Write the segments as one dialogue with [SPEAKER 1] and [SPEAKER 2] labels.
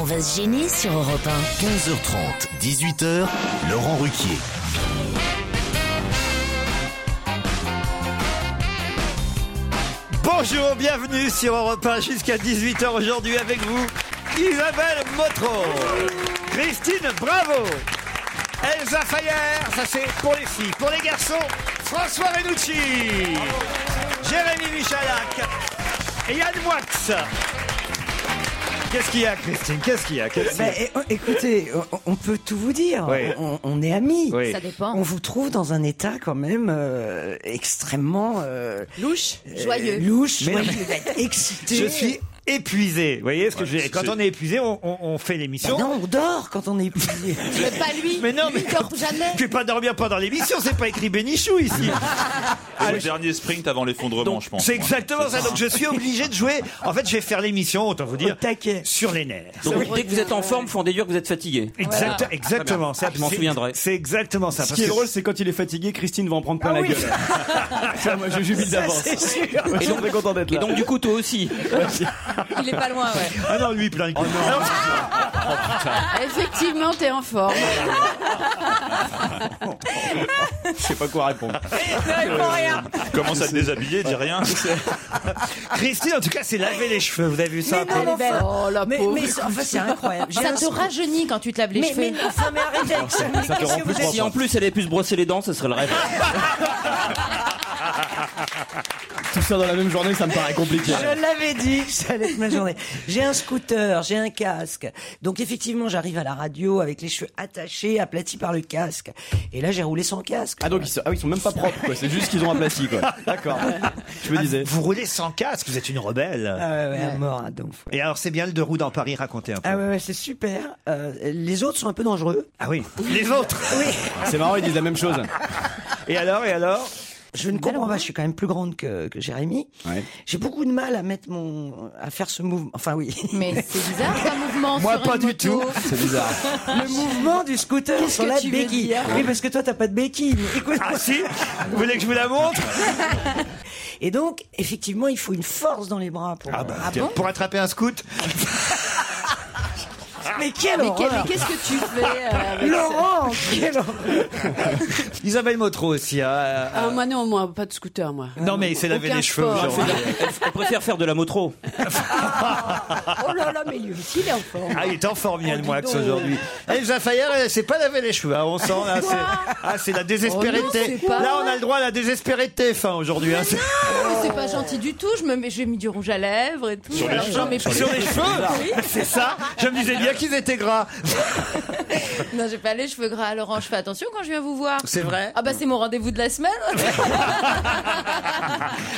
[SPEAKER 1] On va se gêner sur Europe
[SPEAKER 2] 15h30, 18h, Laurent Ruquier.
[SPEAKER 3] Bonjour, bienvenue sur Europe 1 jusqu'à 18h aujourd'hui avec vous, Isabelle Motro, Christine Bravo, Elsa Fayer, ça c'est pour les filles, pour les garçons, François Renucci, Jérémy Michalak et Yann Moix. Qu'est-ce qu'il y a, Christine Qu'est-ce qu'il y a Qu'est-ce qu'il y a
[SPEAKER 4] Bah, é- écoutez, on- on peut tout vous dire.
[SPEAKER 3] Oui.
[SPEAKER 4] On, on est amis.
[SPEAKER 3] Oui. Ça
[SPEAKER 5] dépend.
[SPEAKER 4] On vous trouve dans un état quand même euh, extrêmement euh,
[SPEAKER 5] Louche,
[SPEAKER 4] euh,
[SPEAKER 5] joyeux.
[SPEAKER 4] louche. joyeux, vous êtes excité.
[SPEAKER 3] Je suis épuisé. Vous voyez ce que je veux dire Quand
[SPEAKER 2] c'est-
[SPEAKER 3] on est épuisé, on, on- on fait
[SPEAKER 4] Bah
[SPEAKER 3] l'émission.
[SPEAKER 4] non, on dort quand on est épuisé.
[SPEAKER 5] Mais pas lui.
[SPEAKER 3] Mais non, mais-
[SPEAKER 5] Il dort jamais.
[SPEAKER 3] Je ne peux pas dormir pendant l'émission, c'est pas écrit Bénichou ici.
[SPEAKER 6] C'est le dernier sprint avant l'effondrement, je pense.
[SPEAKER 3] Ah, C'est
[SPEAKER 6] moi.
[SPEAKER 3] exactement ça. Donc je suis obligé de jouer. En fait, je vais faire l'émission, autant vous dire,
[SPEAKER 4] Au taquet.
[SPEAKER 3] sur les nerfs.
[SPEAKER 7] Donc dès que vous êtes en forme, faut en déduire que vous êtes fatigué.
[SPEAKER 3] Exact- Exactement.
[SPEAKER 7] Très bien.
[SPEAKER 3] C'est-
[SPEAKER 7] Je m'en
[SPEAKER 3] c'est-
[SPEAKER 7] souviendrai.
[SPEAKER 3] C'est exactement ça.
[SPEAKER 8] Ce
[SPEAKER 3] parce
[SPEAKER 8] qui est
[SPEAKER 3] que- Ah
[SPEAKER 8] drôle, c'est quand il est fatigué, Christine va en prendre plein la gueule. Ça, moi, je jubile d'avance. Moi, Je suis très content d'être
[SPEAKER 7] Et
[SPEAKER 8] là.
[SPEAKER 7] donc du coup toi aussi.
[SPEAKER 5] Il est pas loin, ouais.
[SPEAKER 3] Ah non, lui,
[SPEAKER 7] Oh
[SPEAKER 3] plein.
[SPEAKER 5] Effectivement, t'es en forme.
[SPEAKER 8] je sais pas quoi répondre.
[SPEAKER 6] Commence à te déshabiller, dis rien.
[SPEAKER 3] Christine, en tout cas, c'est laver les cheveux. Vous avez vu ça un peu
[SPEAKER 4] mais enfin,
[SPEAKER 5] Oh, la
[SPEAKER 4] mais,
[SPEAKER 5] pauvre.
[SPEAKER 4] mais c'est- enfin, c'est incroyable. J'ai
[SPEAKER 5] Ça
[SPEAKER 4] un-
[SPEAKER 5] te rajeunit quand tu te laves les
[SPEAKER 4] mais,
[SPEAKER 5] cheveux.
[SPEAKER 4] mais, enfin, mais arrêtez avec ça. Mais
[SPEAKER 8] Ça te rend
[SPEAKER 4] qu'est-ce
[SPEAKER 8] plus
[SPEAKER 4] que vous êtes-
[SPEAKER 8] propre.
[SPEAKER 7] Si en plus elle ait pu se brosser les dents, ce serait le rêve.
[SPEAKER 8] Tout ça dans la même journée, ça me paraît compliqué.
[SPEAKER 4] Je l'avais dit, ça allait être ma journée. J'ai un scooter, j'ai un casque. Donc effectivement, j'arrive à la radio avec les cheveux attachés, aplatis par le casque. Et là, j'ai roulé sans casque.
[SPEAKER 8] Ah donc ils sont, ah oui, ils sont même pas propres quoi, c'est juste qu'ils ont aplati quoi. D'accord.
[SPEAKER 3] Ah,
[SPEAKER 8] Je me disais.
[SPEAKER 3] Vous roulez sans casque. Vous êtes une rebelle.
[SPEAKER 4] Ah ouais, ouais, à
[SPEAKER 5] hein,
[SPEAKER 4] mort, à donf.
[SPEAKER 3] Et alors, c'est bien le deux roues dans Paris. Racontez un peu.
[SPEAKER 4] Ah ouais, ouais, c'est super. Euh, les autres sont un peu dangereux.
[SPEAKER 3] Ah oui. Les autres.
[SPEAKER 8] C'est marrant, ils disent la même chose.
[SPEAKER 3] Et alors, et alors
[SPEAKER 4] Je ne comprends pas, je suis quand même plus grande que, que Jérémy.
[SPEAKER 8] Ouais.
[SPEAKER 4] J'ai beaucoup de mal à mettre mon, à faire ce mouvement. Enfin oui.
[SPEAKER 5] Mais c'est bizarre comme mouvement.
[SPEAKER 3] Moi,
[SPEAKER 5] sur
[SPEAKER 3] pas
[SPEAKER 5] une
[SPEAKER 3] du
[SPEAKER 5] moto.
[SPEAKER 3] tout.
[SPEAKER 8] C'est bizarre.
[SPEAKER 4] Le mouvement du scooter
[SPEAKER 5] Qu'est-ce
[SPEAKER 4] sur
[SPEAKER 5] que
[SPEAKER 4] la
[SPEAKER 5] tu veux
[SPEAKER 4] béquille.
[SPEAKER 5] dire
[SPEAKER 4] Oui, parce que toi, t'as pas de béquille. mais écoute.
[SPEAKER 3] Ah si Vous voulez que je vous la montre
[SPEAKER 4] Et donc, effectivement, il faut une force dans les bras pour.
[SPEAKER 3] Ah, bah,
[SPEAKER 5] Ah
[SPEAKER 4] Ah
[SPEAKER 3] Tiens, Pour attraper un scout
[SPEAKER 4] Mais quelle
[SPEAKER 5] Mais que- mais
[SPEAKER 4] horreur
[SPEAKER 5] qu'est-ce que tu fais euh, avec ça
[SPEAKER 4] Laurent, quelle horreur
[SPEAKER 3] Isabelle Motro aussi. hein.
[SPEAKER 9] Euh,
[SPEAKER 5] Ah, Moi, non, moi, pas de scooter, moi.
[SPEAKER 3] Non, mais c'est laver
[SPEAKER 5] Aucun
[SPEAKER 3] les cheveux.
[SPEAKER 5] sport.
[SPEAKER 3] genre.
[SPEAKER 7] Ah, Elle, elle préfère faire de la motro.
[SPEAKER 5] Oh là là, mais lui aussi, il est en forme.
[SPEAKER 3] Ah, il est en forme, Yann
[SPEAKER 5] dis
[SPEAKER 3] Moix,
[SPEAKER 5] donc.
[SPEAKER 3] aujourd'hui. Eh, Elsa Fayer, elle s'est pas lavé les cheveux, hein, on sent. Là, c'est, ah, c'est la désespérée
[SPEAKER 5] Oh non,
[SPEAKER 3] de T-
[SPEAKER 5] c'est pas
[SPEAKER 3] Là, on
[SPEAKER 5] vrai.
[SPEAKER 3] a le droit à la désespérée de TF1 aujourd'hui. hein, c'est-
[SPEAKER 5] Mais C'est pas gentil du tout. Je me mets, j'ai mis du rouge à lèvres et tout.
[SPEAKER 6] Sur les
[SPEAKER 5] Alors, j'en mets plus.
[SPEAKER 3] Sur les cheveux C'est ça Je me disais bien qu'ils étaient gras.
[SPEAKER 5] Non, j'ai pas les cheveux gras. Laurent, je fais attention quand je viens vous voir.
[SPEAKER 3] C'est vrai
[SPEAKER 5] Ah bah c'est mon rendez-vous de la semaine.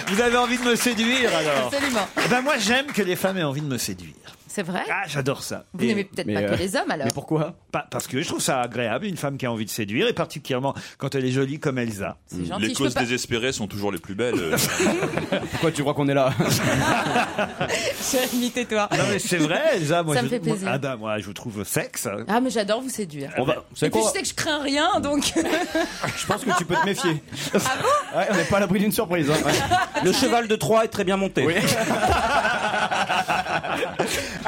[SPEAKER 3] Vous avez envie de me séduire, alors
[SPEAKER 5] Absolument.
[SPEAKER 3] Eh Ben, moi, j'aime que les femmes aient envie de me séduire.
[SPEAKER 5] C'est vrai.
[SPEAKER 3] Ah, j'adore ça.
[SPEAKER 5] Vous
[SPEAKER 3] Et-
[SPEAKER 5] n'aimez peut-être
[SPEAKER 8] mais,
[SPEAKER 5] pas
[SPEAKER 8] euh,
[SPEAKER 5] que les hommes alors.
[SPEAKER 8] Mais pourquoi
[SPEAKER 3] pas- parce que je trouve ça agréable, une femme qui a envie de séduire, et particulièrement quand elle est jolie comme Elsa.
[SPEAKER 5] C'est
[SPEAKER 8] Hmm.
[SPEAKER 5] gentil.
[SPEAKER 6] Les
[SPEAKER 5] je peux
[SPEAKER 6] causes
[SPEAKER 5] pas.
[SPEAKER 6] désespérées sont toujours les plus belles. Euh,
[SPEAKER 8] Pourquoi tu crois qu'on est là
[SPEAKER 5] Jérémy, tais-toi.
[SPEAKER 3] Non, mais c'est vrai, Elsa. Moi,
[SPEAKER 5] Ça me
[SPEAKER 3] je-
[SPEAKER 5] fait plaisir.
[SPEAKER 3] moi- ah, ben, moi, je vous trouve sexe.
[SPEAKER 8] hein,
[SPEAKER 5] Ah mais j'adore vous séduire.
[SPEAKER 8] On
[SPEAKER 5] Et
[SPEAKER 8] va. C'est
[SPEAKER 5] puis je
[SPEAKER 8] quoi
[SPEAKER 5] sais que je crains rien donc.
[SPEAKER 8] Je pense que tu peux te méfier.
[SPEAKER 5] Ah
[SPEAKER 8] Ouais, on n'est pas à l'abri d'une surprise. hein. Ouais.
[SPEAKER 7] Le cheval de Troie est très bien monté.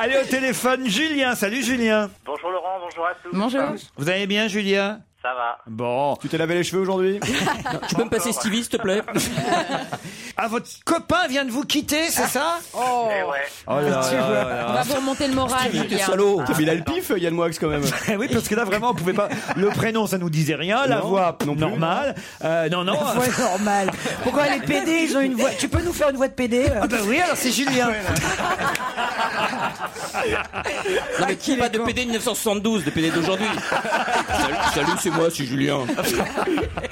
[SPEAKER 3] Allez, au téléphone, Julien. Salut, Julien.
[SPEAKER 10] Bonjour Laurent, bonjour à tous.
[SPEAKER 5] Bonjour.
[SPEAKER 3] Vous allez bien, Julien
[SPEAKER 10] Ça va
[SPEAKER 3] Bon.
[SPEAKER 8] Tu t'es lavé les cheveux aujourd'hui
[SPEAKER 7] Tu peux me passer Stevie, s'il te plaît
[SPEAKER 3] Ah, votre copain vient de vous quitter,
[SPEAKER 5] Ah.
[SPEAKER 3] c'est ça
[SPEAKER 10] Eh ouais.
[SPEAKER 3] Oh là là
[SPEAKER 5] On va vous remonter le moral,
[SPEAKER 7] T'es
[SPEAKER 5] Julien.
[SPEAKER 7] salaud.
[SPEAKER 8] Mais il a le pif, Yann Moix quand même.
[SPEAKER 3] Eh Oui, parce que là, vraiment, on pouvait pas. Le prénom, ça nous disait rien. La
[SPEAKER 8] Non,
[SPEAKER 3] voix,
[SPEAKER 8] non plus.
[SPEAKER 3] normale. Euh, non, non.
[SPEAKER 4] Voix normale. Pourquoi Ah les PD, ils ont une voix Tu peux nous faire une voix de PD euh
[SPEAKER 3] Ah, bah oui, alors c'est Julien.
[SPEAKER 7] Non mais qui pas de PD de 1972, de PD d'aujourd'hui Salut, salut, c'est moi, c'est Julien.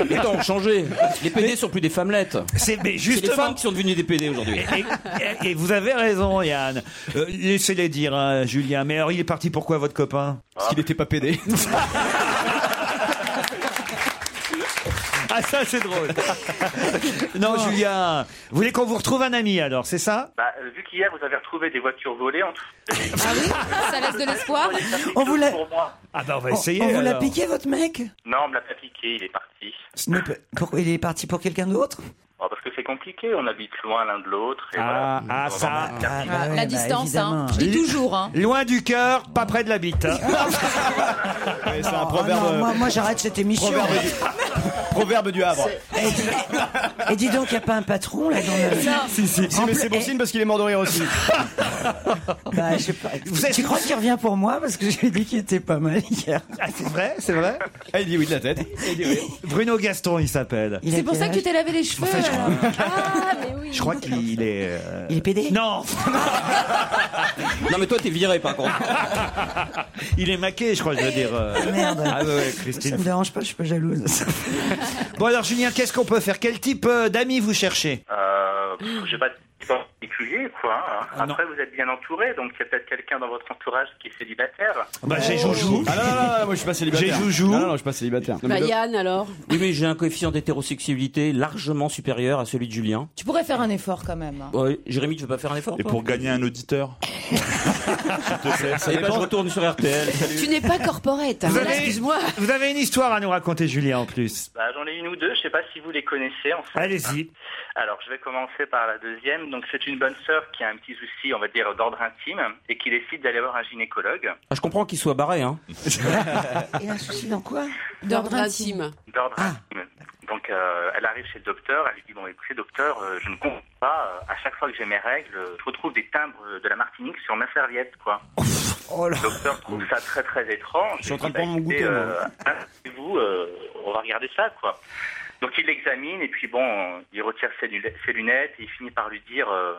[SPEAKER 7] Les temps ont changé. Les PD sont plus des femmelettes.
[SPEAKER 3] C'est mais
[SPEAKER 7] des
[SPEAKER 3] justement-
[SPEAKER 7] femmes qui sont devenues des PD aujourd'hui.
[SPEAKER 3] Et, et vous avez raison, Yann. Euh, Laissez-les dire, hein, Julien. Mais alors, il est parti pourquoi, votre copain Parce qu'il n'était pas pédé. ah, ça, c'est drôle. non, Julien, vous voulez qu'on vous retrouve un ami, alors, c'est ça
[SPEAKER 10] Bah, euh, vu qu'hier vous avez retrouvé des voitures volées, en tout
[SPEAKER 4] Ah
[SPEAKER 5] Ça laisse de l'espoir.
[SPEAKER 4] On vous l'a.
[SPEAKER 3] Ah bah on va
[SPEAKER 4] on-
[SPEAKER 3] essayer.
[SPEAKER 4] on vous l'a
[SPEAKER 3] alors.
[SPEAKER 4] piqué votre mec
[SPEAKER 10] Non, on me l'a pas piqué, il est parti.
[SPEAKER 4] Ce n'est pas- Pourquoi il est parti pour quelqu'un d'autre
[SPEAKER 10] Oh, parce que c'est compliqué, on habite loin l'un de l'autre. et
[SPEAKER 3] Ah,
[SPEAKER 10] voilà.
[SPEAKER 3] ah, ça.
[SPEAKER 4] Ah,
[SPEAKER 5] La
[SPEAKER 4] ouais, bah,
[SPEAKER 5] distance, hein.
[SPEAKER 4] évidemment.
[SPEAKER 5] Je dis toujours, hein.
[SPEAKER 3] Loin du cœur, pas près de la bite. hein.
[SPEAKER 8] Ouais, c'est un
[SPEAKER 4] Ah
[SPEAKER 8] proverbe,
[SPEAKER 4] non, moi, moi, j'arrête cette émission.
[SPEAKER 8] proverbe, du... proverbe du Havre.
[SPEAKER 4] Et dis donc, il n'y a pas un patron là dans le.
[SPEAKER 5] Non.
[SPEAKER 8] Si, mais c'est bon signe parce qu'il est mort de rire aussi.
[SPEAKER 4] Bah, je sais pas. Tu crois qu'il revient pour moi parce que j'ai dit qu'il était pas mal hier.
[SPEAKER 3] Ah, c'est vrai, c'est vrai.
[SPEAKER 8] Ah, il dit oui de la tête.
[SPEAKER 3] Bruno Gaston, il s'appelle.
[SPEAKER 4] Il a
[SPEAKER 5] C'est pour
[SPEAKER 4] quel
[SPEAKER 5] ça que tu
[SPEAKER 4] âge
[SPEAKER 5] t'es lavé les cheveux. alors. Ah, mais oui.
[SPEAKER 3] Je crois qu'il est. euh,
[SPEAKER 4] Il est pédé
[SPEAKER 3] Non,
[SPEAKER 7] Non mais toi t'es viré par contre.
[SPEAKER 3] il est maqué, je crois, je veux dire. euh.
[SPEAKER 4] Merde.
[SPEAKER 3] Ah ouais, ouais,
[SPEAKER 4] Ça
[SPEAKER 3] Christine.
[SPEAKER 4] me dérange pas, je suis pas jalouse.
[SPEAKER 3] Bon alors Julien, qu'est-ce qu'on peut faire Quel type euh, d'amis vous cherchez
[SPEAKER 10] Euh, pff, j'ai pas de type en particulier, quoi. hein.
[SPEAKER 4] Ah,
[SPEAKER 10] Après, vous êtes bien entouré, donc il y a peut-être quelqu'un dans votre entourage qui est célibataire.
[SPEAKER 3] Bah j'ai
[SPEAKER 4] Oh.
[SPEAKER 3] Joujou.
[SPEAKER 8] Ah non, non, non, non, moi je suis pas célibataire.
[SPEAKER 3] J'ai Joujou.
[SPEAKER 8] Non, non, non, je suis pas célibataire.
[SPEAKER 9] Bah, Yann, alors
[SPEAKER 7] Oui mais j'ai un coefficient d'hétérosexualité largement supérieur à celui de Julien.
[SPEAKER 5] Tu pourrais faire un effort quand même. hein.
[SPEAKER 7] Ouais, Jérémy, tu veux pas faire un effort
[SPEAKER 6] Et
[SPEAKER 7] toi
[SPEAKER 6] pour gagner un auditeur
[SPEAKER 7] Eh ben, je retourne sur RTL.
[SPEAKER 9] Tu n'es pas corporate. hein.
[SPEAKER 3] Vous avez, vous avez une histoire à nous raconter Julien en plus.
[SPEAKER 10] Bah, j'en ai une ou deux, je sais pas si vous les connaissez, en fait.
[SPEAKER 3] Allez-y.
[SPEAKER 10] Alors, je vais commencer par la deuxième. Donc, c'est une bonne sœur qui a un petit souci, on va dire, d'ordre intime, et qui décide d'aller voir un gynécologue
[SPEAKER 7] Ah, je comprends qu'il soit barré hein.
[SPEAKER 3] euh,
[SPEAKER 4] Il a un souci dans quoi
[SPEAKER 5] D'ordre
[SPEAKER 9] D'ordre
[SPEAKER 5] intime.
[SPEAKER 9] intime.
[SPEAKER 10] d'ordre intime. Donc, euh, elle arrive chez le docteur, elle lui dit, bon, écoutez, docteur, euh, je ne comprends pas, euh, à chaque fois que j'ai mes règles, euh, je retrouve des timbres euh, de la Martinique sur ma serviette, quoi.
[SPEAKER 4] Oh là.
[SPEAKER 10] Le docteur trouve ça très très étrange. bah, Je
[SPEAKER 8] suis en train de prendre mon goûter,
[SPEAKER 10] vous, euh, on va regarder ça, quoi. Donc il l'examine et puis bon, il retire ses, lune- ses lunettes et il finit par lui dire euh,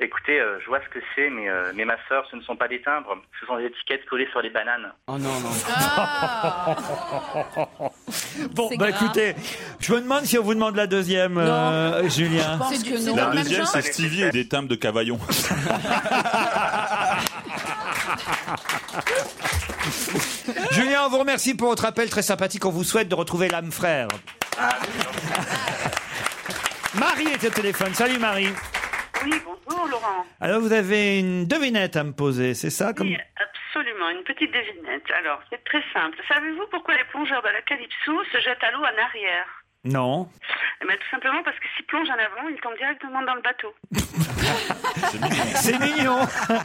[SPEAKER 10] Écoutez, euh, je vois ce que c'est, mais, euh, mais ma soeur, ce ne sont pas des timbres, ce sont des étiquettes collées sur les bananes.
[SPEAKER 7] Oh non non.
[SPEAKER 5] Ah.
[SPEAKER 3] Bon
[SPEAKER 5] C'est
[SPEAKER 3] bah
[SPEAKER 5] grave.
[SPEAKER 3] écoutez, je me demande si on vous demande la deuxième euh, Julien.
[SPEAKER 5] C'est
[SPEAKER 9] que
[SPEAKER 5] du-
[SPEAKER 9] non.
[SPEAKER 5] c'est dans
[SPEAKER 6] La
[SPEAKER 5] le même
[SPEAKER 6] deuxième,
[SPEAKER 5] genre
[SPEAKER 6] c'est Stevie et des timbres de cavaillon.
[SPEAKER 3] Julien, on vous remercie pour votre appel très sympathique. On vous souhaite de retrouver l'âme frère. Marie est au téléphone. Salut Marie.
[SPEAKER 11] Oui, bonjour Laurent.
[SPEAKER 3] Alors vous avez une devinette à me poser, c'est ça Ah, comme...
[SPEAKER 11] Oui, absolument, une petite devinette. Alors, c'est très simple. Savez-vous pourquoi les plongeurs de la Calypso se jettent à l'eau en arrière
[SPEAKER 3] Non.
[SPEAKER 11] Eh bien, tout simplement parce que s'ils plongent en avant, ils tombent directement dans le bateau.
[SPEAKER 3] C'est mignon.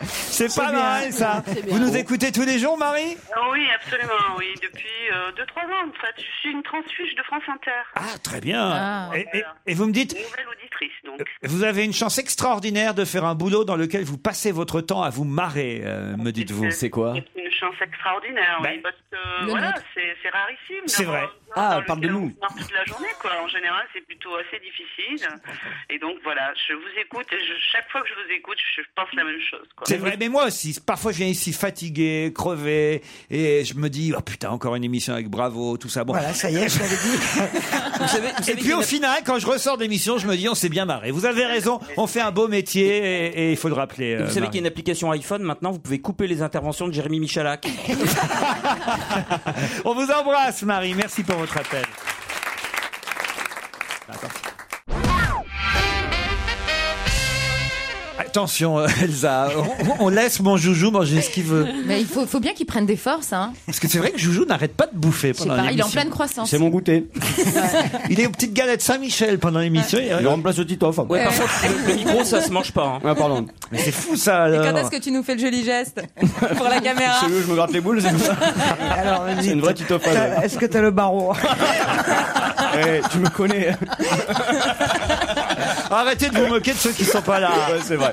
[SPEAKER 3] C'est pas
[SPEAKER 4] bien.
[SPEAKER 3] mal ça. Vous nous écoutez tous les jours Marie
[SPEAKER 11] Ah oui, absolument, oui. Depuis 2-3 ans, en fait. Je suis une transfuge de France Inter.
[SPEAKER 3] Ah, très bien.
[SPEAKER 5] Ah.
[SPEAKER 3] et, et- et vous me dites,
[SPEAKER 11] Une Nouvelle auditrice, donc.
[SPEAKER 3] vous avez une chance extraordinaire de faire un boulot dans lequel vous passez votre temps à vous marrer, euh, me dites-vous.
[SPEAKER 8] C'est quoi
[SPEAKER 11] C'est une chance extraordinaire, oui,
[SPEAKER 3] Ben,
[SPEAKER 11] parce que
[SPEAKER 5] le
[SPEAKER 11] voilà,
[SPEAKER 5] nôtre.
[SPEAKER 11] c'est c'est rarissime.
[SPEAKER 3] C'est
[SPEAKER 11] dans-
[SPEAKER 3] vrai.
[SPEAKER 11] dans
[SPEAKER 4] Ah,
[SPEAKER 11] lequel
[SPEAKER 4] parle de
[SPEAKER 11] on
[SPEAKER 4] nous.
[SPEAKER 11] se marre toute la journée, quoi. En général, c'est plutôt assez difficile. Et donc, voilà, je vous écoute, et je- chaque fois que je vous écoute, je pense la même chose, quoi.
[SPEAKER 3] C'est vrai, mais moi aussi, parfois je viens ici fatigué, crevé, et je me dis, oh putain, encore une émission avec Bravo, tout ça. Bon.
[SPEAKER 4] Voilà, ça y est, je l'avais dit.
[SPEAKER 7] Vous savez, vous savez
[SPEAKER 3] Et
[SPEAKER 7] qu'il y
[SPEAKER 3] puis
[SPEAKER 7] en
[SPEAKER 3] au
[SPEAKER 7] a-
[SPEAKER 3] final, quand je ressors d'émission, je me dis, on s'est bien marré. Vous avez raison, on fait un beau métier, et, et il faut le rappeler.
[SPEAKER 7] Vous
[SPEAKER 3] euh,
[SPEAKER 7] savez
[SPEAKER 3] Marie.
[SPEAKER 7] qu'il y a une application iPhone maintenant, vous pouvez couper les interventions de Jérémy Michalak.
[SPEAKER 3] On vous embrasse, Marie. Merci pour votre appel. Attention, euh, Elsa, on, on laisse mon joujou manger ce qu'il veut.
[SPEAKER 5] Mais il faut, faut bien qu'ils prennent des forces. Hein.
[SPEAKER 3] Parce que c'est vrai que Joujou n'arrête pas de bouffer
[SPEAKER 5] Je sais pas,
[SPEAKER 3] pendant
[SPEAKER 5] il est en
[SPEAKER 3] l'émission.
[SPEAKER 5] pleine croissance.
[SPEAKER 8] C'est mon goûter.
[SPEAKER 3] Il est aux petites galettes Saint-Michel pendant l'émission. Il-
[SPEAKER 8] Il remplace le Titoff.
[SPEAKER 7] Ouais, par contre, le, le micro, ça se mange pas. hein.
[SPEAKER 8] Ah, pardon.
[SPEAKER 3] Mais c'est fou ça.
[SPEAKER 5] Et quand
[SPEAKER 3] alors.
[SPEAKER 5] est-ce que tu nous fais le joli geste pour la
[SPEAKER 3] Hein
[SPEAKER 5] caméra
[SPEAKER 8] Chez eux, je me gratte les boules, c'est tout ça.
[SPEAKER 4] Alors, vas-y.
[SPEAKER 8] C'est une vraie Titoff.
[SPEAKER 4] T'as- Est-ce que t'as le barreau
[SPEAKER 8] Eh, tu me connais.
[SPEAKER 3] Arrêtez de vous moquer de ceux qui sont pas là. c'est vrai.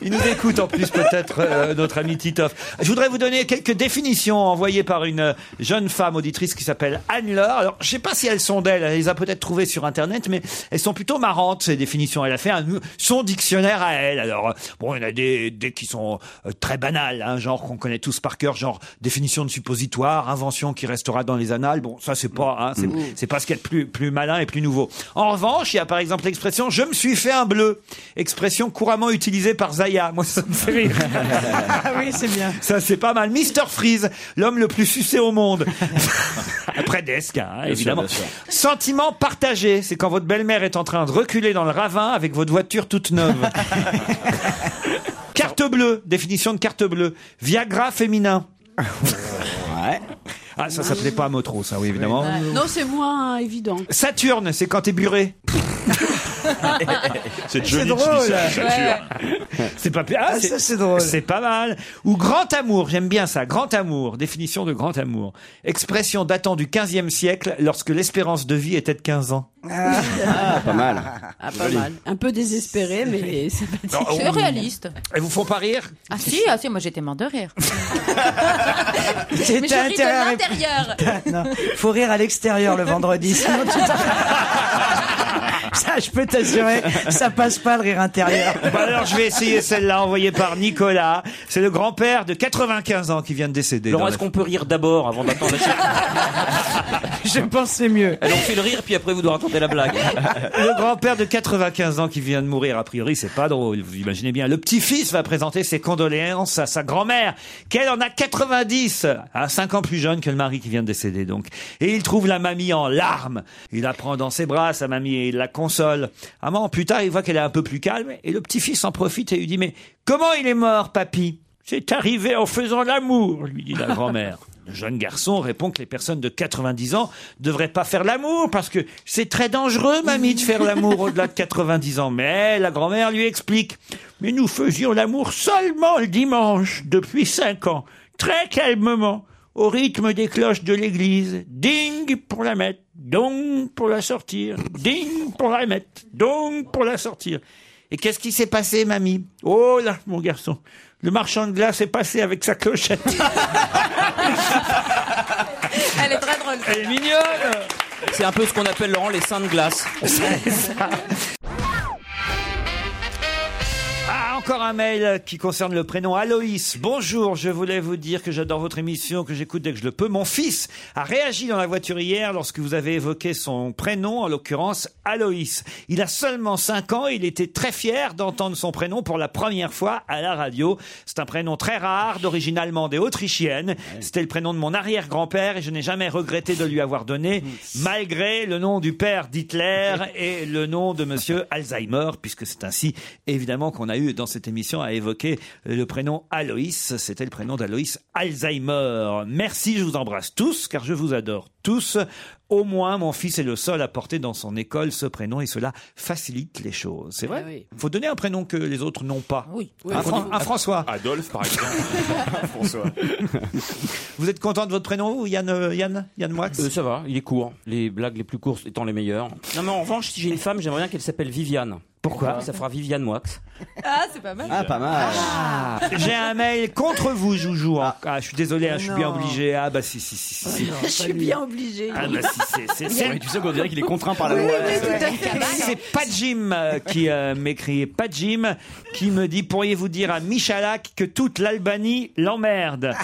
[SPEAKER 3] Ils nous écoutent en plus peut-être euh, notre ami Titoff. Je voudrais vous donner quelques définitions envoyées par une euh, jeune femme auditrice qui s'appelle Anne-Laure. Alors, je sais pas si elles sont d'elle, elle les a peut-être trouvées sur internet mais elles sont plutôt marrantes ces définitions. Elle a fait un- son dictionnaire à elle. Alors, euh, bon, il y en a des, des qui sont euh, très banales, hein, genre qu'on connaît tous par cœur, genre définition de suppositoire, invention qui restera dans les annales. Bon, ça c'est pas hein, c'est- c'est pas ce qu'il y a de plus, plus malin et plus nouveau. En revanche, il y a par exemple l'expression je me suis fait un bleu, expression couramment utilisée par Zaya. Moi, ça me fait rire.
[SPEAKER 4] Ah oui, c'est bien.
[SPEAKER 3] Ça, c'est pas mal. Mister Freeze, l'homme le plus sucé au monde. Après Desca, hein,
[SPEAKER 8] Bien sûr,
[SPEAKER 3] évidemment.
[SPEAKER 8] bien sûr.
[SPEAKER 3] Sentiment partagé, c'est quand votre belle-mère est en train de reculer dans le ravin avec votre voiture toute neuve. carte bleue, définition de carte bleue. Viagra féminin. ouais. Ah, ça s'appelait pas à mot trop, ça, oui, évidemment.
[SPEAKER 9] Non, c'est moins évident.
[SPEAKER 3] Saturne, c'est quand t'es buré.
[SPEAKER 6] C'est Johnny qui dit ça, Saturne.
[SPEAKER 3] C'est pas ah, c'est- C'est pas mal. Ou grand amour, j'aime bien ça. Grand amour, définition de grand amour. Expression datant du 15e siècle lorsque l'espérance de vie était de 15 ans.
[SPEAKER 9] Ah,
[SPEAKER 3] pas mal.
[SPEAKER 9] Ah, pas mal. Un peu désespéré, mais sympathique.
[SPEAKER 3] Non,
[SPEAKER 5] C'est
[SPEAKER 3] on-
[SPEAKER 5] réaliste.
[SPEAKER 3] Elles vous font pas rire
[SPEAKER 5] Ah si, ah si, moi j'étais mort de rire. Mais je ris
[SPEAKER 4] t'as
[SPEAKER 5] de
[SPEAKER 4] intérêt à rép-
[SPEAKER 5] l'intérieur.
[SPEAKER 4] Ah, Non, faut rire à l'extérieur le vendredi. sinon tu t'en- ça, je peux t'assurer, ça passe pas le rire intérieur.
[SPEAKER 3] Bah alors je vais essayer celle-là envoyée par Nicolas. C'est le grand-père de 95 ans qui vient de décéder.
[SPEAKER 7] Laurent,
[SPEAKER 3] dans
[SPEAKER 7] est-ce
[SPEAKER 3] la-
[SPEAKER 7] qu'on peut rire d'abord avant d'attendre
[SPEAKER 4] Je pense c'est mieux.
[SPEAKER 7] Elle en fait le rire, puis après vous nous racontez la blague.
[SPEAKER 3] Le grand-père de 95 ans qui vient de mourir, a priori, c'est pas drôle. Vous imaginez bien. Le petit-fils va présenter ses condoléances à sa grand-mère, qu'elle en a 90, à 5 ans plus jeune que le mari qui vient de décéder, donc. Et il trouve la mamie en larmes. Il la prend dans ses bras, sa mamie, et il la console. Un moment plus tard, il voit qu'elle est un peu plus calme, et le petit-fils en profite et lui dit, mais comment il est mort, papy? C'est arrivé en faisant l'amour, lui dit la grand-mère. Le jeune garçon répond que les personnes de 90 ans devraient pas faire l'amour parce que c'est très dangereux, mamie, de faire l'amour au-delà de 90 ans. Mais la grand-mère lui explique. Mais nous faisions l'amour seulement le dimanche depuis 5 ans, très calmement, au rythme des cloches de l'église. Ding pour la mettre, dong pour la sortir, ding pour la mettre, dong pour la sortir. Et qu'est-ce qui s'est passé, mamie Oh là, mon garçon, le marchand de glace est passé avec sa clochette.
[SPEAKER 5] Elle est très drôle.
[SPEAKER 3] Elle est mignonne.
[SPEAKER 7] C'est un peu ce qu'on appelle, Laurent, les seins de glace.
[SPEAKER 3] Ah, encore un mail qui concerne le prénom Aloïs. Bonjour, je voulais vous dire que j'adore votre émission, que j'écoute dès que je le peux. Mon fils a réagi dans la voiture hier lorsque vous avez évoqué son prénom, en l'occurrence Aloïs. Il a seulement 5 ans et il était très fier d'entendre son prénom pour la première fois à la radio. C'est un prénom très rare, d'origine allemande et autrichienne. C'était le prénom de mon arrière-grand-père et je n'ai jamais regretté de lui avoir donné, malgré le nom du père d'Hitler et le nom de monsieur Alzheimer, puisque c'est ainsi, évidemment, qu'on a eu dans cette émission à évoquer le prénom Aloïs. C'était le prénom d'Aloïs Alzheimer. Merci, je vous embrasse tous, car je vous adore tous. Au moins, mon fils est le seul à porter dans son école ce prénom et cela facilite les choses. C'est vrai? Faut donner un prénom que les autres n'ont pas.
[SPEAKER 5] Oui.
[SPEAKER 3] Un, Fran- un François.
[SPEAKER 6] Adolphe, par exemple. François.
[SPEAKER 3] Vous êtes content de votre prénom, vous, Yann, euh, Yann, Yann Moix
[SPEAKER 7] Euh, ça va, il est court. Les blagues les plus courtes étant les meilleures. Non, mais en revanche, si j'ai une femme, j'aimerais bien qu'elle s'appelle Viviane.
[SPEAKER 3] Pourquoi
[SPEAKER 7] Ça fera Viviane Moix.
[SPEAKER 5] Ah, c'est pas mal. Ah.
[SPEAKER 7] mal.
[SPEAKER 3] J'ai un mail contre vous, Joujou. Ah, je suis désolé, hein, je suis bien
[SPEAKER 9] Non.
[SPEAKER 3] obligé. Ah bah si, si, si. si, si.
[SPEAKER 9] Je suis bien obligée.
[SPEAKER 3] Ah bah si, c'est- c'est... c'est-
[SPEAKER 8] Ouais, tu sais qu'on dirait qu'il est contraint par la
[SPEAKER 9] Oui,
[SPEAKER 8] loi.
[SPEAKER 9] oui, tout à fait.
[SPEAKER 3] C'est pas Jim euh, qui euh, m'écrit, pas Jim qui me dit pourriez-vous dire à Michalak que toute l'Albanie l'emmerde.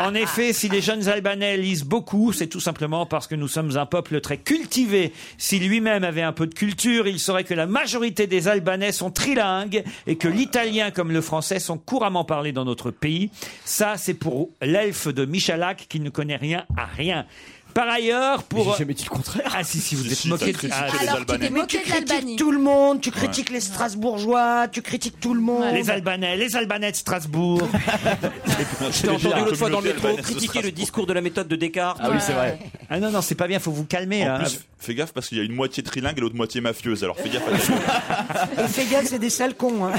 [SPEAKER 3] En effet, si les jeunes Albanais lisent beaucoup, c'est tout simplement parce que nous sommes un peuple très cultivé. Si lui-même avait un peu de culture, il saurait que la majorité des Albanais sont trilingues et que l'italien comme le français sont couramment parlés dans notre pays. Ça, c'est pour l'elfe de Michalak qui ne connaît rien à rien. Par ailleurs, pour
[SPEAKER 8] J'ai jamais dit le contraire.
[SPEAKER 3] ah si si vous
[SPEAKER 6] Si,
[SPEAKER 3] êtes
[SPEAKER 6] si,
[SPEAKER 3] moqué
[SPEAKER 6] t'as critiqué
[SPEAKER 3] Ah,
[SPEAKER 6] les
[SPEAKER 3] si.
[SPEAKER 5] tu
[SPEAKER 6] Albanais.
[SPEAKER 5] t'es
[SPEAKER 4] Mais tu
[SPEAKER 5] moqué de l'Albanie.
[SPEAKER 4] critiques tout le monde, tu critiques les Strasbourgeois, tu critiques tout le monde.
[SPEAKER 3] Les Albanais, les Albanais de Strasbourg.
[SPEAKER 7] Je t'ai entendu l'autre fois dans le métro
[SPEAKER 6] Albanaise de
[SPEAKER 7] critiquer le
[SPEAKER 6] Strasbourg.
[SPEAKER 7] discours de la méthode de Descartes.
[SPEAKER 8] Ah oui, c'est vrai.
[SPEAKER 3] ah non, non, c'est pas bien, faut vous calmer.
[SPEAKER 6] En
[SPEAKER 3] hein.
[SPEAKER 6] plus, fais gaffe parce qu'il y a une moitié trilingue et l'autre moitié mafieuse. Alors fais gaffe à ta
[SPEAKER 4] Et fais gaffe, c'est des sales cons. hein.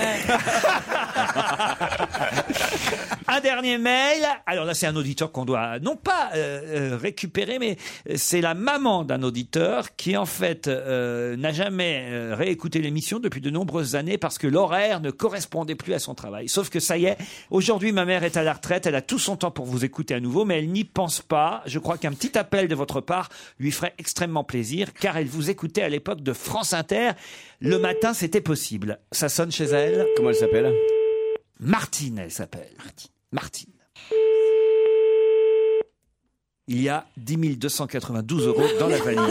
[SPEAKER 3] Un dernier mail. Alors là, c'est un auditeur qu'on doit non pas euh, euh, récupérer, mais c'est la maman d'un auditeur qui, en fait, euh, n'a jamais euh, réécouté l'émission depuis de nombreuses années parce que l'horaire ne correspondait plus à son travail. Sauf que ça y est, aujourd'hui, ma mère est à la retraite. Elle a tout son temps pour vous écouter à nouveau, mais elle n'y pense pas. Je crois qu'un petit appel de votre part lui ferait extrêmement plaisir car elle vous écoutait à l'époque de France Inter. Le matin, c'était possible. Ça sonne chez elle. Comment elle s'appelle Martine, elle s'appelle. Martine. Martine. Il y a 10 292 euros dans la valise.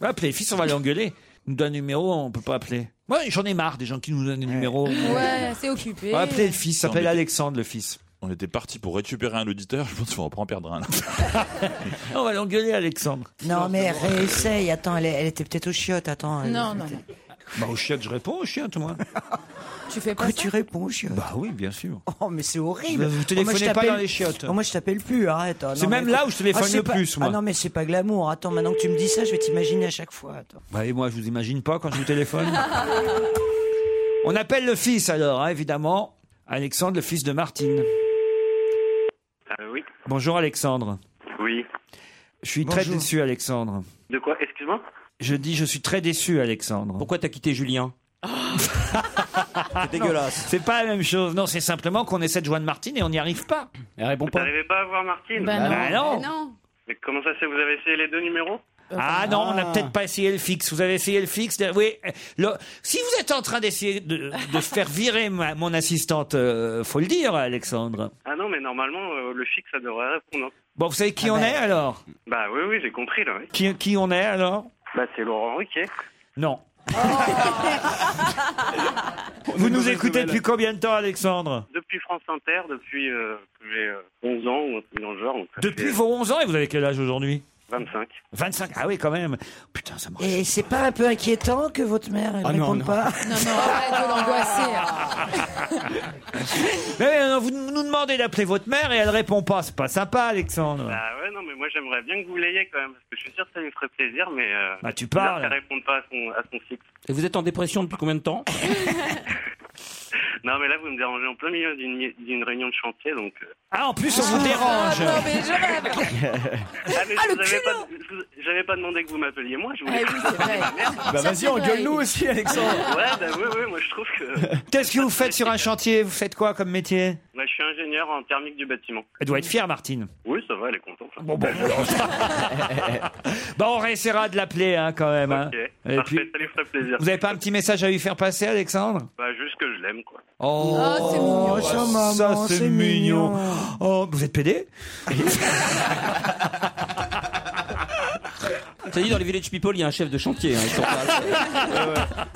[SPEAKER 3] Appelez, fils, on va l'engueuler. Il nous donne un numéro, on peut pas appeler. Moi, j'en ai marre des gens qui nous donnent des numéros.
[SPEAKER 5] Ouais, c'est occupé.
[SPEAKER 3] On va appeler le fils, appelle Alexandre, le fils.
[SPEAKER 6] On était parti pour récupérer un auditeur, je pense qu'on va pas en perdre un.
[SPEAKER 3] On va l'engueuler, Alexandre.
[SPEAKER 4] Non, mais réessaye. Attends, elle, est- elle était peut-être au chiottes. Attends. elle-
[SPEAKER 5] Non, non, non.
[SPEAKER 3] Bah, au chien, je réponds au chien, toi.
[SPEAKER 5] Tu fais pas
[SPEAKER 4] Quoi,
[SPEAKER 5] ça
[SPEAKER 4] tu réponds aux chiottes
[SPEAKER 3] Bah oui, bien sûr.
[SPEAKER 4] Oh, mais c'est horrible.
[SPEAKER 3] Vous
[SPEAKER 4] Oh, moi, je
[SPEAKER 3] téléphonez pas
[SPEAKER 4] t'appelle-
[SPEAKER 3] dans les chiottes.
[SPEAKER 4] Oh, moi, je t'appelle plus, arrête. Oh,
[SPEAKER 3] C'est
[SPEAKER 4] non,
[SPEAKER 3] même
[SPEAKER 4] mais
[SPEAKER 3] là
[SPEAKER 4] attends.
[SPEAKER 3] où je téléphone
[SPEAKER 4] c'est
[SPEAKER 3] le
[SPEAKER 4] pas-
[SPEAKER 3] plus, moi.
[SPEAKER 4] Ah non, mais c'est pas glamour. Attends, maintenant que tu me dis ça, je vais t'imaginer à chaque fois. Attends.
[SPEAKER 3] Bah, et moi, je vous imagine pas quand je vous téléphone. On appelle le fils, alors, hein, évidemment. Alexandre, le fils de Martine.
[SPEAKER 12] Euh, oui.
[SPEAKER 3] Bonjour, Alexandre.
[SPEAKER 12] Oui.
[SPEAKER 3] Je suis très
[SPEAKER 12] Bonjour.
[SPEAKER 3] déçu, Alexandre.
[SPEAKER 12] De quoi Excuse-moi
[SPEAKER 3] Je dis, je suis très déçu, Alexandre. Pourquoi t'as quitté Julien C'est
[SPEAKER 12] dégueulasse.
[SPEAKER 3] C'est pas la même chose. Non, c'est simplement qu'on essaie de joindre Martine et on n'y arrive pas. Elle répond
[SPEAKER 12] Vous n'arrivez pas à voir Martine
[SPEAKER 3] Bah non. Bah non. Bah
[SPEAKER 12] Mais comment ça c'est Vous avez essayé les deux numéros
[SPEAKER 3] Ah non, on n'a peut-être pas essayé le fixe. Vous avez essayé le fixe. de- Oui. le- Si vous êtes en train d'essayer de, de faire virer ma- mon assistante, euh, faut le dire, Alexandre.
[SPEAKER 12] Ah non, mais normalement, euh, le fixe, ça devrait répondre. hein.
[SPEAKER 3] Bon, vous savez qui on est alors
[SPEAKER 12] Bah oui, oui, j'ai compris, là, oui.
[SPEAKER 3] qui, qui on est alors
[SPEAKER 12] Bah c'est Laurent Ruquier.
[SPEAKER 3] Non. vous nous écoutez depuis combien de temps, Alexandre
[SPEAKER 12] Depuis France Inter, depuis euh, j'ai, euh, 11 ans ou un truc dans le genre. donc ça
[SPEAKER 3] Depuis
[SPEAKER 12] fait euh,
[SPEAKER 3] vos 11 ans et vous avez quel âge aujourd'hui
[SPEAKER 12] 25.
[SPEAKER 3] 25 Ah oui, quand même. Putain, Ah, ça
[SPEAKER 4] Et c'est pas un peu inquiétant que votre mère ne
[SPEAKER 3] Ah non,
[SPEAKER 4] réponde
[SPEAKER 3] non.
[SPEAKER 4] pas
[SPEAKER 5] Non, non, arrête de l'angoisser. hein. alors.
[SPEAKER 3] Ah. Mais non, vous nous demandez d'appeler votre mère et elle répond pas. C'est pas sympa, Alexandre.
[SPEAKER 12] Bah ouais, non, mais moi j'aimerais bien que vous l'ayez quand même, parce que je suis sûr que ça lui ferait plaisir, mais. euh,
[SPEAKER 7] Bah, tu
[SPEAKER 12] c'est bizarre
[SPEAKER 7] parles.
[SPEAKER 12] qu'elle réponde pas à son, à son fixe.
[SPEAKER 7] Et vous êtes en dépression depuis combien de temps
[SPEAKER 12] Non, mais là vous me dérangez en plein milieu d'une d'une réunion de chantier, donc. euh,
[SPEAKER 3] Ah, en plus, on
[SPEAKER 12] Ah,
[SPEAKER 3] vous dérange.
[SPEAKER 12] non, mais je Ah, mais
[SPEAKER 3] Ah,
[SPEAKER 12] je
[SPEAKER 3] le
[SPEAKER 12] vous avais pas, je vous- j'avais pas demandé que vous m'appeliez moi, je voulais.
[SPEAKER 3] Ah oui, c'est vrai. Bah, Ça, vas-y, c'est engueule-nous vrai. aussi, Alexandre.
[SPEAKER 12] Ouais, bah oui, oui, moi je trouve que.
[SPEAKER 3] Qu'est-ce que vous faites sur un chantier Vous faites quoi comme métier
[SPEAKER 12] Moi, je suis ingénieur en thermique du bâtiment.
[SPEAKER 3] Elle doit être fière, Martine.
[SPEAKER 12] Oui, ça va, elle est contente.
[SPEAKER 3] Bon, bah, bon, Bon, on réessayera de l'appeler hein, quand même. hein. Et
[SPEAKER 12] Parfait,
[SPEAKER 3] puis,
[SPEAKER 12] ça lui ferait plaisir.
[SPEAKER 3] vous avez pas un petit message à lui faire passer, Alexandre
[SPEAKER 12] Bah, juste que je l'aime, quoi.
[SPEAKER 3] Oh,
[SPEAKER 12] Oh, c'est mignon.
[SPEAKER 3] ça,
[SPEAKER 12] Oh,
[SPEAKER 3] ça,
[SPEAKER 12] maman,
[SPEAKER 3] c'est
[SPEAKER 12] c'est
[SPEAKER 3] mignon.
[SPEAKER 12] mignon.
[SPEAKER 3] Oh, vous êtes pédé
[SPEAKER 7] Ça dit, dans les Village People, il y a un chef de chantier. hein, ils sont pas-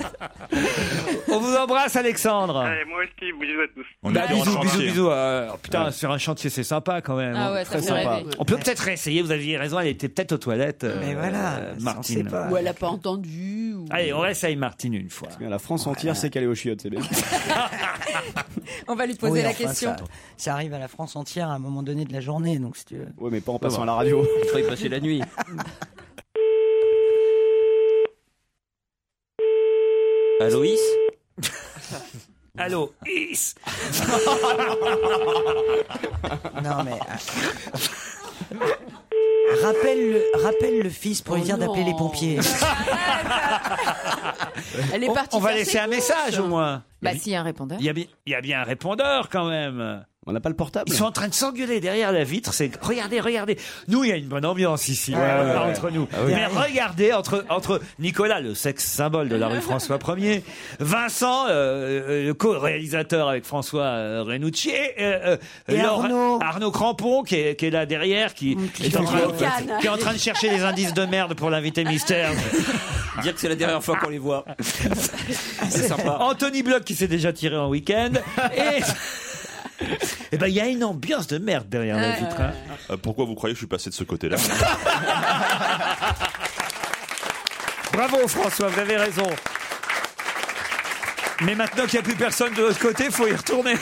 [SPEAKER 3] On vous embrasse, Alexandre.
[SPEAKER 12] Allez, Eh, moi aussi, bisous à tous.
[SPEAKER 3] Bah, bisous, bisous, bisous. euh, oh, putain, sur un chantier, c'est sympa quand même.
[SPEAKER 12] Ah
[SPEAKER 3] hein.
[SPEAKER 12] ouais, ça Très fait sympa. rêver.
[SPEAKER 3] On peut peut-être réessayer, vous aviez raison, elle était peut-être aux toilettes. euh,
[SPEAKER 4] Mais voilà, ça, on
[SPEAKER 3] Martine.
[SPEAKER 4] sait pas.
[SPEAKER 9] Ou elle a pas entendu. Ou...
[SPEAKER 3] Allez, on réessaye Martine une fois.
[SPEAKER 8] La France entière sait qu'elle est au chiottes, c'est bien.
[SPEAKER 5] On va lui
[SPEAKER 4] Oui,
[SPEAKER 5] poser la
[SPEAKER 4] enfin,
[SPEAKER 5] question.
[SPEAKER 4] Ça, ça arrive à la France entière à un moment donné de la journée, donc si tu veux.
[SPEAKER 8] Oui, mais pas en passant à la radio.
[SPEAKER 7] Il faut y passer la nuit. Aloïs
[SPEAKER 3] Allô, Is
[SPEAKER 4] Non, mais. euh, Rappelle le, rappelle le fils pour
[SPEAKER 5] Oh
[SPEAKER 4] lui dire d'appeler les pompiers.
[SPEAKER 5] Elle est
[SPEAKER 3] On-
[SPEAKER 5] partie
[SPEAKER 3] on va
[SPEAKER 5] faire
[SPEAKER 3] laisser
[SPEAKER 5] ses
[SPEAKER 3] un message,
[SPEAKER 5] courses.
[SPEAKER 3] au moins.
[SPEAKER 5] Bah, s'il y a un répondeur.
[SPEAKER 3] Il y, a bien, il y a bien un répondeur quand même.
[SPEAKER 8] On n'a pas le portable.
[SPEAKER 3] Ils sont en train de s'engueuler derrière la vitre. C'est regardez, regardez. Nous, il y a une bonne ambiance ici
[SPEAKER 8] Ouais, ouais, ouais.
[SPEAKER 3] entre nous.
[SPEAKER 8] Ah oui.
[SPEAKER 3] Mais regardez entre entre Nicolas, le sexe symbole de la rue François 1er, Vincent, euh, euh, le co-réalisateur avec François euh, Renucci, et, euh, euh,
[SPEAKER 4] Et
[SPEAKER 3] Laure-
[SPEAKER 4] Arnaud.
[SPEAKER 3] Arnaud Crampon qui est, qui est là derrière, qui,
[SPEAKER 5] Mmh,
[SPEAKER 4] qui
[SPEAKER 3] est en train,
[SPEAKER 4] ricane.
[SPEAKER 3] qui est en train de chercher les indices de merde pour l'invité mystère.
[SPEAKER 7] Dire que c'est la dernière fois qu'on les voit.
[SPEAKER 5] Ah,
[SPEAKER 7] C'est sympa.
[SPEAKER 3] Anthony Bloch qui s'est déjà tiré en week-end. Et... Eh ben, il y a une ambiance de merde derrière la
[SPEAKER 6] Ouais,
[SPEAKER 3] vitre.
[SPEAKER 6] ouais,
[SPEAKER 3] hein.
[SPEAKER 6] Euh, Pourquoi vous croyez que je suis passé de ce côté-là
[SPEAKER 3] Bravo François, vous avez raison. Mais maintenant qu'il n'y a plus personne de l'autre côté, faut y retourner.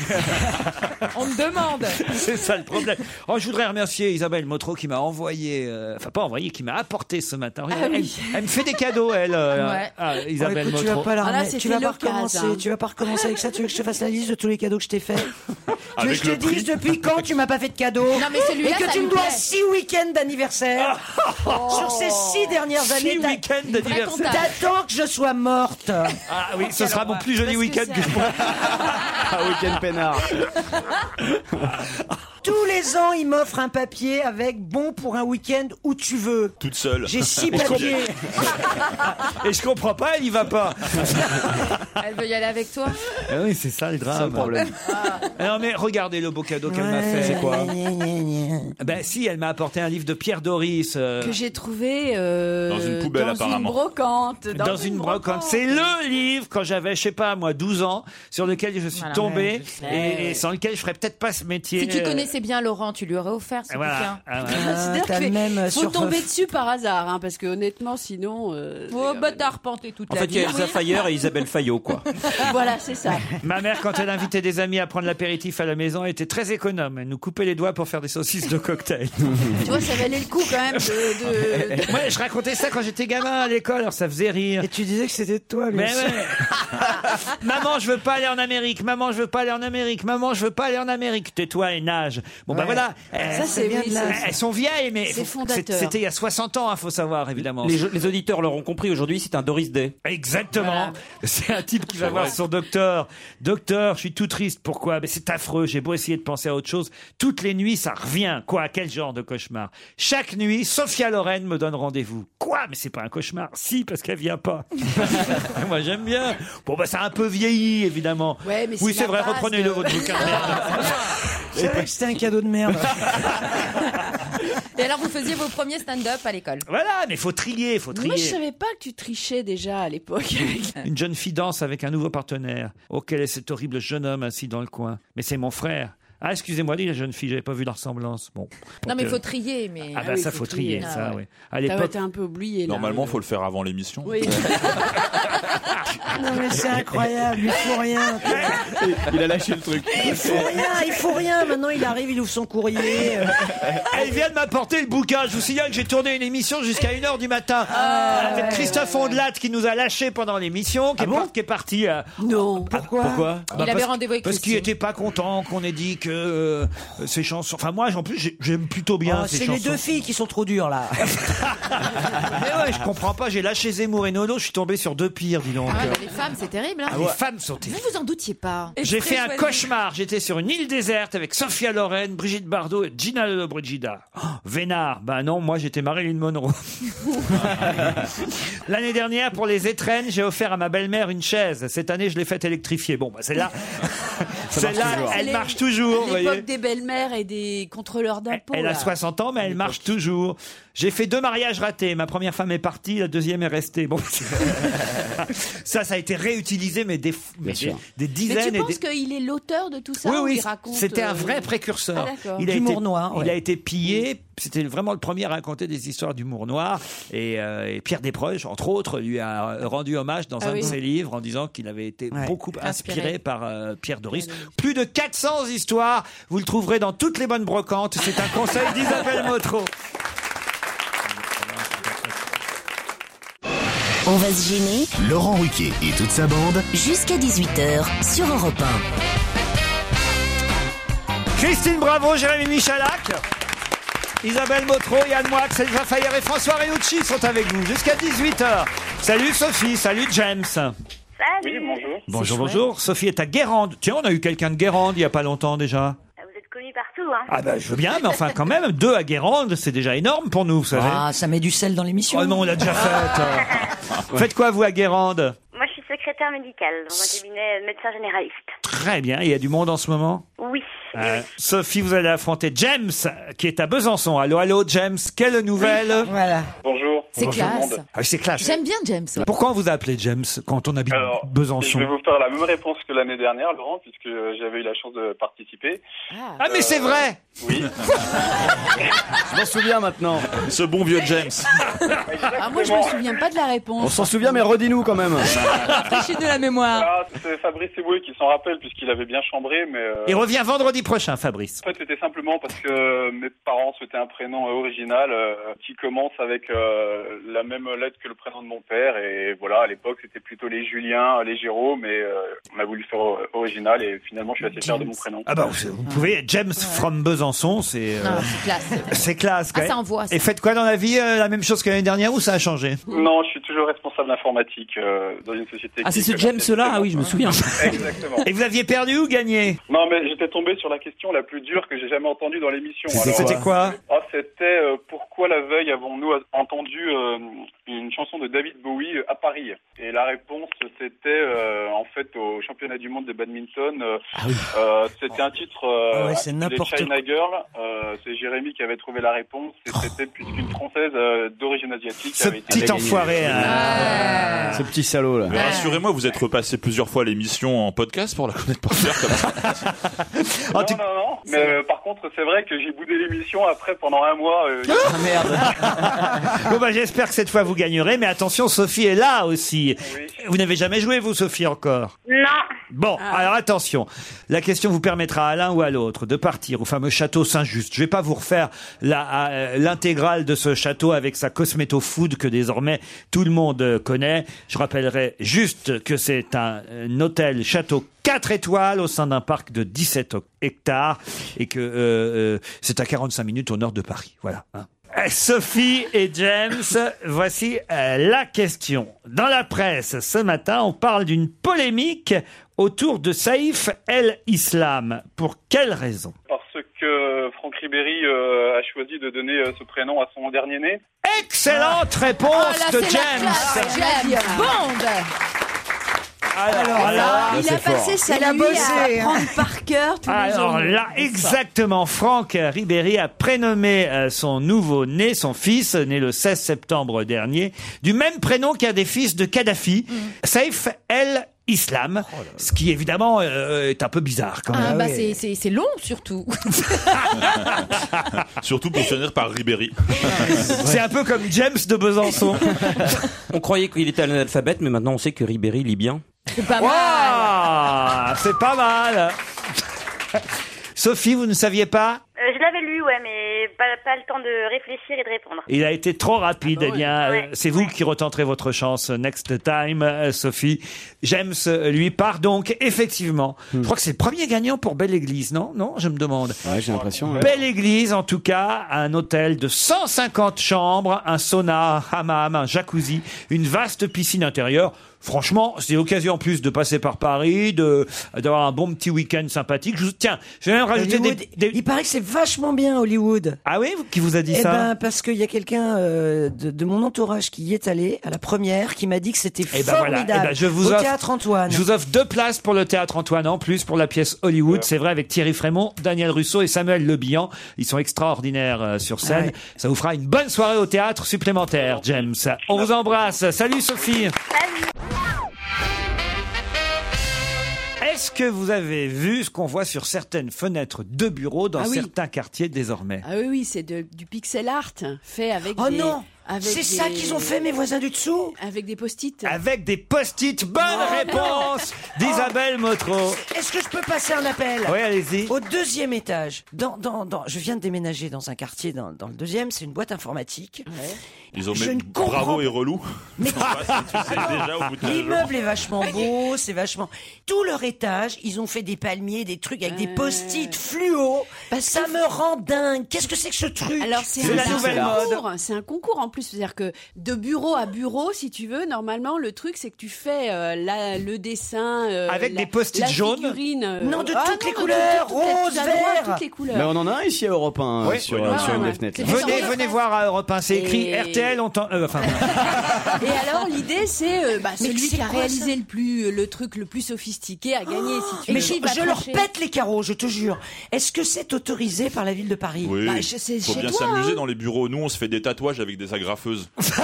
[SPEAKER 5] On me demande.
[SPEAKER 3] C'est ça le problème. Oh, je voudrais remercier Isabelle Motro qui m'a envoyé, euh, enfin pas envoyé, qui m'a apporté ce matin.
[SPEAKER 5] Ah
[SPEAKER 3] elle,
[SPEAKER 5] oui.
[SPEAKER 3] elle me fait des cadeaux, elle. euh,
[SPEAKER 5] Ouais.
[SPEAKER 3] ah, Isabelle
[SPEAKER 4] Oh, écoute, tu
[SPEAKER 3] Motro.
[SPEAKER 4] vas pas la
[SPEAKER 5] Ah là,
[SPEAKER 4] remettre. tu vas
[SPEAKER 5] c'était
[SPEAKER 4] pas
[SPEAKER 5] l'occasion,
[SPEAKER 4] recommencer.
[SPEAKER 5] hein.
[SPEAKER 4] Tu vas pas recommencer avec ça. Tu veux que je te fasse la liste de tous les cadeaux que je t'ai fait Tu veux que
[SPEAKER 3] Avec
[SPEAKER 4] je te
[SPEAKER 3] le prix.
[SPEAKER 4] dise depuis quand tu m'as pas fait de cadeau
[SPEAKER 5] Non, mais celui-là,
[SPEAKER 4] Et que
[SPEAKER 5] ça
[SPEAKER 4] tu
[SPEAKER 5] lui
[SPEAKER 4] me dois
[SPEAKER 5] plaît.
[SPEAKER 4] six week-ends d'anniversaire sur ces six dernières
[SPEAKER 3] Six
[SPEAKER 4] années. t'as-
[SPEAKER 3] week-ends Une vraie d'anniversaire. comptage.
[SPEAKER 4] T'attends que je sois morte.
[SPEAKER 3] Ah oui, ce sera mon plus joli week-end que je pourrais. Un week-end peinard.
[SPEAKER 4] Tous les ans, il m'offre un papier avec bon pour un week-end où tu veux.
[SPEAKER 13] Toute seule.
[SPEAKER 4] J'ai six
[SPEAKER 13] Et je comprends-
[SPEAKER 4] papiers.
[SPEAKER 3] Et je comprends pas, elle y va pas.
[SPEAKER 5] Elle veut y aller avec toi
[SPEAKER 3] Ah oui, c'est ça le drame.
[SPEAKER 6] le problème.
[SPEAKER 5] Ah.
[SPEAKER 3] Non mais regardez le beau cadeau qu'elle m'a fait.
[SPEAKER 6] C'est quoi
[SPEAKER 3] Ben si, elle m'a apporté un livre de Pierre Doris. euh,
[SPEAKER 9] Que j'ai trouvé euh,
[SPEAKER 3] Dans une poubelle,
[SPEAKER 9] dans
[SPEAKER 3] apparemment.
[SPEAKER 9] Une brocante,
[SPEAKER 3] dans, une brocante. C'est le livre quand j'avais, je sais pas moi, 12 ans, sur lequel je suis
[SPEAKER 5] Voilà.
[SPEAKER 3] tombé
[SPEAKER 5] Ouais, je sais.
[SPEAKER 3] et, et sans lequel je ferais peut-être pas ce métier.
[SPEAKER 5] Si tu
[SPEAKER 3] Euh,
[SPEAKER 5] connaissais bien Laurent, tu lui aurais offert ce
[SPEAKER 3] voilà.
[SPEAKER 5] bouquin.
[SPEAKER 3] Ah, ouais.
[SPEAKER 9] C'est-à-dire
[SPEAKER 4] t'as
[SPEAKER 9] que
[SPEAKER 4] le même euh,
[SPEAKER 9] faut
[SPEAKER 4] sur-
[SPEAKER 9] tomber dessus par hasard, hein, parce que honnêtement, sinon. euh,
[SPEAKER 5] Oh,
[SPEAKER 9] c'est-
[SPEAKER 5] bah t'as arpenté toute
[SPEAKER 7] En
[SPEAKER 5] la
[SPEAKER 7] fait, il y a
[SPEAKER 5] vie.
[SPEAKER 7] Elsa Fayer et Isabelle Fayot, quoi.
[SPEAKER 9] voilà, c'est ça.
[SPEAKER 3] Ma mère, quand elle invitait des amis à prendre l'apéritif à la maison, était très économe. Elle nous coupait les doigts pour faire des saucisses de cocktail.
[SPEAKER 9] Tu vois, ça valait le coup quand même de. de-
[SPEAKER 3] Moi, je racontais ça quand j'étais gamin à l'école, alors ça faisait rire.
[SPEAKER 4] Et tu disais que c'était de toi, lui.
[SPEAKER 3] Mais
[SPEAKER 4] aussi.
[SPEAKER 3] ouais. maman, je veux pas aller en Amérique. Maman, je veux pas aller en Amérique. Maman, je veux pas aller en Amérique. Tais-toi et nage. Bon bah
[SPEAKER 4] Ouais.
[SPEAKER 3] voilà.
[SPEAKER 9] Ça,
[SPEAKER 3] Elles,
[SPEAKER 9] c'est
[SPEAKER 4] bien
[SPEAKER 9] oui,
[SPEAKER 4] de l'âge.
[SPEAKER 9] c'est-
[SPEAKER 3] elles sont vieilles, mais
[SPEAKER 9] C'est
[SPEAKER 3] faut-
[SPEAKER 9] fondateur.
[SPEAKER 3] c'était il y a 60 ans, hein, faut savoir évidemment.
[SPEAKER 7] Les, les auditeurs l'auront compris, aujourd'hui, c'est un Doris Day.
[SPEAKER 3] Exactement.
[SPEAKER 9] Voilà.
[SPEAKER 3] C'est un type qui va voir son docteur. Docteur, je suis tout triste. Pourquoi Mais c'est affreux. J'ai beau essayer de penser à autre chose. Toutes les nuits, ça revient. Quoi Quel genre de cauchemar Chaque nuit, Sophia Loren me donne rendez-vous. Quoi Mais c'est pas un cauchemar. Si, parce qu'elle vient pas. Moi, j'aime bien. Bon, bah, ça a un peu vieilli, évidemment.
[SPEAKER 9] Ouais, mais
[SPEAKER 3] oui,
[SPEAKER 9] c'est
[SPEAKER 3] c'est
[SPEAKER 9] la
[SPEAKER 3] vrai.
[SPEAKER 9] base
[SPEAKER 3] Reprenez-le,
[SPEAKER 9] de-
[SPEAKER 3] votre bouquin.
[SPEAKER 4] C'est vrai que c'était un cadeau de merde.
[SPEAKER 5] Et alors, vous faisiez vos premiers stand-up à l'école.
[SPEAKER 3] voilà, mais faut trier, faut
[SPEAKER 9] Moi, je
[SPEAKER 3] trier.
[SPEAKER 9] savais pas que tu trichais déjà à l'époque.
[SPEAKER 3] Une jeune fille danse avec un nouveau partenaire. Oh, quel est cet horrible jeune homme assis dans le coin Mais c'est mon frère. Ah, excusez-moi, dit la jeune fille, j'avais pas vu la ressemblance. Bon.
[SPEAKER 5] Non,
[SPEAKER 3] Donc,
[SPEAKER 5] mais
[SPEAKER 3] euh,
[SPEAKER 5] faut trier, mais.
[SPEAKER 3] Ah, bah
[SPEAKER 9] Ah oui,
[SPEAKER 3] ça,
[SPEAKER 9] faut
[SPEAKER 3] faut trier,
[SPEAKER 9] trier.
[SPEAKER 3] ça,
[SPEAKER 9] Ah ouais.
[SPEAKER 3] oui. À
[SPEAKER 9] T'avais
[SPEAKER 3] l'époque.
[SPEAKER 9] été un peu oublié. Là,
[SPEAKER 13] Normalement, faut le faire avant l'émission.
[SPEAKER 9] Oui.
[SPEAKER 4] Non, mais c'est incroyable. Il faut rien.
[SPEAKER 6] Il a lâché le truc.
[SPEAKER 4] Il faut rien. Il faut rien. Maintenant, il arrive, il ouvre son courrier. euh,
[SPEAKER 3] Elle Ah, vient de m'apporter le bouquin. Je vous signale que j'ai tourné une émission jusqu'à 1h du matin.
[SPEAKER 5] Ah.
[SPEAKER 3] avec Christophe Ondelat qui nous a lâchés pendant l'émission, qui, est par- qui est parti. euh,
[SPEAKER 9] Non.
[SPEAKER 4] Pourquoi,
[SPEAKER 5] Il
[SPEAKER 3] Bah,
[SPEAKER 5] avait
[SPEAKER 3] parce-
[SPEAKER 5] rendez-vous avec
[SPEAKER 3] Parce qu'il
[SPEAKER 5] Christine.
[SPEAKER 3] était pas content qu'on ait dit que euh, ces chansons. Enfin, moi, en plus, j'ai- j'aime plutôt bien
[SPEAKER 4] Oh,
[SPEAKER 3] ces
[SPEAKER 4] C'est
[SPEAKER 3] chansons.
[SPEAKER 4] les deux filles qui sont trop dures là.
[SPEAKER 3] Mais ouais, je comprends pas. J'ai lâché Zemmour et Nono. Je suis tombé sur deux pires, dis donc.
[SPEAKER 5] Ah ouais, mais les femmes, c'est terrible. Hein.
[SPEAKER 3] Ah, Les femmes sont
[SPEAKER 5] Vous vous en doutiez pas.
[SPEAKER 3] J'ai fait un cauchemar. J'étais sur une île déserte avec Sophia Loren, Brigitte Bardot et Gina Lollobrigida. Oh, Vénard. Ben non, moi j'étais Marilyn Monroe. L'année dernière, pour les étrennes, j'ai offert à ma belle-mère une chaise. Cette année, je l'ai faite électrifier. Bon, bah celle-là, celle-là,
[SPEAKER 9] toujours.
[SPEAKER 3] elle
[SPEAKER 9] Les-
[SPEAKER 3] marche toujours. vous voyez.
[SPEAKER 9] L'époque des belles-mères et des contrôleurs d'impôts.
[SPEAKER 3] Elle a
[SPEAKER 9] là.
[SPEAKER 3] 60 ans, mais elle marche toujours. J'ai fait deux mariages ratés. Ma première femme est partie, la deuxième est restée. Bon, ça, ça a été réutilisé, mais des, mais des,
[SPEAKER 6] sûr.
[SPEAKER 3] des
[SPEAKER 9] Mais
[SPEAKER 3] dizaines
[SPEAKER 9] tu
[SPEAKER 3] et
[SPEAKER 9] penses
[SPEAKER 3] des.
[SPEAKER 9] qu'il est l'auteur de tout ça
[SPEAKER 3] Oui,
[SPEAKER 9] ou
[SPEAKER 3] oui,
[SPEAKER 9] il raconte
[SPEAKER 3] c'était un
[SPEAKER 9] euh,
[SPEAKER 3] vrai précurseur.
[SPEAKER 9] Ah, d'accord.
[SPEAKER 3] il, a
[SPEAKER 4] D'humour
[SPEAKER 3] été,
[SPEAKER 4] noir, ouais.
[SPEAKER 3] il a été pillé. C'était vraiment le premier à raconter des histoires d'humour noir. Et, euh, et Pierre Desproges, entre autres, lui a rendu hommage dans
[SPEAKER 9] Ah
[SPEAKER 3] un
[SPEAKER 9] oui.
[SPEAKER 3] de ses livres en disant qu'il avait été
[SPEAKER 4] Ouais.
[SPEAKER 3] beaucoup inspiré,
[SPEAKER 5] Inspiré.
[SPEAKER 3] par euh, Pierre Doris. Plus de 400 histoires. Vous le trouverez dans toutes les bonnes brocantes. C'est un conseil d'Isabelle Motro.
[SPEAKER 2] On va se gêner
[SPEAKER 14] Laurent Ruquier et toute sa bande.
[SPEAKER 2] jusqu'à 18h sur Europe
[SPEAKER 3] Christine Bravo, Jérémy Michalak, Isabelle Motro, Yann Moix, Elsa Fayer et François Réucci sont avec nous jusqu'à 18h. Salut Sophie, salut James.
[SPEAKER 15] Oui, bonjour.
[SPEAKER 3] Bonjour, bonjour. Sophie est à Guérande. Tiens, on a eu quelqu'un de Guérande il n'y a pas longtemps déjà.
[SPEAKER 15] Vous êtes connu partout, hein
[SPEAKER 3] Ah ben, je veux bien, mais enfin quand même, deux à Guérande, c'est déjà énorme pour nous, vous savez.
[SPEAKER 4] Ah, ça met du sel dans l'émission.
[SPEAKER 3] Oh non, on l'a déjà faite. Faites quoi vous à Guérande
[SPEAKER 15] Moi, je suis secrétaire médicale dans un cabinet de médecin généraliste.
[SPEAKER 3] Très bien, il y a du monde en ce moment.
[SPEAKER 15] Oui.
[SPEAKER 3] Euh, Sophie, vous allez affronter James, qui est à Besançon. Allô, allô, James, quelle nouvelle
[SPEAKER 4] Voilà.
[SPEAKER 16] Bonjour.
[SPEAKER 17] C'est
[SPEAKER 18] Bonjour tout le
[SPEAKER 17] classe.
[SPEAKER 18] monde.
[SPEAKER 3] Ah, c'est classe.
[SPEAKER 17] J'aime bien James.
[SPEAKER 18] Pourquoi on vous a appelé James quand on habite
[SPEAKER 19] Alors, Je
[SPEAKER 18] Besançon
[SPEAKER 19] vais vous faire la même réponse que l'année dernière, Laurent, puisque euh, j'avais eu la chance de participer. Euh,
[SPEAKER 17] Ah,
[SPEAKER 3] mais c'est vrai
[SPEAKER 19] Oui.
[SPEAKER 8] Je m'en souviens maintenant.
[SPEAKER 6] Ce bon vieux James.
[SPEAKER 17] Ah, moi, je me souviens pas de la
[SPEAKER 8] On
[SPEAKER 17] réponse.
[SPEAKER 8] s'en souvient, mais redis-nous quand même.
[SPEAKER 17] Rafraîchis de la mémoire.
[SPEAKER 19] Ah, c'est Fabrice Eboué qui s'en rappelle, puisqu'il avait bien chambré, mais... euh,
[SPEAKER 3] Il revient vendredi prochain, Fabrice.
[SPEAKER 19] En fait, c'était simplement parce que euh, mes parents souhaitaient un prénom euh, original euh, qui commence avec euh, la même lettre que le prénom de mon père. Et voilà, à l'époque, c'était plutôt les Julien, les Jérôme, mais euh, on a voulu faire euh, original et finalement, je suis assez fier de mon prénom.
[SPEAKER 3] Ah bah, vous, vous pouvez, James from Besançon, c'est... euh,
[SPEAKER 17] Non, c'est classe.
[SPEAKER 3] C'est classe, quand
[SPEAKER 17] Ah, ça
[SPEAKER 3] même.
[SPEAKER 17] envoie, ça.
[SPEAKER 3] Et faites quoi dans la vie euh, La même chose que l'année dernière ou ça a changé
[SPEAKER 19] Non, je suis toujours responsable informatique euh, dans une société.
[SPEAKER 3] Ah,
[SPEAKER 19] qui
[SPEAKER 3] c'est ce
[SPEAKER 19] fait la
[SPEAKER 3] James-là
[SPEAKER 19] tête.
[SPEAKER 3] Ah oui, je me souviens.
[SPEAKER 19] Exactement.
[SPEAKER 3] Et vous aviez perdu ou gagné
[SPEAKER 19] Non, mais j'étais tombé sur la question la plus dure que j'ai jamais entendue dans l'émission.
[SPEAKER 3] C'était
[SPEAKER 19] Alors,
[SPEAKER 3] quoi
[SPEAKER 19] euh,
[SPEAKER 3] quoi
[SPEAKER 19] Ah, c'était euh, pourquoi la veille avons-nous entendu euh, une chanson de David Bowie euh, à Paris Et la réponse, c'était euh, en fait au championnat du monde de badminton. euh, euh, c'était un titre euh,
[SPEAKER 4] Ah ouais, c'est
[SPEAKER 19] intitulé
[SPEAKER 4] n'importe
[SPEAKER 19] China Girl. Euh, c'est Jérémy qui avait trouvé la réponse. Et C'était puisqu'une française euh, d'origine asiatique.
[SPEAKER 3] Oh. Ce
[SPEAKER 6] Ah
[SPEAKER 19] avait été-
[SPEAKER 3] petit enfoiré. hein.
[SPEAKER 6] Ce
[SPEAKER 8] petit salaud là.
[SPEAKER 6] Mais rassurez-moi, vous êtes repassé plusieurs fois l'émission en podcast pour la connaître par cœur comme ça.
[SPEAKER 3] Ah,
[SPEAKER 19] Non, non, non. Mais euh, par contre, c'est vrai que j'ai boudé l'émission après pendant un mois. euh,
[SPEAKER 3] Ah, Bon bah j'espère que cette fois vous gagnerez, mais attention, Sophie est là aussi. Vous n'avez jamais joué vous, Sophie, encore
[SPEAKER 5] Non.
[SPEAKER 3] Bon, alors attention. La question vous permettra à l'un ou à l'autre de partir au fameux château Saint-Just. Je vais pas vous refaire la- à, euh, l'intégrale de ce château avec sa cosméto food que désormais tout le monde euh, connaît. Je rappellerai juste que c'est un, euh, hôtel château 4 étoiles au sein d'un parc de 17 hectares et que euh, euh, c'est à 45 minutes au nord de Paris. Voilà. hein. Euh, Sophie et James, voici euh, la question. Dans la presse, ce matin, on parle d'une polémique autour de Saïf El Islam. Pour quelle raison
[SPEAKER 19] parce que Franck Ribéry euh, a choisi de donner euh, ce prénom à son dernier né.
[SPEAKER 3] Excellente réponse
[SPEAKER 17] Ah, là,
[SPEAKER 3] de
[SPEAKER 17] c'est la
[SPEAKER 3] James
[SPEAKER 17] classe, James Bond.
[SPEAKER 3] Alors Ah là,
[SPEAKER 9] il a passé sa
[SPEAKER 3] Il a
[SPEAKER 9] nuit
[SPEAKER 3] bossé,
[SPEAKER 9] à
[SPEAKER 3] hein.
[SPEAKER 9] prendre par cœur tous
[SPEAKER 3] Alors
[SPEAKER 9] les jours.
[SPEAKER 3] là, exactement, Franck Ribéry a prénommé euh, son nouveau-né, son fils, né le 16 septembre dernier, du même prénom qu'un des fils de Kadhafi,
[SPEAKER 17] Mm.
[SPEAKER 3] Saif El Islam, ce qui évidemment euh, est un peu bizarre quand
[SPEAKER 17] Oh Ah,
[SPEAKER 3] même.
[SPEAKER 17] bah, c'est- c'est c'est long surtout.
[SPEAKER 6] Surtout pour finir par Ribéry.
[SPEAKER 3] C'est un peu comme James de Besançon.
[SPEAKER 7] On croyait qu'il était analphabète, mais maintenant on sait que Ribéry lit bien.
[SPEAKER 17] C'est pas
[SPEAKER 3] mal. C'est pas mal. Sophie, vous ne saviez pas
[SPEAKER 5] Euh, je l'avais lu, ouais, mais pas, pas le temps de réfléchir et de répondre.
[SPEAKER 3] Il a été trop rapide. eh bien, euh, c'est vous qui retenterez votre chance euh, next time, euh, Sophie. James, euh, lui, part donc effectivement. Je crois que c'est le premier gagnant pour Belle Église, non Non, je me demande.
[SPEAKER 8] Ouais, j'ai l'impression. ouais.
[SPEAKER 3] Belle église, en tout cas, un hôtel de 150 chambres, un sauna, un hammam, un jacuzzi, une vaste piscine intérieure. Franchement, c'est l'occasion en plus de passer par Paris, de d'avoir un bon petit week-end sympathique. Je vous, tiens, je vais même rajouter des,
[SPEAKER 4] Hollywood, Il paraît que c'est vachement bien Hollywood.
[SPEAKER 3] Ah oui Qui vous a dit
[SPEAKER 4] eh
[SPEAKER 3] ça
[SPEAKER 4] ben, parce qu'il y a quelqu'un euh, de, de mon entourage qui y est allé à la première, qui m'a dit que c'était
[SPEAKER 3] Eh ben
[SPEAKER 4] formidable.
[SPEAKER 3] voilà, eh ben je vous
[SPEAKER 4] Au
[SPEAKER 3] offre-
[SPEAKER 4] théâtre Antoine.
[SPEAKER 3] Je vous offre deux places pour le théâtre Antoine en plus pour la pièce Hollywood. C'est vrai avec Thierry Frémont, Daniel Russo et Samuel Le Bihan. Ils sont extraordinaires euh, sur scène.
[SPEAKER 4] Ouais.
[SPEAKER 3] Ça vous fera une bonne soirée au théâtre supplémentaire, James. On vous embrasse. Salut Sophie. Est-ce que vous avez vu ce qu'on voit sur certaines fenêtres de bureaux dans
[SPEAKER 9] Ah oui.
[SPEAKER 3] certains quartiers désormais
[SPEAKER 9] Ah oui, oui, c'est de- du pixel art fait avec
[SPEAKER 4] Oh
[SPEAKER 9] des-
[SPEAKER 4] non
[SPEAKER 9] avec
[SPEAKER 4] C'est ça
[SPEAKER 9] des- Ah,
[SPEAKER 4] qu'ils ont fait, mes voisins du dessous
[SPEAKER 9] Avec des post-it.
[SPEAKER 3] Avec des post-it. Bonne
[SPEAKER 4] Oh,
[SPEAKER 3] réponse d'Isabelle Motro.
[SPEAKER 4] Est-ce que je peux passer un appel
[SPEAKER 3] Oui, allez-y.
[SPEAKER 4] Au deuxième étage, dans, dans, dans, je viens de déménager dans un quartier, dans, dans le deuxième, c'est une boîte informatique.
[SPEAKER 6] Ils ont
[SPEAKER 4] Je
[SPEAKER 6] même
[SPEAKER 4] ne comprends
[SPEAKER 6] bravo et relou.
[SPEAKER 4] Mais-
[SPEAKER 6] Je sais pas si tu sais déjà au bout de quinze jours.
[SPEAKER 4] L'immeuble est vachement beau, c'est vachement. Tout leur étage, ils ont fait des palmiers, des trucs avec des
[SPEAKER 9] Euh.
[SPEAKER 4] post-it fluo. ça me rend dingue. Qu'est-ce que c'est que ce truc
[SPEAKER 9] Alors c'est un, c'est un concours, c'est un concours en plus, c'est-à-dire que de bureau à bureau, si tu veux, normalement le truc c'est que tu fais euh, la- le dessin euh,
[SPEAKER 3] Avec
[SPEAKER 9] la-
[SPEAKER 3] des post-it
[SPEAKER 9] la
[SPEAKER 3] jaunes
[SPEAKER 9] figurine, euh,
[SPEAKER 4] Non, de
[SPEAKER 9] ah
[SPEAKER 4] toutes les
[SPEAKER 9] de
[SPEAKER 4] couleurs,
[SPEAKER 9] toutes les-
[SPEAKER 4] rose,
[SPEAKER 9] tout à droite,
[SPEAKER 4] vert.
[SPEAKER 9] toutes les couleurs.
[SPEAKER 8] Mais on en a un ici à Europe 1
[SPEAKER 3] Oui.
[SPEAKER 8] sur,
[SPEAKER 3] Oui,
[SPEAKER 8] euh,
[SPEAKER 3] ouais,
[SPEAKER 8] sur une
[SPEAKER 9] ouais.
[SPEAKER 8] des fenêtres. là.
[SPEAKER 3] Venez, venez voir à Europe 1, c'est écrit
[SPEAKER 9] Et-
[SPEAKER 3] RTL, on t'en- euh, enfin,
[SPEAKER 9] Et alors l'idée c'est euh, bah,
[SPEAKER 4] Mais
[SPEAKER 9] celui
[SPEAKER 4] c'est
[SPEAKER 9] qui a
[SPEAKER 4] quoi,
[SPEAKER 9] réalisé
[SPEAKER 4] ça
[SPEAKER 9] le plus euh, le truc le plus sophistiqué à gagner si tu
[SPEAKER 4] Mais
[SPEAKER 9] veux.
[SPEAKER 4] je,
[SPEAKER 9] Il va
[SPEAKER 4] je leur
[SPEAKER 9] trancher.
[SPEAKER 4] pète les carreaux, je te jure. Est-ce que c'est autorisé par la ville de Paris
[SPEAKER 6] Oui.
[SPEAKER 4] Bah, je- c'est
[SPEAKER 6] Faut
[SPEAKER 4] chez
[SPEAKER 6] bien
[SPEAKER 4] toi,
[SPEAKER 6] s'amuser
[SPEAKER 4] hein.
[SPEAKER 6] dans les bureaux. Nous, on se fait des tatouages avec des graffeuse. On fait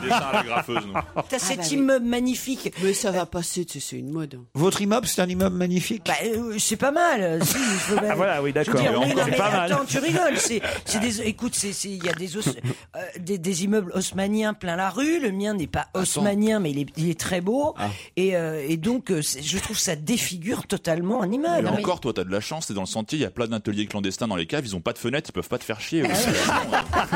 [SPEAKER 6] des dessins à la graffeuse, nous.
[SPEAKER 9] Oh.
[SPEAKER 4] T'as cet immeuble magnifique.
[SPEAKER 9] Ah bah
[SPEAKER 4] Euh,
[SPEAKER 9] Mais ça va passer, tu sais, c'est une mode.
[SPEAKER 3] Votre immeuble, c'est un immeuble magnifique
[SPEAKER 4] Bah, euh, c'est pas mal. euh, si, je veux bien-
[SPEAKER 3] Ah, voilà, oui, d'accord.
[SPEAKER 4] Je veux dire,
[SPEAKER 3] Mais
[SPEAKER 4] oui,
[SPEAKER 3] encore,
[SPEAKER 4] non,
[SPEAKER 3] c'est
[SPEAKER 4] mais
[SPEAKER 3] pas mal.
[SPEAKER 4] attends, tu rigoles. C'est, c'est des, écoute, c'est, c'est- il y a des, os- euh, des, des immeubles haussmanniens plein la rue. Le mien n'est pas haussmannien, mais il est, il est très beau.
[SPEAKER 3] Ah.
[SPEAKER 4] Et, euh, et donc, euh, c'est- je trouve ça défigure totalement un
[SPEAKER 6] Et
[SPEAKER 4] immeuble.
[SPEAKER 6] encore, toi, t'as de la chance, t'es dans le sentier, il y a plein d'ateliers clandestins dans les caves, ils ont pas de fenêtres, ils peuvent pas te faire chier.
[SPEAKER 4] Ah,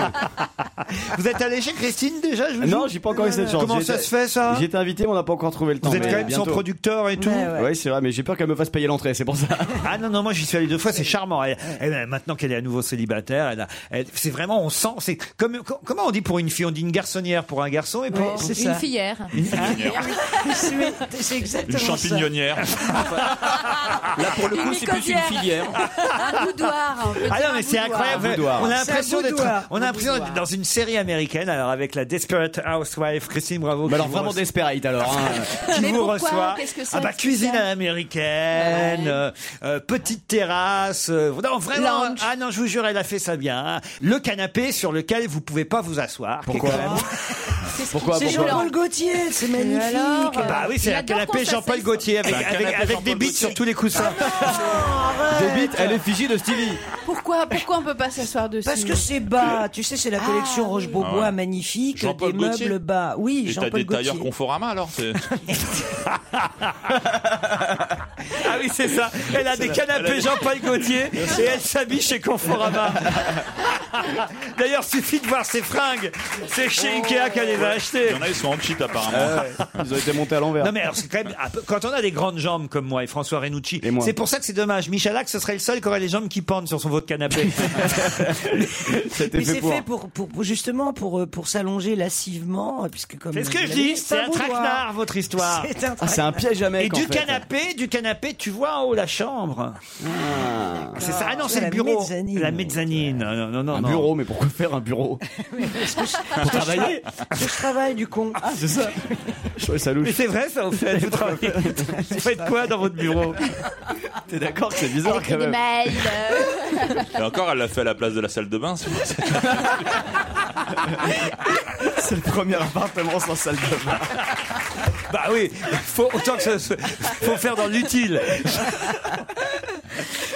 [SPEAKER 3] Vous êtes allé chez Christine déjà je
[SPEAKER 8] Non,
[SPEAKER 3] vous jure Euh,
[SPEAKER 8] j'ai pas encore eu cette chance.
[SPEAKER 3] Comment
[SPEAKER 8] J'ai
[SPEAKER 3] ça
[SPEAKER 8] été-
[SPEAKER 3] se fait ça
[SPEAKER 8] J'ai été invité, mais on n'a pas encore trouvé le temps.
[SPEAKER 3] Vous êtes
[SPEAKER 8] mais
[SPEAKER 3] quand même son
[SPEAKER 8] bientôt.
[SPEAKER 3] producteur et tout
[SPEAKER 8] Ouais, c'est vrai, mais j'ai peur qu'elle me fasse payer l'entrée, c'est pour ça.
[SPEAKER 3] Ah non, non, moi j'y suis allé deux fois, c'est charmant. Elle- elle- maintenant qu'elle est à nouveau célibataire, elle a- elle- c'est vraiment, on sent, c'est comme, com- comment on dit pour une fille On dit une garçonnière pour un garçon et pour.
[SPEAKER 5] une filière.
[SPEAKER 3] Une
[SPEAKER 4] c'est, c'est exactement
[SPEAKER 6] Une champignonnière.
[SPEAKER 7] Là, pour le coup, c'est plus une filière.
[SPEAKER 9] Un boudoir. on peut
[SPEAKER 3] Ah
[SPEAKER 9] dire
[SPEAKER 3] non,
[SPEAKER 9] un
[SPEAKER 3] mais c'est
[SPEAKER 9] boudoir.
[SPEAKER 3] incroyable. On a
[SPEAKER 9] C'est un
[SPEAKER 3] l'impression d'être,
[SPEAKER 9] boudoir.
[SPEAKER 3] on a l'impression d'être dans une série américaine, alors avec la Desperate Housewife, Christine Bravo. qui
[SPEAKER 8] alors,
[SPEAKER 3] vous
[SPEAKER 8] vraiment
[SPEAKER 3] reçoit-
[SPEAKER 8] Desperate, alors, hein.
[SPEAKER 3] qui
[SPEAKER 8] Mais
[SPEAKER 3] vous
[SPEAKER 8] pourquoi
[SPEAKER 3] reçoit.
[SPEAKER 8] Qu'est-ce que c'est,
[SPEAKER 3] Ah bah,
[SPEAKER 8] Desperate
[SPEAKER 3] cuisine à l'américaine, euh, euh, petite terrasse. euh, non, vraiment. Ah non, je vous jure, elle a fait ça bien. hein. Le canapé sur lequel vous pouvez pas vous asseoir. qui est
[SPEAKER 8] Pourquoi
[SPEAKER 3] quand même-
[SPEAKER 8] Pourquoi,
[SPEAKER 4] c'est
[SPEAKER 8] pourquoi
[SPEAKER 4] Jean-Paul Gaultier, c'est magnifique.
[SPEAKER 3] Bah oui, c'est un canapé Jean-Paul Gaultier avec,
[SPEAKER 8] Bah,
[SPEAKER 3] avec,
[SPEAKER 8] canapé
[SPEAKER 3] avec des
[SPEAKER 8] Jean-Paul
[SPEAKER 3] bites sur tous les coussins.
[SPEAKER 8] Des bites à l'effigie de Stevie.
[SPEAKER 9] Pourquoi, pourquoi on peut pas s'asseoir dessus
[SPEAKER 4] Parce que c'est bas, tu sais, c'est la collection Roche-Beaubois
[SPEAKER 6] Ah ouais.
[SPEAKER 4] magnifique,
[SPEAKER 6] Jean-Paul
[SPEAKER 4] des
[SPEAKER 6] Gaultier
[SPEAKER 4] meubles bas. Bah, Oui,
[SPEAKER 6] Et t'as
[SPEAKER 4] Jean-Paul
[SPEAKER 6] des tailleurs
[SPEAKER 4] Gaultier.
[SPEAKER 6] Conforama alors c'est-
[SPEAKER 3] Ah oui, c'est ça. Elle a des
[SPEAKER 6] C'est la- elle a
[SPEAKER 3] canapés
[SPEAKER 6] des-
[SPEAKER 3] Jean-Paul Gaultier et elle s'habille chez Conforama. D'ailleurs, suffit de voir ses fringues. C'est chez Ikea qu'elle les a achetées. Ah
[SPEAKER 6] Il y en a, ils sont en cheat apparemment.
[SPEAKER 8] Ah, Ils ont été montés à l'envers.
[SPEAKER 3] Non mais alors c'est quand même un peu- quand on a des grandes jambes comme moi et François Renucci, c'est pour ça que c'est dommage. Michel Axe, ce serait le seul qui aurait les jambes qui pendent sur son veau de canapé.
[SPEAKER 4] Mais c'est fait pour, pour, pour- justement pour euh, pour s'allonger lassivement euh, puisque comme
[SPEAKER 3] C'est ce que
[SPEAKER 4] vous
[SPEAKER 3] je
[SPEAKER 4] l'avez
[SPEAKER 3] dis,
[SPEAKER 4] dit,
[SPEAKER 3] c'est un
[SPEAKER 4] boudoir.
[SPEAKER 3] traquenard votre histoire.
[SPEAKER 4] C'est un,
[SPEAKER 8] Ah, c'est un piège à mec,
[SPEAKER 3] Et
[SPEAKER 8] en
[SPEAKER 3] du
[SPEAKER 8] fait.
[SPEAKER 3] canapé, du canapé, tu vois en haut la chambre. C'est ça. Ah non, c'est
[SPEAKER 4] La
[SPEAKER 3] le bureau.
[SPEAKER 4] mezzanine.
[SPEAKER 3] La mezzanine. Non, non, non,
[SPEAKER 8] Un
[SPEAKER 3] non.
[SPEAKER 8] bureau, mais pourquoi faire un bureau Pour travailler
[SPEAKER 4] Parce que je travaille du con.
[SPEAKER 8] Ah, c'est ça Je trouvais ça louche.
[SPEAKER 3] Mais c'est vrai ça au fait. Vous travaillez. Vous faites quoi dans votre bureau
[SPEAKER 8] T'es d'accord que c'est bizarre quand même
[SPEAKER 6] Et encore, elle l'a fait à la place de la salle de bain. c'est-
[SPEAKER 8] C'est le premier appartement sans salle de bain.
[SPEAKER 3] Bah oui, faut autant que ça se- faut faire dans l'utile.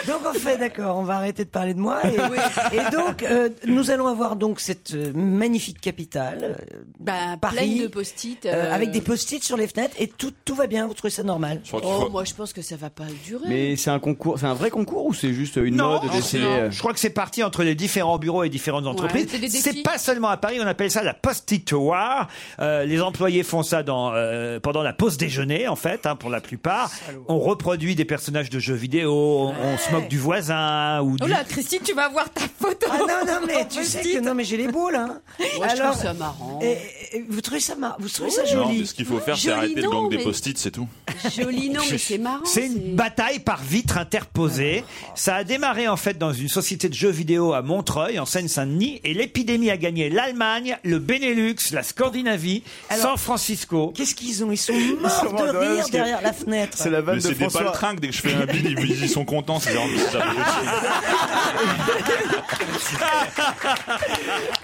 [SPEAKER 4] Donc en fait, d'accord, on va arrêter de parler de moi. Et, et donc euh, nous allons avoir donc cette euh, magnifique capitale, euh,
[SPEAKER 9] Bah,
[SPEAKER 4] Paris,
[SPEAKER 9] pleine de post-it.
[SPEAKER 4] euh,
[SPEAKER 9] euh,
[SPEAKER 4] avec des post-it sur les fenêtres et tout tout va bien. Vous trouvez ça normal
[SPEAKER 9] Oh, moi je pense que ça va pas durer.
[SPEAKER 8] Mais c'est un concours, c'est un vrai concours ou c'est juste une
[SPEAKER 3] Non,
[SPEAKER 8] mode euh
[SPEAKER 3] non,
[SPEAKER 8] d'essayer
[SPEAKER 3] non. je crois que c'est parti entre les différents bureaux et différentes entreprises.
[SPEAKER 9] c'est des défis.
[SPEAKER 3] c'est pas seulement à Paris, on appelle ça la post-it war. Euh, les employés font ça dans, euh, pendant la pause déjeuner, en fait, hein, pour la plupart. On reproduit des personnages de jeux vidéo, on, on se moque du voisin ou
[SPEAKER 5] Oh
[SPEAKER 3] du...
[SPEAKER 5] là, Christine, tu vas voir ta photo.
[SPEAKER 4] Ah non non mais
[SPEAKER 5] en
[SPEAKER 4] tu sais
[SPEAKER 5] post-it.
[SPEAKER 4] que non mais j'ai les boules hein.
[SPEAKER 9] Moi, je trouve ça marrant.
[SPEAKER 4] et- et- et vous trouvez ça mar- vous trouvez ça
[SPEAKER 6] Non,
[SPEAKER 4] joli
[SPEAKER 6] mais ce qu'il faut faire, c'est
[SPEAKER 9] Joli
[SPEAKER 6] arrêter de
[SPEAKER 9] nom,
[SPEAKER 6] gang des
[SPEAKER 9] mais-
[SPEAKER 6] post-it, c'est tout.
[SPEAKER 9] Joli nom, mais c'est marrant.
[SPEAKER 3] C'est une bataille par vitre interposée. Ça a démarré en fait dans une société de jeux vidéo à Montreuil, en Seine-Saint-Denis, et l'épidémie a gagné l'Allemagne, le Benelux, la Scandinavie,
[SPEAKER 4] Alors,
[SPEAKER 3] San Francisco.
[SPEAKER 4] Qu'est-ce qu'ils ont Ils sont morts
[SPEAKER 8] sont morts
[SPEAKER 4] de
[SPEAKER 8] de
[SPEAKER 4] rire
[SPEAKER 8] rire,
[SPEAKER 4] derrière la fenêtre.
[SPEAKER 8] C'est la vanne
[SPEAKER 6] Mais
[SPEAKER 8] de
[SPEAKER 6] c'est des
[SPEAKER 8] François.
[SPEAKER 6] baltringues, dès que je fais un bid, ils, ils sont contents. C'est genre, c'est ça.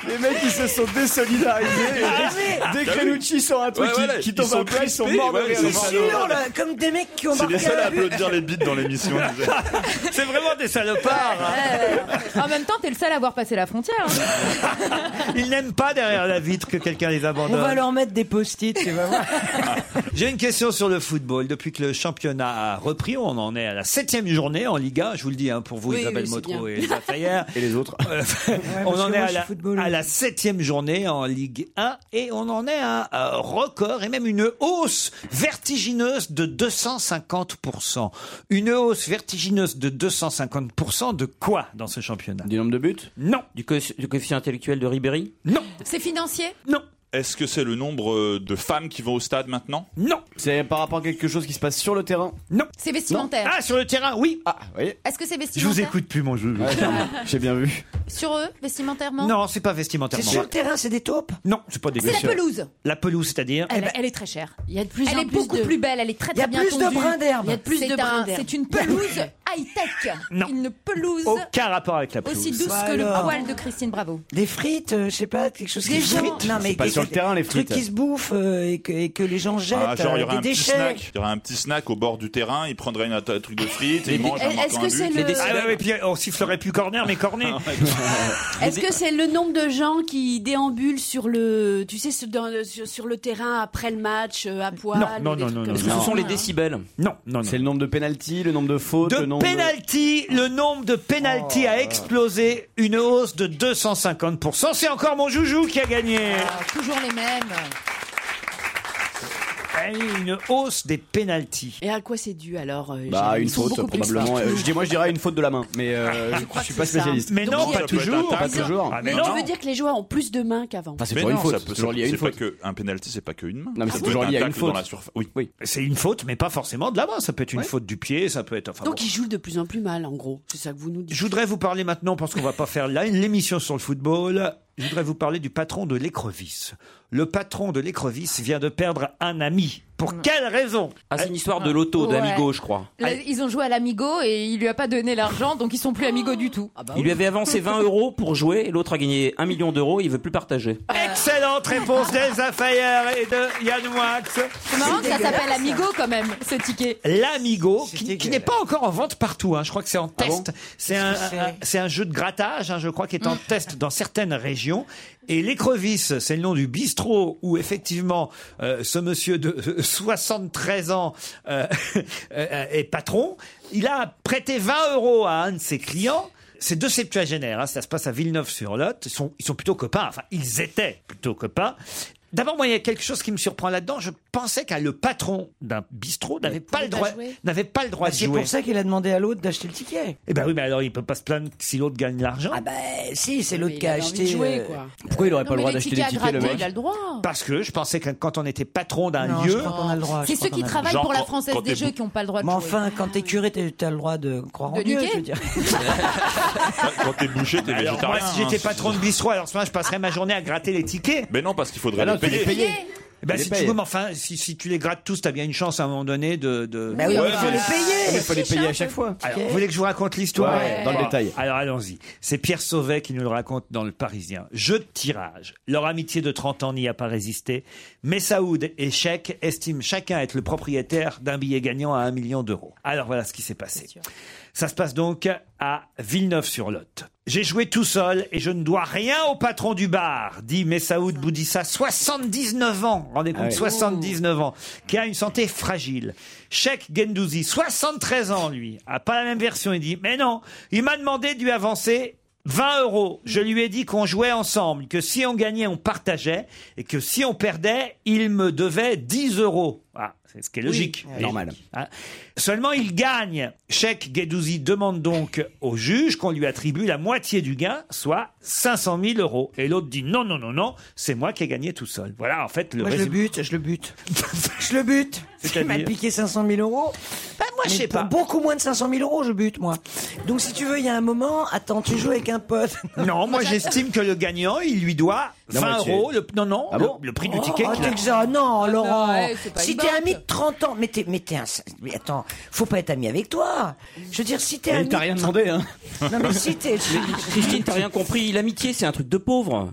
[SPEAKER 8] Les mecs, ils se sont désolidarisés.
[SPEAKER 3] Ah
[SPEAKER 4] mais-
[SPEAKER 8] Dès que Renucci sort un truc
[SPEAKER 6] Ouais,
[SPEAKER 8] qui-
[SPEAKER 6] voilà,
[SPEAKER 8] qui
[SPEAKER 6] ils
[SPEAKER 8] tombe
[SPEAKER 6] sont
[SPEAKER 8] un peu, ils sont
[SPEAKER 6] crispés,
[SPEAKER 8] morts de
[SPEAKER 6] ouais,
[SPEAKER 8] rire.
[SPEAKER 6] ils
[SPEAKER 4] C'est
[SPEAKER 6] sont morts de
[SPEAKER 4] sûr, là, comme des mecs qui ont
[SPEAKER 6] C'est les
[SPEAKER 4] marqué
[SPEAKER 6] seuls à
[SPEAKER 4] la vue.
[SPEAKER 6] applaudir les bides dans l'émission.
[SPEAKER 3] C'est vraiment des salopards. hein.
[SPEAKER 5] En même temps, t'es le seul à avoir passé la frontière. hein.
[SPEAKER 3] Ils n'aiment pas derrière la vitre que quelqu'un les
[SPEAKER 4] On va
[SPEAKER 3] abandonne.
[SPEAKER 4] leur mettre des post-it, tu vas voir.
[SPEAKER 3] J'ai une question sur le football. Depuis que le championnat a repris, on en est à la septième journée en Liga. Je vous le dis hein, pour vous,
[SPEAKER 9] Oui,
[SPEAKER 3] Isabelle
[SPEAKER 9] oui, c'est
[SPEAKER 3] Motro
[SPEAKER 9] bien.
[SPEAKER 3] et Elsa Fayer.
[SPEAKER 8] Et les autres
[SPEAKER 3] on
[SPEAKER 4] parce
[SPEAKER 3] en
[SPEAKER 4] que
[SPEAKER 3] est
[SPEAKER 4] moi,
[SPEAKER 3] à
[SPEAKER 4] je
[SPEAKER 3] la,
[SPEAKER 4] suis footballeuse.
[SPEAKER 3] à la septième journée en Ligue 1 et on en est à un record et même une hausse vertigineuse de 250%. Une hausse vertigineuse de 250% de quoi dans ce championnat
[SPEAKER 8] Du nombre de buts
[SPEAKER 3] Non,
[SPEAKER 7] Du, co- du coefficient intellectuel de Ribéry
[SPEAKER 3] non,
[SPEAKER 5] C'est financier
[SPEAKER 3] non,
[SPEAKER 6] Est-ce que c'est le nombre euh, de femmes qui vont au stade maintenant
[SPEAKER 3] non,
[SPEAKER 8] C'est par rapport à quelque chose qui se passe sur le terrain
[SPEAKER 3] non.
[SPEAKER 5] C'est vestimentaire
[SPEAKER 3] Ah, sur le terrain, oui.
[SPEAKER 8] Ah, vous voyez
[SPEAKER 5] Est-ce que c'est
[SPEAKER 3] Je vous
[SPEAKER 5] vestimentaire
[SPEAKER 3] écoute plus, mon jeu.
[SPEAKER 8] J'ai bien vu.
[SPEAKER 5] Sur eux, vestimentairement
[SPEAKER 3] Non, c'est pas vestimentairement.
[SPEAKER 5] C'est sur le
[SPEAKER 4] terrain, c'est des taupes
[SPEAKER 3] Non, c'est pas des
[SPEAKER 5] C'est la
[SPEAKER 3] taupes.
[SPEAKER 5] pelouse.
[SPEAKER 3] La pelouse, c'est-à-dire
[SPEAKER 5] Elle, elle est très chère. Il y a de
[SPEAKER 20] plus
[SPEAKER 5] elle
[SPEAKER 20] en
[SPEAKER 5] est
[SPEAKER 20] plus
[SPEAKER 5] beaucoup
[SPEAKER 20] de-
[SPEAKER 5] plus belle. Elle est très
[SPEAKER 20] Il y a
[SPEAKER 5] très bien
[SPEAKER 20] plus de
[SPEAKER 5] tondue.
[SPEAKER 20] brins d'herbe.
[SPEAKER 5] Il y a de plus
[SPEAKER 20] C'est
[SPEAKER 5] de brins
[SPEAKER 20] un-
[SPEAKER 5] d'herbe.
[SPEAKER 20] c'est
[SPEAKER 5] une pelouse high tech. Une pelouse
[SPEAKER 3] Aucun rapport avec la pelouse.
[SPEAKER 5] aussi douce que le poil de Christine Bravo.
[SPEAKER 4] Des frites, euh, je sais pas, quelque chose
[SPEAKER 5] Des
[SPEAKER 4] qui se
[SPEAKER 5] gens-
[SPEAKER 4] frite. Non, mais
[SPEAKER 6] C'est pas
[SPEAKER 4] des-
[SPEAKER 6] sur le terrain, les frites.
[SPEAKER 4] Trucs qui se bouffent euh, et, que, et que les gens jettent.
[SPEAKER 6] Ah, genre, il y
[SPEAKER 4] euh,
[SPEAKER 6] aurait
[SPEAKER 4] des
[SPEAKER 6] un petit
[SPEAKER 4] déchets.
[SPEAKER 6] snack. Il y aurait un petit snack au bord du terrain. Il prendrait une- un truc de frites et il
[SPEAKER 4] Mais-
[SPEAKER 6] mange en
[SPEAKER 9] est-ce
[SPEAKER 6] marquant
[SPEAKER 9] que
[SPEAKER 6] un
[SPEAKER 9] c'est
[SPEAKER 6] but.
[SPEAKER 9] le- Les décideurs.
[SPEAKER 3] Ah ouais, ouais, puis on sifflerait plus corner, mais cornet.
[SPEAKER 7] Ah
[SPEAKER 9] Est-ce que c'est le nombre de gens qui déambulent sur le, tu sais, sur, dans le- sur- sur le terrain après le match, euh, à poil
[SPEAKER 8] Non, non,
[SPEAKER 9] ou des
[SPEAKER 8] non,
[SPEAKER 9] trucs
[SPEAKER 8] non,
[SPEAKER 9] comme
[SPEAKER 8] non.
[SPEAKER 9] ça
[SPEAKER 7] ce sont les décibels
[SPEAKER 3] Non, non,
[SPEAKER 8] C'est le nombre de pénalties, le nombre de fautes, le nombre
[SPEAKER 3] Penalty, le nombre de penalty
[SPEAKER 7] Oh.
[SPEAKER 3] a explosé, une hausse de 250%. C'est encore mon joujou qui a gagné.
[SPEAKER 5] Toujours les mêmes.
[SPEAKER 3] Ah oui, Une hausse des pénalties.
[SPEAKER 9] Et à quoi c'est dû alors euh,
[SPEAKER 8] Bah
[SPEAKER 9] Jérémy
[SPEAKER 8] une
[SPEAKER 9] Ils sont
[SPEAKER 8] faute
[SPEAKER 9] beaucoup plus
[SPEAKER 8] probablement.
[SPEAKER 9] partout.
[SPEAKER 8] Euh, je dis- moi je dirais une faute de la main, mais
[SPEAKER 3] Ah,
[SPEAKER 8] euh,
[SPEAKER 9] Je
[SPEAKER 8] je,
[SPEAKER 9] crois
[SPEAKER 8] suis
[SPEAKER 9] que
[SPEAKER 8] pas
[SPEAKER 9] c'est ça.
[SPEAKER 8] spécialiste.
[SPEAKER 9] Mais non,
[SPEAKER 8] pas
[SPEAKER 9] Ça peut être
[SPEAKER 8] toujours,
[SPEAKER 6] un
[SPEAKER 8] pas
[SPEAKER 6] tacle.
[SPEAKER 8] toujours.
[SPEAKER 6] Ah,
[SPEAKER 9] Mais
[SPEAKER 6] non.
[SPEAKER 9] non, je veux dire que les joueurs ont plus de mains qu'avant.
[SPEAKER 8] Enfin, Ah, c'est
[SPEAKER 6] Mais
[SPEAKER 8] toujours une
[SPEAKER 6] non,
[SPEAKER 8] faute,
[SPEAKER 6] ça
[SPEAKER 8] c'est
[SPEAKER 6] peut-
[SPEAKER 8] toujours lié à
[SPEAKER 6] c'est
[SPEAKER 8] une
[SPEAKER 6] pas
[SPEAKER 8] faute.
[SPEAKER 6] que- un penalty, c'est pas que une main.
[SPEAKER 8] Non, mais c'est
[SPEAKER 6] Ça peut
[SPEAKER 8] toujours
[SPEAKER 6] être
[SPEAKER 8] lié à
[SPEAKER 6] un
[SPEAKER 8] une
[SPEAKER 6] tacle dans
[SPEAKER 8] faute.
[SPEAKER 6] la surface. Oui.
[SPEAKER 3] C'est une faute, mais pas forcément de la main. Ça peut être une faute du pied, ça peut être. enfin,
[SPEAKER 9] Donc
[SPEAKER 3] bon.
[SPEAKER 9] ils jouent de plus en plus mal, en gros. C'est ça que vous nous dites.
[SPEAKER 3] Je voudrais vous parler maintenant, parce qu'on va pas faire là une- l'émission sur le football. Je voudrais vous parler du patron de l'écrevisse. Le patron de l'écrevisse vient de perdre un ami. Pour quelle raison
[SPEAKER 7] Ah, c'est une histoire de loto,
[SPEAKER 5] Ouais.
[SPEAKER 7] d'amigo, je crois.
[SPEAKER 5] Là, ils ont joué à l'amigo et il lui a pas donné l'argent, donc ils sont plus amigos du tout.
[SPEAKER 7] Il lui avait avancé 20 euros pour jouer, et l'autre a gagné 1 million d'euros, il veut plus partager.
[SPEAKER 3] Excellente réponse d'Elsa Fayer et de Yann Wax.
[SPEAKER 5] C'est marrant que ça s'appelle amigo quand même, ce ticket.
[SPEAKER 3] L'Amigo, qui, qui n'est pas encore en vente partout. hein. Je crois que c'est en test. c'est un,
[SPEAKER 5] Ah Qu'est-ce que c'est
[SPEAKER 3] un- c'est un jeu de grattage, hein, je crois, qui est en test dans certaines régions. Et l'écrevisse, c'est le nom du bistrot où effectivement euh, ce monsieur de euh, 73 ans euh, euh, est patron. Il a prêté 20 euros à un de ses clients. C'est deux septuagénaires, hein, ça se passe à Villeneuve-sur-Lot. Ils sont, ils sont plutôt copains, enfin, ils étaient plutôt copains. D'abord, moi, il y a quelque chose qui me surprend là-dedans. Je pensais qu'à le patron d'un bistrot n'avait pas le
[SPEAKER 4] pas
[SPEAKER 3] droit,
[SPEAKER 4] jouer.
[SPEAKER 3] n'avait pas le droit
[SPEAKER 4] Bah,
[SPEAKER 3] de
[SPEAKER 4] C'est
[SPEAKER 3] jouer.
[SPEAKER 4] pour ça qu'il a demandé à l'autre d'acheter le ticket.
[SPEAKER 3] Eh ben oui, mais alors il peut pas se plaindre si l'autre gagne l'argent. Ah
[SPEAKER 4] ben si, c'est l'autre
[SPEAKER 3] mais
[SPEAKER 4] qui
[SPEAKER 3] il
[SPEAKER 4] a
[SPEAKER 3] avait envie de
[SPEAKER 4] acheté.
[SPEAKER 3] jouer,
[SPEAKER 4] euh,
[SPEAKER 3] quoi.
[SPEAKER 8] Pourquoi il aurait
[SPEAKER 5] bah, Non, mais les tickets à gratter, il a le droit.
[SPEAKER 3] Parce que je pensais que quand on était patron d'un
[SPEAKER 4] Non,
[SPEAKER 3] lieu,
[SPEAKER 4] je crois qu'on a le droit, je
[SPEAKER 5] C'est
[SPEAKER 4] crois
[SPEAKER 5] ceux qui
[SPEAKER 4] qu'on a le
[SPEAKER 5] travaillent
[SPEAKER 4] droit.
[SPEAKER 5] pour la Française des Jeux qui n'ont pas le droit de
[SPEAKER 4] Mais
[SPEAKER 5] jouer.
[SPEAKER 4] enfin, quand t'es curé, t'es- t'as le droit de croire en
[SPEAKER 5] De
[SPEAKER 4] Dieu,
[SPEAKER 5] niquer
[SPEAKER 4] je veux dire.
[SPEAKER 6] Quand t'es bouché, t'es
[SPEAKER 3] alors
[SPEAKER 6] végétarien. hein,
[SPEAKER 3] moi, si j'étais patron de bistrot, alors ce matin, je passerais ma journée à gratter les tickets.
[SPEAKER 6] Mais non, parce qu'il faudrait les payer.
[SPEAKER 3] Eh Ben,
[SPEAKER 6] Les
[SPEAKER 3] si
[SPEAKER 6] payer.
[SPEAKER 3] tu veux, mais enfin, si, si tu les grattes tous, t'as bien une chance à un moment donné de. de...
[SPEAKER 4] Bah oui,
[SPEAKER 3] Ouais,
[SPEAKER 4] mais faut
[SPEAKER 3] bah,
[SPEAKER 4] les payer.
[SPEAKER 8] Mais faut les payer à chaque fois.
[SPEAKER 3] Alors, vous voulez que je vous raconte l'histoire
[SPEAKER 8] Ouais, dans le
[SPEAKER 3] Alors,
[SPEAKER 8] détail.
[SPEAKER 3] Alors allons-y. C'est Pierre Sauvet qui nous le raconte dans Le Parisien. Jeu de tirage. Leur amitié de 30 ans n'y a pas résisté. Mais Saoud et Sheikh estiment chacun être le propriétaire d'un billet gagnant à un million d'euros. Alors voilà ce qui s'est passé. Ça se passe donc à Villeneuve-sur-Lot. J'ai joué tout seul et je ne dois rien au patron du bar, dit Messaoud Boudissa, 79 ans, rendez-vous,
[SPEAKER 8] Ah ouais.
[SPEAKER 3] 79 ans, qui a une santé fragile. Cheikh Gendouzi, 73 ans, lui, a pas la même version, il dit, mais non, il m'a demandé de lui avancer 20 euros. Je lui ai dit qu'on jouait ensemble, que si on gagnait, on partageait, et que si on perdait, il me devait 10 euros. Ah, c'est ce qui est logique.
[SPEAKER 8] Oui, normal.
[SPEAKER 3] Hein. Seulement, il gagne. Cheikh Guedouzi demande donc au juge qu'on lui attribue la moitié du gain, soit 500 000 euros. Et l'autre dit non, non, non, non, c'est moi qui ai gagné tout seul. Voilà, en fait, le
[SPEAKER 4] Moi, je le
[SPEAKER 3] résumé.
[SPEAKER 4] bute, je le bute. je le bute. Il m'a
[SPEAKER 3] C'est-à-dire
[SPEAKER 4] piqué 500 000 euros. Bah, moi, je sais pas. Beaucoup moins de 500 000 euros, je bute, moi. Donc, si tu veux, il y a un moment, attends, tu joues avec un pote.
[SPEAKER 3] Non, moi, j'estime que le gagnant, il lui doit
[SPEAKER 4] Non,
[SPEAKER 3] 20
[SPEAKER 4] moi, tu-
[SPEAKER 3] euros. Le... Non, non,
[SPEAKER 4] Ah
[SPEAKER 3] le,
[SPEAKER 4] bon
[SPEAKER 3] le prix du ticket.
[SPEAKER 4] Oh,
[SPEAKER 3] qu'il a-
[SPEAKER 4] t'exagères. non, Laurent.
[SPEAKER 5] Ah, ouais, c'est pas
[SPEAKER 4] si
[SPEAKER 5] une
[SPEAKER 4] t'es
[SPEAKER 5] banque.
[SPEAKER 4] ami de 30 ans, mais t'es, mais t'es un, mais attends, faut pas être ami avec toi. Je veux dire, si t'es
[SPEAKER 8] Et
[SPEAKER 4] ami.
[SPEAKER 8] il t'a rien demandé, hein.
[SPEAKER 4] Non, mais si t'es.
[SPEAKER 7] Christine, t'as rien compris, l'amitié c'est un truc de pauvre.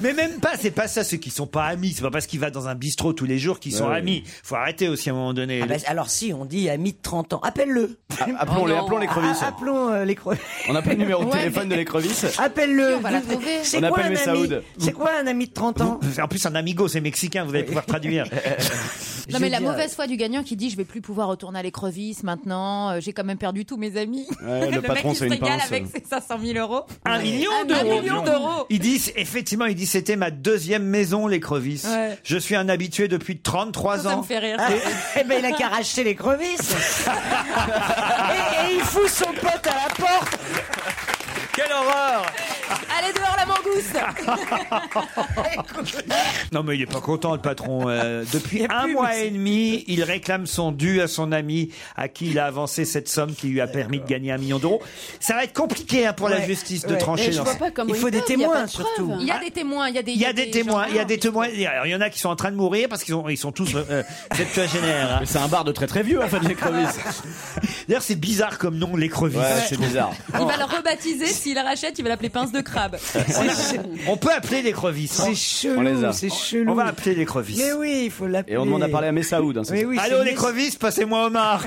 [SPEAKER 3] Mais même pas, c'est pas ça ceux qui sont pas amis. C'est pas parce qu'il va dans un bistrot tous les jours qu'ils sont
[SPEAKER 8] Ouais, ouais.
[SPEAKER 3] amis. Faut arrêter aussi à un moment donné. Ah,
[SPEAKER 4] Ah bah, alors si on dit ami de 30 ans, appelle-le.
[SPEAKER 8] appelons-les, Oh non. appelons l'écrevisse.
[SPEAKER 4] Ah, appelons euh, l'écrevisse.
[SPEAKER 8] On appelle le numéro de
[SPEAKER 4] Ouais,
[SPEAKER 8] téléphone de l'écrevisse.
[SPEAKER 4] Appelle-le.
[SPEAKER 5] on va la trouver.
[SPEAKER 4] C'est
[SPEAKER 8] On
[SPEAKER 4] quoi
[SPEAKER 8] appelle
[SPEAKER 4] un
[SPEAKER 8] Messaoud.
[SPEAKER 4] ami C'est quoi un ami de 30 ans
[SPEAKER 3] En plus, un amigo, c'est mexicain, vous allez pouvoir traduire.
[SPEAKER 5] Non mais la mauvaise foi du gagnant qui dit je vais plus pouvoir retourner à l'écrevisse maintenant, euh, j'ai quand même perdu tous mes amis.
[SPEAKER 3] Ouais, le
[SPEAKER 5] mec
[SPEAKER 3] patron,
[SPEAKER 5] qui se
[SPEAKER 3] c'est une
[SPEAKER 5] régale
[SPEAKER 3] pince.
[SPEAKER 5] avec ses 500 000 euros.
[SPEAKER 3] Un million
[SPEAKER 5] Un
[SPEAKER 3] d'euros.
[SPEAKER 5] million d'euros.
[SPEAKER 3] Il dit effectivement, il dit c'était ma deuxième maison l'écrevisse.
[SPEAKER 5] Ouais.
[SPEAKER 3] Je suis un habitué depuis 33
[SPEAKER 5] Ça, ça
[SPEAKER 3] ans.
[SPEAKER 5] me fait rire.
[SPEAKER 4] Ah, eh ben il a qu'à racheter l'écrevisse. et, et il fout son pote à la porte.
[SPEAKER 12] Quelle horreur
[SPEAKER 5] Allez dehors la mangouste
[SPEAKER 3] Non, mais il est pas content, le patron. Euh, depuis un mois et demi, il réclame son dû à son ami à qui il a avancé cette somme qui lui a permis de gagner un million d'euros. Ça va être compliqué hein, pour la
[SPEAKER 4] Ouais,
[SPEAKER 3] justice de
[SPEAKER 4] ouais.
[SPEAKER 3] trancher.
[SPEAKER 4] Et je
[SPEAKER 3] dans
[SPEAKER 4] vois
[SPEAKER 3] ça.
[SPEAKER 4] pas comment Il faut il des peut, il y a pas témoins, de preuves. surtout.
[SPEAKER 5] Il y a des témoins, il y a des
[SPEAKER 3] Il y a des témoins,
[SPEAKER 5] gens-
[SPEAKER 3] il y a des témoins. Alors, il y en a qui sont en train de mourir parce qu'ils ont- ils sont tous euh, septuagénaires. hein.
[SPEAKER 8] C'est un bar de très très vieux, à fin de l'écrevisse.
[SPEAKER 3] D'ailleurs, c'est bizarre comme nom, l'écrevisse.
[SPEAKER 8] Ouais, c'est bizarre.
[SPEAKER 5] Il va le rebaptiser, s'il la rachète, il va l'appeler pince de crabe.
[SPEAKER 3] On peut appeler l'écrevisse.
[SPEAKER 5] C'est
[SPEAKER 8] chelou, On les a. c'est
[SPEAKER 3] chelou. On va appeler l'écrevisse.
[SPEAKER 4] Mais oui, il faut l'appeler.
[SPEAKER 8] Et on demande à parler à Messaoud. Hein, c'est ça
[SPEAKER 3] Allô l'écrevisse, passez-moi Omar.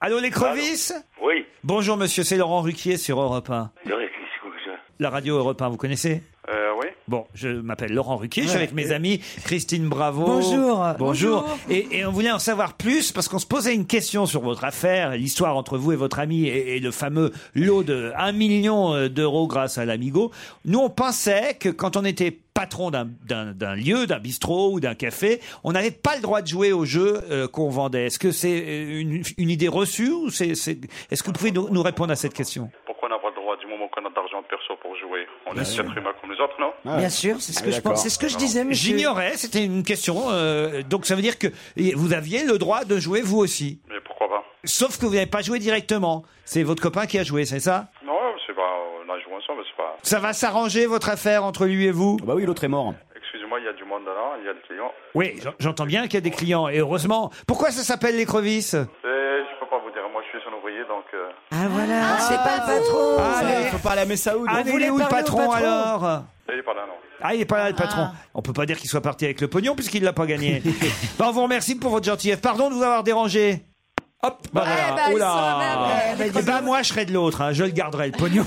[SPEAKER 3] Allô l'écrevisse
[SPEAKER 20] Oui.
[SPEAKER 3] Bonjour monsieur, c'est Laurent Ruquier sur Europe 1.
[SPEAKER 20] Ouais, c'est quoi ça
[SPEAKER 3] La radio Europe 1, vous connaissez
[SPEAKER 20] Euh, oui.
[SPEAKER 3] Bon, je m'appelle Laurent Ruquier, je suis
[SPEAKER 20] Ouais.
[SPEAKER 3] avec mes amis Christine Bravo.
[SPEAKER 20] Bonjour.
[SPEAKER 3] Bonjour.
[SPEAKER 20] Bonjour.
[SPEAKER 3] Et, et on voulait en savoir plus parce qu'on se posait une question sur votre affaire, l'histoire entre vous et votre ami et, et le fameux lot de 1 million euh, d'euros grâce à l'Amigo. Nous, on pensait que quand on était patron d'un- d'un d'un lieu, d'un bistrot ou d'un café, on n'avait pas le droit de jouer au jeu euh, qu'on vendait. Est-ce que c'est euh, une, une idée reçue ou c'est c'est- est-ce que vous pouvez nous, nous répondre à cette question
[SPEAKER 20] Pourquoi on n'a pas le droit du moment qu'on a d'argent perso pour jouer On
[SPEAKER 3] Bien
[SPEAKER 20] est
[SPEAKER 3] sûr.
[SPEAKER 20] des êtres humains comme les autres, non
[SPEAKER 3] Ah.
[SPEAKER 4] Bien sûr, c'est ce que je pense, c'est ce que je disais. monsieur.
[SPEAKER 3] J'ignorais, c'était une question. euh, donc ça veut dire que vous aviez le droit de jouer vous aussi.
[SPEAKER 20] Mais pourquoi pas
[SPEAKER 3] Sauf que vous n'avez pas joué directement. C'est votre copain qui a joué, c'est ça
[SPEAKER 20] Non, c'est pas. On a joué ensemble, c'est pas.
[SPEAKER 3] Ça va s'arranger votre affaire entre lui et vous Bah oui, l'autre est mort.
[SPEAKER 20] Excusez-moi, il y a du monde là, il y a le client.
[SPEAKER 3] Oui, j'en- j'entends bien qu'il y a des clients, et heureusement. Pourquoi ça s'appelle l'écrevisse
[SPEAKER 20] Et je peux pas vous dire, moi je suis son ouvrier donc. euh,
[SPEAKER 3] Ah voilà,
[SPEAKER 4] c'est pas le patron.
[SPEAKER 3] Allez,
[SPEAKER 8] faut parler à Messaoud.
[SPEAKER 3] Ah,
[SPEAKER 4] On
[SPEAKER 3] il est
[SPEAKER 4] voulait
[SPEAKER 3] où le
[SPEAKER 4] parler au
[SPEAKER 3] patron,
[SPEAKER 4] patron.
[SPEAKER 3] alors
[SPEAKER 20] Il est pas là, non
[SPEAKER 3] Ah, il est pas là, le patron. On peut pas dire qu'il soit parti avec le pognon puisqu'il l'a pas gagné. bah, on vous remercie pour votre gentillesse. Pardon de vous avoir dérangé. Hop, bah, voilà.
[SPEAKER 20] bah, ils
[SPEAKER 3] Oula.
[SPEAKER 20] sont aveugles, les
[SPEAKER 3] Eh ben, moi, je serai de l'autre. hein. Je le garderai, le pognon.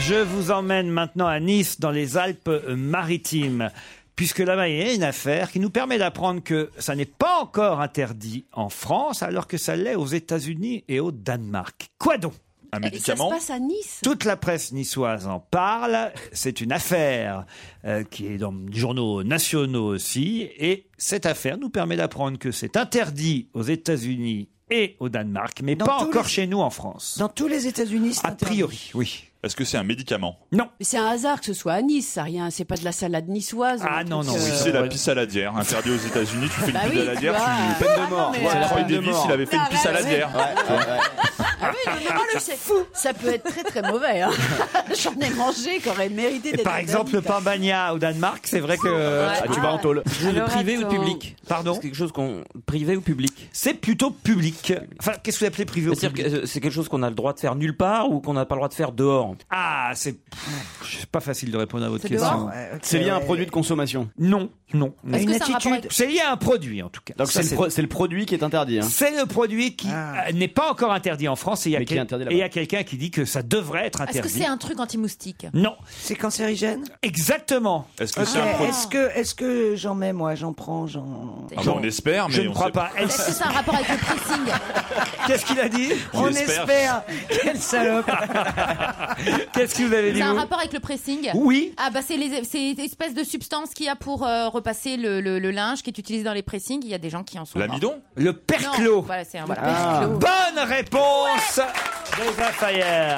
[SPEAKER 3] Je vous emmène maintenant à Nice, dans les Alpes-Maritimes, puisque là-bas, il y a une affaire qui nous permet d'apprendre que ça n'est pas encore interdit en France, alors que ça l'est aux États-Unis et au Danemark. Quoi donc Un
[SPEAKER 9] Et ça se passe à Nice.
[SPEAKER 3] toute la presse niçoise en parle. C'est une affaire euh, qui est dans les journaux nationaux aussi. Et cette affaire nous permet d'apprendre que c'est interdit aux États-Unis et au Danemark, mais pas
[SPEAKER 4] tous
[SPEAKER 3] encore
[SPEAKER 4] les-
[SPEAKER 3] chez nous en France.
[SPEAKER 4] Dans tous les États-Unis, c'est
[SPEAKER 3] A priori, oui.
[SPEAKER 6] Est-ce que c'est un médicament
[SPEAKER 3] Non.
[SPEAKER 9] Mais c'est un hasard que ce soit à Nice, ça rien, c'est pas de la salade niçoise.
[SPEAKER 6] Ah
[SPEAKER 9] ou un
[SPEAKER 6] non,
[SPEAKER 9] truc,
[SPEAKER 6] non,
[SPEAKER 9] euh,
[SPEAKER 6] oui, c'est la pisse saladière. Interdit aux États-Unis, tu fais une
[SPEAKER 9] Bah
[SPEAKER 6] pisse
[SPEAKER 9] oui,
[SPEAKER 6] saladière,
[SPEAKER 9] tu
[SPEAKER 6] tu.
[SPEAKER 9] vois. Peine de mort.
[SPEAKER 6] Voilà,
[SPEAKER 9] C'est la
[SPEAKER 6] Troy
[SPEAKER 9] peine de
[SPEAKER 6] Davis,
[SPEAKER 9] mort.
[SPEAKER 6] il avait fait une
[SPEAKER 9] Ah,
[SPEAKER 6] pisse
[SPEAKER 9] ouais,
[SPEAKER 6] saladière.
[SPEAKER 9] ouais. Ah oui, non, mais moi, le- c'est fou. Ça peut être très très mauvais. hein. J'en ai mangé qui aurait mérité
[SPEAKER 3] Et
[SPEAKER 9] d'être.
[SPEAKER 3] par exemple, le pain bagna au Danemark, c'est vrai que.
[SPEAKER 9] Ah, tu vas en tôle. Alors, attends.
[SPEAKER 3] Pardon
[SPEAKER 7] C'est quelque chose qu'on privé ou public
[SPEAKER 3] C'est plutôt public. Enfin, qu'est-ce que vous appelez privé
[SPEAKER 7] ou public C'est quelque chose qu'on a le droit de faire nulle part ou qu'on n'a pas le droit de faire dehors.
[SPEAKER 3] Ah, c'est pff, c'est pas facile de répondre à votre
[SPEAKER 7] C'est
[SPEAKER 3] question.
[SPEAKER 7] dehors Ouais, ok,
[SPEAKER 8] C'est lié à un produit de consommation.
[SPEAKER 3] Non, non. non.
[SPEAKER 8] Est-ce que ça a un rapport avec-
[SPEAKER 3] C'est lié à un produit en tout cas.
[SPEAKER 8] Donc
[SPEAKER 3] Ça,
[SPEAKER 8] c'est le, pro- c'est le produit qui est interdit. hein.
[SPEAKER 3] C'est le produit qui
[SPEAKER 4] Ah.
[SPEAKER 3] euh, n'est pas encore interdit en France et il y a
[SPEAKER 8] Mais qui
[SPEAKER 3] quel-
[SPEAKER 8] est interdit
[SPEAKER 3] et
[SPEAKER 8] là-bas.
[SPEAKER 3] il y a quelqu'un qui dit que ça devrait être
[SPEAKER 5] Est-ce que
[SPEAKER 3] interdit.
[SPEAKER 5] c'est un truc anti-moustique
[SPEAKER 3] Non.
[SPEAKER 4] C'est cancérigène
[SPEAKER 3] Exactement.
[SPEAKER 6] Est-ce
[SPEAKER 4] Ok, Est-ce que, est-ce que j'en mets, moi J'en prends, j'en.
[SPEAKER 6] Ah bah, on espère, mais
[SPEAKER 3] Je ne
[SPEAKER 6] on
[SPEAKER 3] crois
[SPEAKER 6] sait
[SPEAKER 3] pas. Elle-
[SPEAKER 5] Est-ce que c'est un rapport avec le pressing
[SPEAKER 3] Qu'est-ce qu'il a dit
[SPEAKER 4] On espère. Quelle salope
[SPEAKER 3] Qu'est-ce que vous avez dit
[SPEAKER 5] C'est un
[SPEAKER 3] vous
[SPEAKER 5] rapport avec le pressing
[SPEAKER 3] Oui.
[SPEAKER 5] Ah bah c'est les c'est une espèce de substance qu'il y a pour euh, repasser le, le- le linge qui est utilisé dans les pressings. Il y a des gens qui en sont.
[SPEAKER 6] L'amidon
[SPEAKER 3] Le
[SPEAKER 5] Non,
[SPEAKER 3] perclos.
[SPEAKER 5] voilà, c'est un
[SPEAKER 3] Voilà.
[SPEAKER 5] mot perclos.
[SPEAKER 3] Bonne réponse de Raphaël.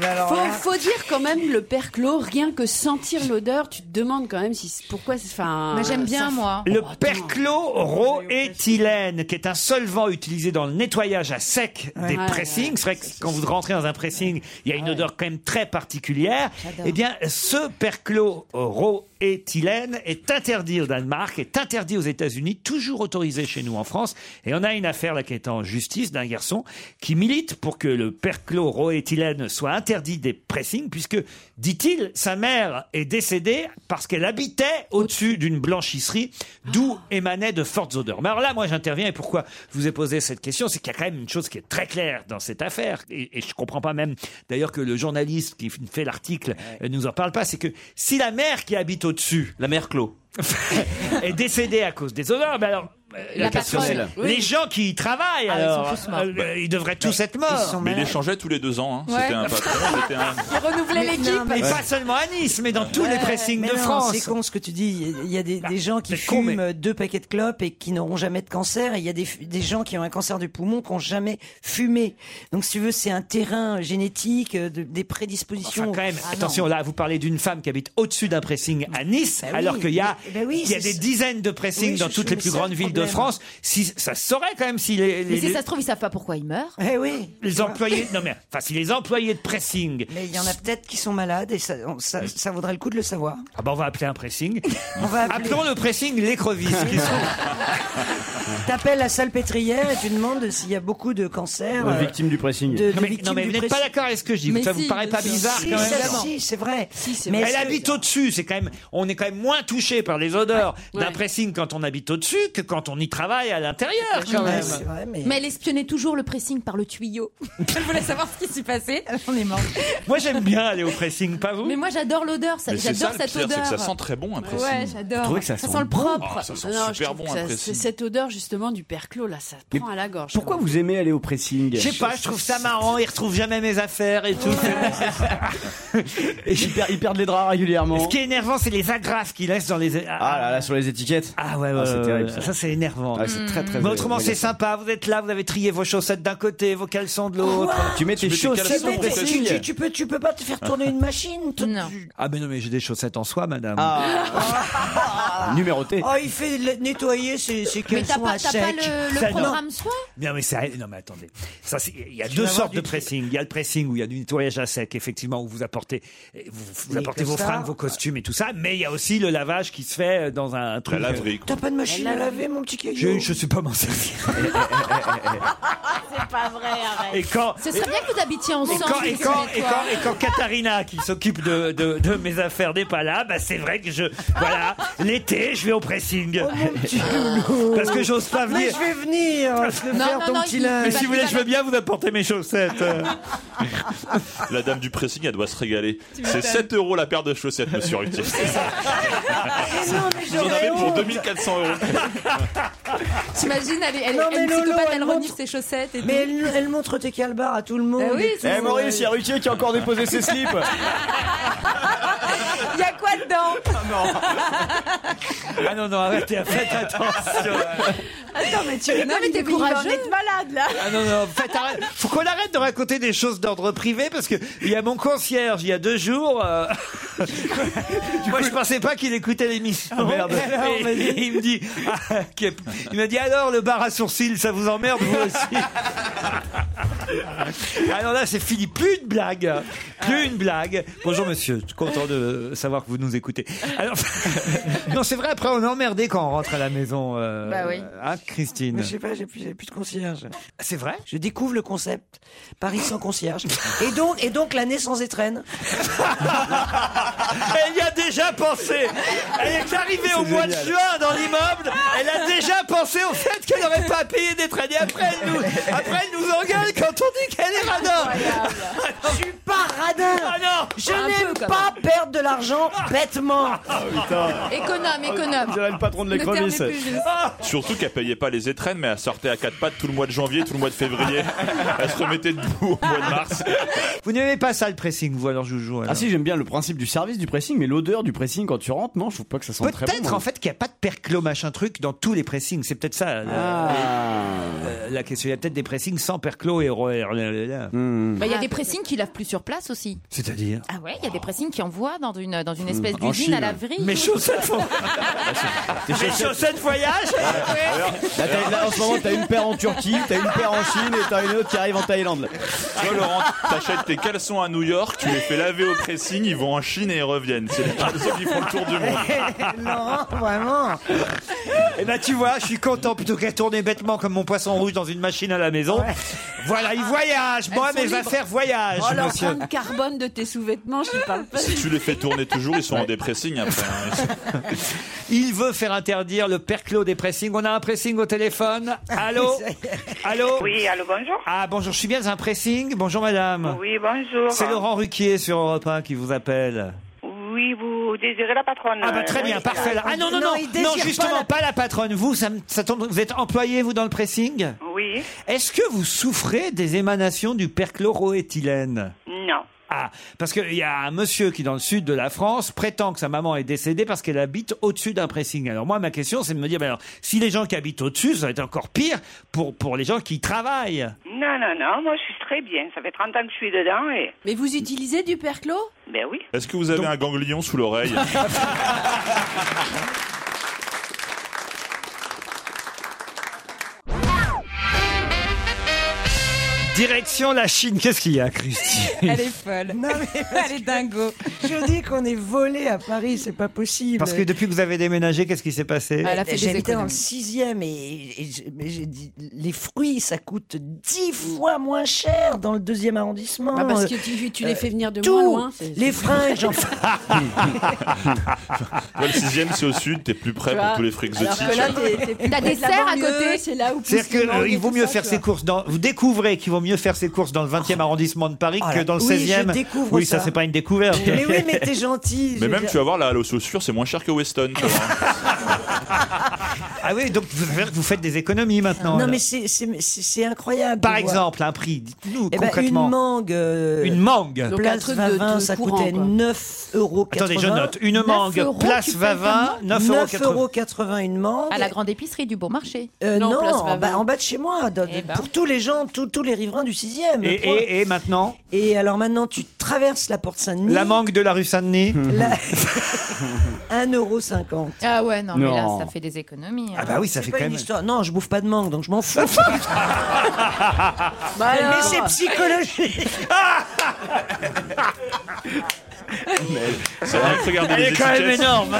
[SPEAKER 4] ben
[SPEAKER 9] Faut, faut dire quand même le perclos, rien que sentir l'odeur, tu te demandes quand même si c'est- pourquoi. c'est- Enfin,
[SPEAKER 5] Mais j'aime bien,
[SPEAKER 9] ça-
[SPEAKER 5] moi.
[SPEAKER 3] Ah, Le perchloroéthylène, qui est un solvant utilisé dans le nettoyage à sec des
[SPEAKER 5] Ouais. Ah
[SPEAKER 3] pressings. C'est vrai que quand vous rentrez dans un pressing, il y a une odeur quand même très particulière.
[SPEAKER 5] J'adore.
[SPEAKER 3] Eh bien, ce perchloroéthylène est interdit au Danemark, est interdit aux États-Unis, toujours autorisé chez nous en France. Et on a une affaire là qui est en justice d'un garçon qui milite pour que le perchloroéthylène soit interdit des pressings, puisque, dit-il, sa mère est décédée parce qu'elle habitait au-dessus d'une blanchisserie, d'où émanaient de fortes odeurs. Mais alors là, moi, j'interviens et pourquoi je vous ai posé cette question, c'est qu'il y a quand même une chose qui est très claire dans cette affaire, et, et je comprends pas même d'ailleurs que le journaliste qui fait l'article euh, nous en parle pas, c'est que si la mère qui habite au-dessus,
[SPEAKER 7] la mère Clos,
[SPEAKER 3] est décédé à cause des odeurs. Mais alors, euh,
[SPEAKER 6] La
[SPEAKER 3] la personne-
[SPEAKER 6] casserole. Oui.
[SPEAKER 3] les gens qui y travaillent,
[SPEAKER 6] Ah, ils
[SPEAKER 3] alors,
[SPEAKER 6] sont tous morts.
[SPEAKER 3] euh, ils devraient tous être morts.
[SPEAKER 6] Mais il les changeait tous les deux ans. hein.
[SPEAKER 3] Ouais.
[SPEAKER 6] C'était un patron. c'était un-
[SPEAKER 4] renouveler
[SPEAKER 3] Mais-
[SPEAKER 4] l'équipe.
[SPEAKER 3] non, Mais
[SPEAKER 4] Ouais.
[SPEAKER 3] pas seulement à Nice, mais dans tous
[SPEAKER 4] Ouais,
[SPEAKER 3] les pressings
[SPEAKER 4] mais
[SPEAKER 3] de
[SPEAKER 4] non,
[SPEAKER 3] France. Bah,
[SPEAKER 4] C'est con ce que tu dis. Il y a des, des gens qui
[SPEAKER 3] c'est con,
[SPEAKER 4] fument deux paquets de clopes et qui n'auront jamais de cancer. Et il y a des, des gens qui ont un cancer du poumon qui n'ont jamais fumé. Donc, si tu veux, c'est un terrain génétique, euh, de- des prédispositions.
[SPEAKER 3] Enfin, quand même,
[SPEAKER 4] Ah, non.
[SPEAKER 3] attention, là, vous parlez d'une femme qui habite au-dessus d'un pressing à Nice,
[SPEAKER 4] Bah oui,
[SPEAKER 3] alors qu'il y a,
[SPEAKER 4] mais- bah oui,
[SPEAKER 3] il y a
[SPEAKER 4] c'est
[SPEAKER 3] des
[SPEAKER 4] ça.
[SPEAKER 3] dizaines de pressings
[SPEAKER 4] Oui,
[SPEAKER 3] dans
[SPEAKER 4] je-
[SPEAKER 3] toutes
[SPEAKER 4] je-
[SPEAKER 3] les plus
[SPEAKER 4] c'est ça
[SPEAKER 3] grandes
[SPEAKER 4] le
[SPEAKER 3] villes de
[SPEAKER 4] problème.
[SPEAKER 3] France. Si, ça se saurait quand même si
[SPEAKER 5] Mais
[SPEAKER 3] les, les,
[SPEAKER 5] si
[SPEAKER 3] les-
[SPEAKER 5] ça se trouve, ils savent pas pourquoi ils meurent.
[SPEAKER 4] Eh oui.
[SPEAKER 3] les
[SPEAKER 4] tu vois.
[SPEAKER 3] employés, non mais, enfin, si les employés de pressing.
[SPEAKER 4] Mais il y en a peut-être qui sont malades et ça, on- ça,
[SPEAKER 3] Mm.
[SPEAKER 4] ça vaudrait le coup de le savoir.
[SPEAKER 3] Ah bah, on va appeler un pressing.
[SPEAKER 4] On va appeler.
[SPEAKER 3] Appelons le pressing l'écrevisse. qui sont-
[SPEAKER 4] T'appelles la salle pétrière et tu demandes s'il y a beaucoup de cancers. euh,
[SPEAKER 8] hein, victime du pressing.
[SPEAKER 4] de-
[SPEAKER 3] non
[SPEAKER 4] de
[SPEAKER 3] mais,
[SPEAKER 4] victimes
[SPEAKER 3] non, mais
[SPEAKER 4] du
[SPEAKER 3] vous n'êtes pas
[SPEAKER 4] pressing.
[SPEAKER 3] d'accord avec ce que je dis.
[SPEAKER 4] Mais
[SPEAKER 3] ça vous
[SPEAKER 4] si,
[SPEAKER 3] paraît pas
[SPEAKER 4] si,
[SPEAKER 3] bizarre
[SPEAKER 4] si,
[SPEAKER 3] quand même
[SPEAKER 4] ça, si, c'est vrai.
[SPEAKER 3] Mais elle habite au-dessus, c'est quand même. On est quand même moins touché par les odeurs d'un pressing quand on habite au-dessus que quand on y travaille à l'intérieur, quand
[SPEAKER 4] Ouais,
[SPEAKER 3] même.
[SPEAKER 4] c'est vrai, mais-
[SPEAKER 5] Mais elle espionnait toujours le pressing par le tuyau. elle voulait savoir ce qui s'y passait. Ah On est mort.
[SPEAKER 3] Moi, j'aime bien aller au pressing, pas vous
[SPEAKER 5] Mais moi, j'adore l'odeur. ça-
[SPEAKER 6] Mais c'est
[SPEAKER 5] J'adore
[SPEAKER 6] ça, le
[SPEAKER 5] cette
[SPEAKER 6] pire, c'est
[SPEAKER 5] odeur.
[SPEAKER 6] que ça sent très bon, un pressing.
[SPEAKER 5] Ouais, j'adore.
[SPEAKER 6] Vous trouvez que ça sent
[SPEAKER 5] le
[SPEAKER 6] bon
[SPEAKER 5] propre.
[SPEAKER 6] Ah, ça sent
[SPEAKER 9] Non, je
[SPEAKER 6] super
[SPEAKER 9] trouve
[SPEAKER 6] bon,
[SPEAKER 9] que
[SPEAKER 6] un
[SPEAKER 9] ça- c'est
[SPEAKER 6] pressing.
[SPEAKER 9] cette odeur justement du perclos là, ça prend à la gorge.
[SPEAKER 8] Pourquoi vous aimez aller au pressing
[SPEAKER 3] Je sais pas, je trouve ça marrant, ils retrouvent jamais mes affaires et tout.
[SPEAKER 8] Et ils, per- ils perdent les draps régulièrement.
[SPEAKER 3] Ce qui est énervant, c'est les agrafes qu'ils laissent dans les. Ah,
[SPEAKER 8] Ah là là, sur les étiquettes.
[SPEAKER 3] Ah ouais, ouais,
[SPEAKER 8] c'est
[SPEAKER 3] ouais,
[SPEAKER 8] terrible.
[SPEAKER 3] ouais. Ça, c'est énervant.
[SPEAKER 8] Ah, c'est très très.
[SPEAKER 3] Mais autrement, c'est
[SPEAKER 8] dégueulasse.
[SPEAKER 3] sympa, vous êtes là, vous avez trié vos chaussettes d'un côté, vos caleçons de l'autre.
[SPEAKER 8] Tu mets tes chaussettes au
[SPEAKER 4] Mais tu, tu-
[SPEAKER 8] pressing.
[SPEAKER 4] tu peux, tu peux pas te faire tourner une machine toi, tu-
[SPEAKER 3] Ah, mais non, mais j'ai des chaussettes en soie, madame. Ah.
[SPEAKER 8] Numéroté.
[SPEAKER 4] Oh, il fait le- nettoyer ses, ses
[SPEAKER 5] Mais t'as
[SPEAKER 4] caleçons
[SPEAKER 5] pas,
[SPEAKER 4] à
[SPEAKER 5] t'as pas
[SPEAKER 4] sec.
[SPEAKER 5] le, le
[SPEAKER 3] Ça, non.
[SPEAKER 5] programme soin
[SPEAKER 3] Non mais, ça- non, mais attendez, Ça, c'est- il y a
[SPEAKER 4] Tu
[SPEAKER 3] deux
[SPEAKER 4] vas avoir
[SPEAKER 3] sortes
[SPEAKER 4] du
[SPEAKER 3] de
[SPEAKER 4] tri-
[SPEAKER 3] pressing. Il y a le pressing où il y a du nettoyage à sec, effectivement, où vous apportez, vous, vous
[SPEAKER 4] Les
[SPEAKER 3] apportez vos
[SPEAKER 4] costards.
[SPEAKER 3] fringues, vos costumes et tout ça, mais il y a aussi le lavage qui se fait euh, dans un truc.
[SPEAKER 6] laverie,
[SPEAKER 4] T'as pas de machine à laver, mon petit
[SPEAKER 3] Je,
[SPEAKER 4] caillou
[SPEAKER 3] je sais pas m'en servir. Eh,
[SPEAKER 9] C'est pas vrai, arrête.
[SPEAKER 3] Et quand,
[SPEAKER 5] Ce serait bien que vous habitiez
[SPEAKER 3] et
[SPEAKER 5] ensemble.
[SPEAKER 3] quand, et
[SPEAKER 5] Christine
[SPEAKER 3] quand,
[SPEAKER 5] et
[SPEAKER 3] et
[SPEAKER 5] toi.
[SPEAKER 3] quand, et quand Katharina, qui s'occupe de, de, de mes affaires, n'est pas là, bah c'est vrai que je, voilà, l'été, je vais au pressing.
[SPEAKER 4] Oh,
[SPEAKER 3] Parce que j'ose pas
[SPEAKER 4] Mais
[SPEAKER 3] venir.
[SPEAKER 4] je vais venir je vais
[SPEAKER 5] Non,
[SPEAKER 4] faire
[SPEAKER 5] non,
[SPEAKER 4] ton
[SPEAKER 5] non,
[SPEAKER 4] petit
[SPEAKER 5] il-
[SPEAKER 4] linge.
[SPEAKER 3] Mais si vous voulez, je veux bien vous apporter mes chaussettes. euh.
[SPEAKER 6] La dame du pressing, elle doit se régaler.
[SPEAKER 5] m'étonnes.
[SPEAKER 6] C'est 7 euros la paire de chaussettes, monsieur Ruquier.
[SPEAKER 4] Mais non, mais
[SPEAKER 6] Vous en
[SPEAKER 4] j'aurais
[SPEAKER 6] avez pour
[SPEAKER 4] honte.
[SPEAKER 6] 2400 euros.
[SPEAKER 5] T'imagines, elle est, elle, est-
[SPEAKER 4] Non,
[SPEAKER 5] elle est
[SPEAKER 4] mais Lolo,
[SPEAKER 5] psychopathe,
[SPEAKER 4] elle
[SPEAKER 5] elle
[SPEAKER 4] montre-
[SPEAKER 5] renifle ses chaussettes et
[SPEAKER 4] Mais
[SPEAKER 5] tout.
[SPEAKER 4] elle, elle montre tes calbars à tout le monde.
[SPEAKER 5] Eh oui,
[SPEAKER 4] et tout.
[SPEAKER 5] c'est
[SPEAKER 8] Eh Maurice, il y a Ruquier qui a encore déposé ses slips.
[SPEAKER 5] Il y a quoi dedans
[SPEAKER 3] Ah non, non, arrêtez, faites attention.
[SPEAKER 9] Attends, mais tu
[SPEAKER 5] Non, mais t'es courageux.
[SPEAKER 9] d'être malade là.
[SPEAKER 3] Ah non, non, faites arrête. Faut qu'on arrête de raconter des choses d'ordre privé parce que il y a mon concierge, il y a deux jours. euh, Moi, je pensais pas qu'il écoutait l'émission.
[SPEAKER 8] merde.
[SPEAKER 3] Ah, Et alors,
[SPEAKER 8] Et-
[SPEAKER 3] vas-y. il me dit, ah, qu'il- il m'a dit alors le bar à sourcils, ça vous emmerde vous aussi. Alors là, c'est fini. Plus une blague. Plus une blague. Bonjour, monsieur. Je suis content de savoir que vous nous écoutez. Alors, non, c'est vrai, après, on est emmerdé quand on rentre à la maison. euh,
[SPEAKER 5] Bah oui.
[SPEAKER 3] Hein, Christine
[SPEAKER 4] Mais je sais pas, j'ai plus, j'ai plus de concierge.
[SPEAKER 3] C'est vrai
[SPEAKER 4] Je découvre le concept Paris sans concierge. Et donc, et donc l'année sans étrenne.
[SPEAKER 3] Elle y a déjà pensé. Elle est arrivée au mois de
[SPEAKER 8] génial.
[SPEAKER 3] juin dans l'immeuble. Elle a déjà pensé au fait qu'elle n'aurait pas payé des traînées. Après, elle nous, après, elle nous engueule quand on dit qu'elle est radin.
[SPEAKER 4] Je suis pas radin.
[SPEAKER 3] Ah non
[SPEAKER 4] Je
[SPEAKER 5] Un
[SPEAKER 4] n'aime
[SPEAKER 5] peu, quand
[SPEAKER 4] pas perdre de l'argent bêtement.
[SPEAKER 5] Économe, économe.
[SPEAKER 8] Dirait le patron de
[SPEAKER 5] Ne terminez
[SPEAKER 8] l'écrevisse.
[SPEAKER 5] plus, Julie.
[SPEAKER 6] Ah Surtout qu'elle payait pas les étrennes, mais elle sortait à quatre pattes tout le mois de janvier, tout le mois de février. Elle se remettait debout au mois de mars.
[SPEAKER 3] Vous n'aimez pas ça le pressing, vous alors Joujou alors
[SPEAKER 8] Ah si, j'aime bien le principe du service du pressing, mais l'odeur du pressing quand tu rentres, non, je trouve pas que ça sent très bon.
[SPEAKER 3] Peut-être en fait qu'il n'y a pas de perclo machin truc dans tous les pressings. C'est peut-être ça
[SPEAKER 8] Ah.
[SPEAKER 3] la- euh, la question. Il y a peut-être des pressings sans perclo et RER. là, là, là.
[SPEAKER 8] Hmm.
[SPEAKER 5] Bah, Il y a des pressings qui lavent plus sur place aussi.
[SPEAKER 3] C'est-à-dire
[SPEAKER 5] Ah ouais, il y a des pressings qui envoient dans une, dans une espèce
[SPEAKER 8] Hmm. en
[SPEAKER 5] d'usine
[SPEAKER 8] Chine.
[SPEAKER 5] à laverie.
[SPEAKER 3] Mmh, Mes chaussettes, font-
[SPEAKER 8] Tes
[SPEAKER 3] mes
[SPEAKER 8] chaussettes-
[SPEAKER 3] chaussettes voyagent
[SPEAKER 8] Là, t'as- là, en ce moment, t'as une paire en Turquie, t'as une paire en Chine et t'as une autre qui arrive en Thaïlande.
[SPEAKER 6] Tu vois, Laurent, t'achètes tes caleçons à New York, tu les fais laver au pressing, ils vont en Chine et ils reviennent. C'est les caleçons qui font le tour du monde.
[SPEAKER 4] Laurent, vraiment.
[SPEAKER 8] Bah,
[SPEAKER 3] Eh ben tu vois, je suis content plutôt qu'à tourner bêtement comme mon poisson rouge dans une machine à la maison. Voilà, il voyage. Moi,
[SPEAKER 5] Elles sont
[SPEAKER 3] mes
[SPEAKER 5] libres.
[SPEAKER 3] affaires voyagent,
[SPEAKER 9] Oh
[SPEAKER 3] monsieur.
[SPEAKER 9] l'empreinte carbone de tes sous-vêtements, je n'y parle pas.
[SPEAKER 6] Si tu les fais tourner toujours, ils sont en dépressing après. hein.
[SPEAKER 3] Il veut faire interdire le perclos des pressings. On a un pressing au téléphone. Allô Allô
[SPEAKER 15] Oui, allô, bonjour.
[SPEAKER 3] Ah bonjour, je suis bien dans un pressing. Bonjour madame.
[SPEAKER 15] Oui, bonjour.
[SPEAKER 3] C'est Laurent Ruquier sur Europe 1 qui vous appelle.
[SPEAKER 15] Oui, vous
[SPEAKER 21] vous désirez la patronne.
[SPEAKER 3] Ah bah très bien, parfait. là. Ah non, non, non, non, justement, pas la... patronne. Vous, ça, me- ça tombe, vous êtes employé, vous, dans le pressing
[SPEAKER 21] Oui.
[SPEAKER 3] Est-ce que vous souffrez des émanations du perchloroéthylène
[SPEAKER 21] Non.
[SPEAKER 3] Ah, parce qu'il y a un monsieur qui, dans le sud de la France, prétend que sa maman est décédée parce qu'elle habite au-dessus d'un pressing. Alors moi, ma question, c'est de me dire, ben alors, si les gens qui habitent au-dessus, ça va être encore pire pour, pour les gens qui y travaillent.
[SPEAKER 21] Non, non, non, moi je suis très bien. Ça fait 30 ans que je suis dedans et.
[SPEAKER 9] Mais vous utilisez du perclos
[SPEAKER 21] Ben oui.
[SPEAKER 6] Est-ce que vous avez un ganglion sous l'oreille
[SPEAKER 3] Direction la Chine. Qu'est-ce qu'il y a, Christine
[SPEAKER 22] Elle est folle. Non, mais elle est dingo. Je dis qu'on est volé à Paris, c'est pas possible.
[SPEAKER 3] Parce que depuis que vous avez déménagé, qu'est-ce qui s'est passé
[SPEAKER 4] J'habitais en sixième et, et je- mais j'ai dit les fruits ça coûte dix fois moins cher dans le deuxième arrondissement.
[SPEAKER 9] Bah, parce que
[SPEAKER 4] Euh,
[SPEAKER 9] tu- tu les
[SPEAKER 4] euh,
[SPEAKER 9] fais venir de
[SPEAKER 4] tout.
[SPEAKER 9] moins loin, c'est-
[SPEAKER 4] Les
[SPEAKER 9] c'est-
[SPEAKER 4] fringues, j'en fais.
[SPEAKER 6] Ouais, Le sixième, c'est au sud, t'es plus prêt pour tous les frics exotiques.
[SPEAKER 5] T'as des serres à côté
[SPEAKER 9] c'est là où
[SPEAKER 3] C'est-à-dire euh, qu'il vaut mieux faire ses courses dans. Vous découvrez qu'il vaut mieux faire ses courses dans le 20e arrondissement de Paris
[SPEAKER 4] Ah
[SPEAKER 3] que
[SPEAKER 4] là,
[SPEAKER 3] dans le
[SPEAKER 4] oui,
[SPEAKER 3] 16e.
[SPEAKER 4] je découvre
[SPEAKER 3] oui, ça,
[SPEAKER 4] ça.
[SPEAKER 3] c'est pas une découverte.
[SPEAKER 4] Mais oui, mais t'es gentil. je
[SPEAKER 6] Mais
[SPEAKER 4] veux
[SPEAKER 6] même,
[SPEAKER 4] dire.
[SPEAKER 6] tu vas voir, la halle aux chaussures, c'est moins cher que Weston. tu vois.
[SPEAKER 3] Ah oui, donc vous, vous faites des économies maintenant.
[SPEAKER 4] Non,
[SPEAKER 3] alors.
[SPEAKER 4] mais c'est- c'est c'est- c'est incroyable.
[SPEAKER 3] Par
[SPEAKER 4] de voir.
[SPEAKER 3] exemple, un prix, dites-nous
[SPEAKER 4] Eh ben,
[SPEAKER 3] concrètement.
[SPEAKER 4] une mangue. euh,
[SPEAKER 3] Une mangue. Donc,
[SPEAKER 4] Place
[SPEAKER 3] un truc de-
[SPEAKER 4] Vavin,
[SPEAKER 3] de
[SPEAKER 4] ça
[SPEAKER 3] courant,
[SPEAKER 4] coûtait
[SPEAKER 3] quoi.
[SPEAKER 4] 9 euros.
[SPEAKER 3] Attendez, je note. Une 9 mangue, euros, place tu payes Vavin, comme mangue 9,80
[SPEAKER 4] 9,80 euros une mangue.
[SPEAKER 5] À la grande épicerie du bon marché.
[SPEAKER 4] Euh, non,
[SPEAKER 5] place
[SPEAKER 4] en, Eh
[SPEAKER 5] Vavin.
[SPEAKER 4] bas, en bas de chez moi, dans- pour tous les gens, tous- tous les riverains du 6e.
[SPEAKER 3] Et, et- et maintenant
[SPEAKER 4] Et alors maintenant, tu traverses la porte Saint-Denis.
[SPEAKER 3] La mangue de la rue Saint-Denis
[SPEAKER 4] La- 1,50€.
[SPEAKER 5] Ah ouais, non, mais là,
[SPEAKER 4] Non.
[SPEAKER 5] ça fait des économies.
[SPEAKER 3] Ah
[SPEAKER 5] hein.
[SPEAKER 3] bah
[SPEAKER 4] C'est pas une histoire. Non, je bouffe pas de mangue, Bah donc je m'en fous.
[SPEAKER 5] alors.
[SPEAKER 4] Mais c'est psychologique.
[SPEAKER 6] C'est vrai que regardez
[SPEAKER 3] Elle
[SPEAKER 6] les
[SPEAKER 3] est quand même
[SPEAKER 6] étiquettes.
[SPEAKER 3] énorme.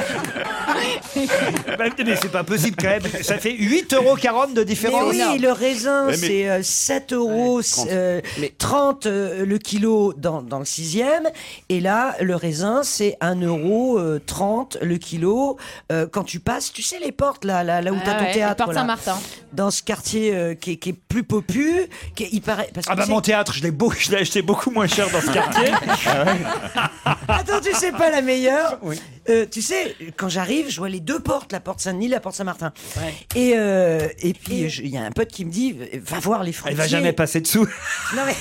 [SPEAKER 3] Bah, mais c'est pas possible quand même. Ça fait 8,40€ de
[SPEAKER 4] Mais
[SPEAKER 3] différence.
[SPEAKER 4] oui, le raisin,
[SPEAKER 3] Mais- mais-
[SPEAKER 4] c'est euh, 7 euros, euh, 30 euh, le kilo dans, dans le sixième. Et là, le raisin, c'est 1 euro euh, 30 le kilo. Euh, quand tu passes, tu sais, les portes, là, là, là où
[SPEAKER 5] Ah
[SPEAKER 4] t'as ton
[SPEAKER 5] ouais,
[SPEAKER 4] théâtre.
[SPEAKER 5] les portes
[SPEAKER 4] là.
[SPEAKER 5] Saint-Martin.
[SPEAKER 4] dans ce quartier euh, qui, est, qui est plus popu, qui est- il paraît. Parce que
[SPEAKER 3] Ah bah
[SPEAKER 4] tu sais-
[SPEAKER 3] mon théâtre, je l'ai beau- je l'ai acheté beaucoup moins cher dans ce quartier.
[SPEAKER 4] Attends, tu sais pas la meilleure Euh, Tu sais, quand j'arrive, je vois les deux portes, la porte Saint-Denis, la porte Saint-Martin. Et, euh, et puis, je- il y a un pote qui me dit va voir les fruitiers.
[SPEAKER 3] Elle va jamais passer dessous.
[SPEAKER 4] Non mais.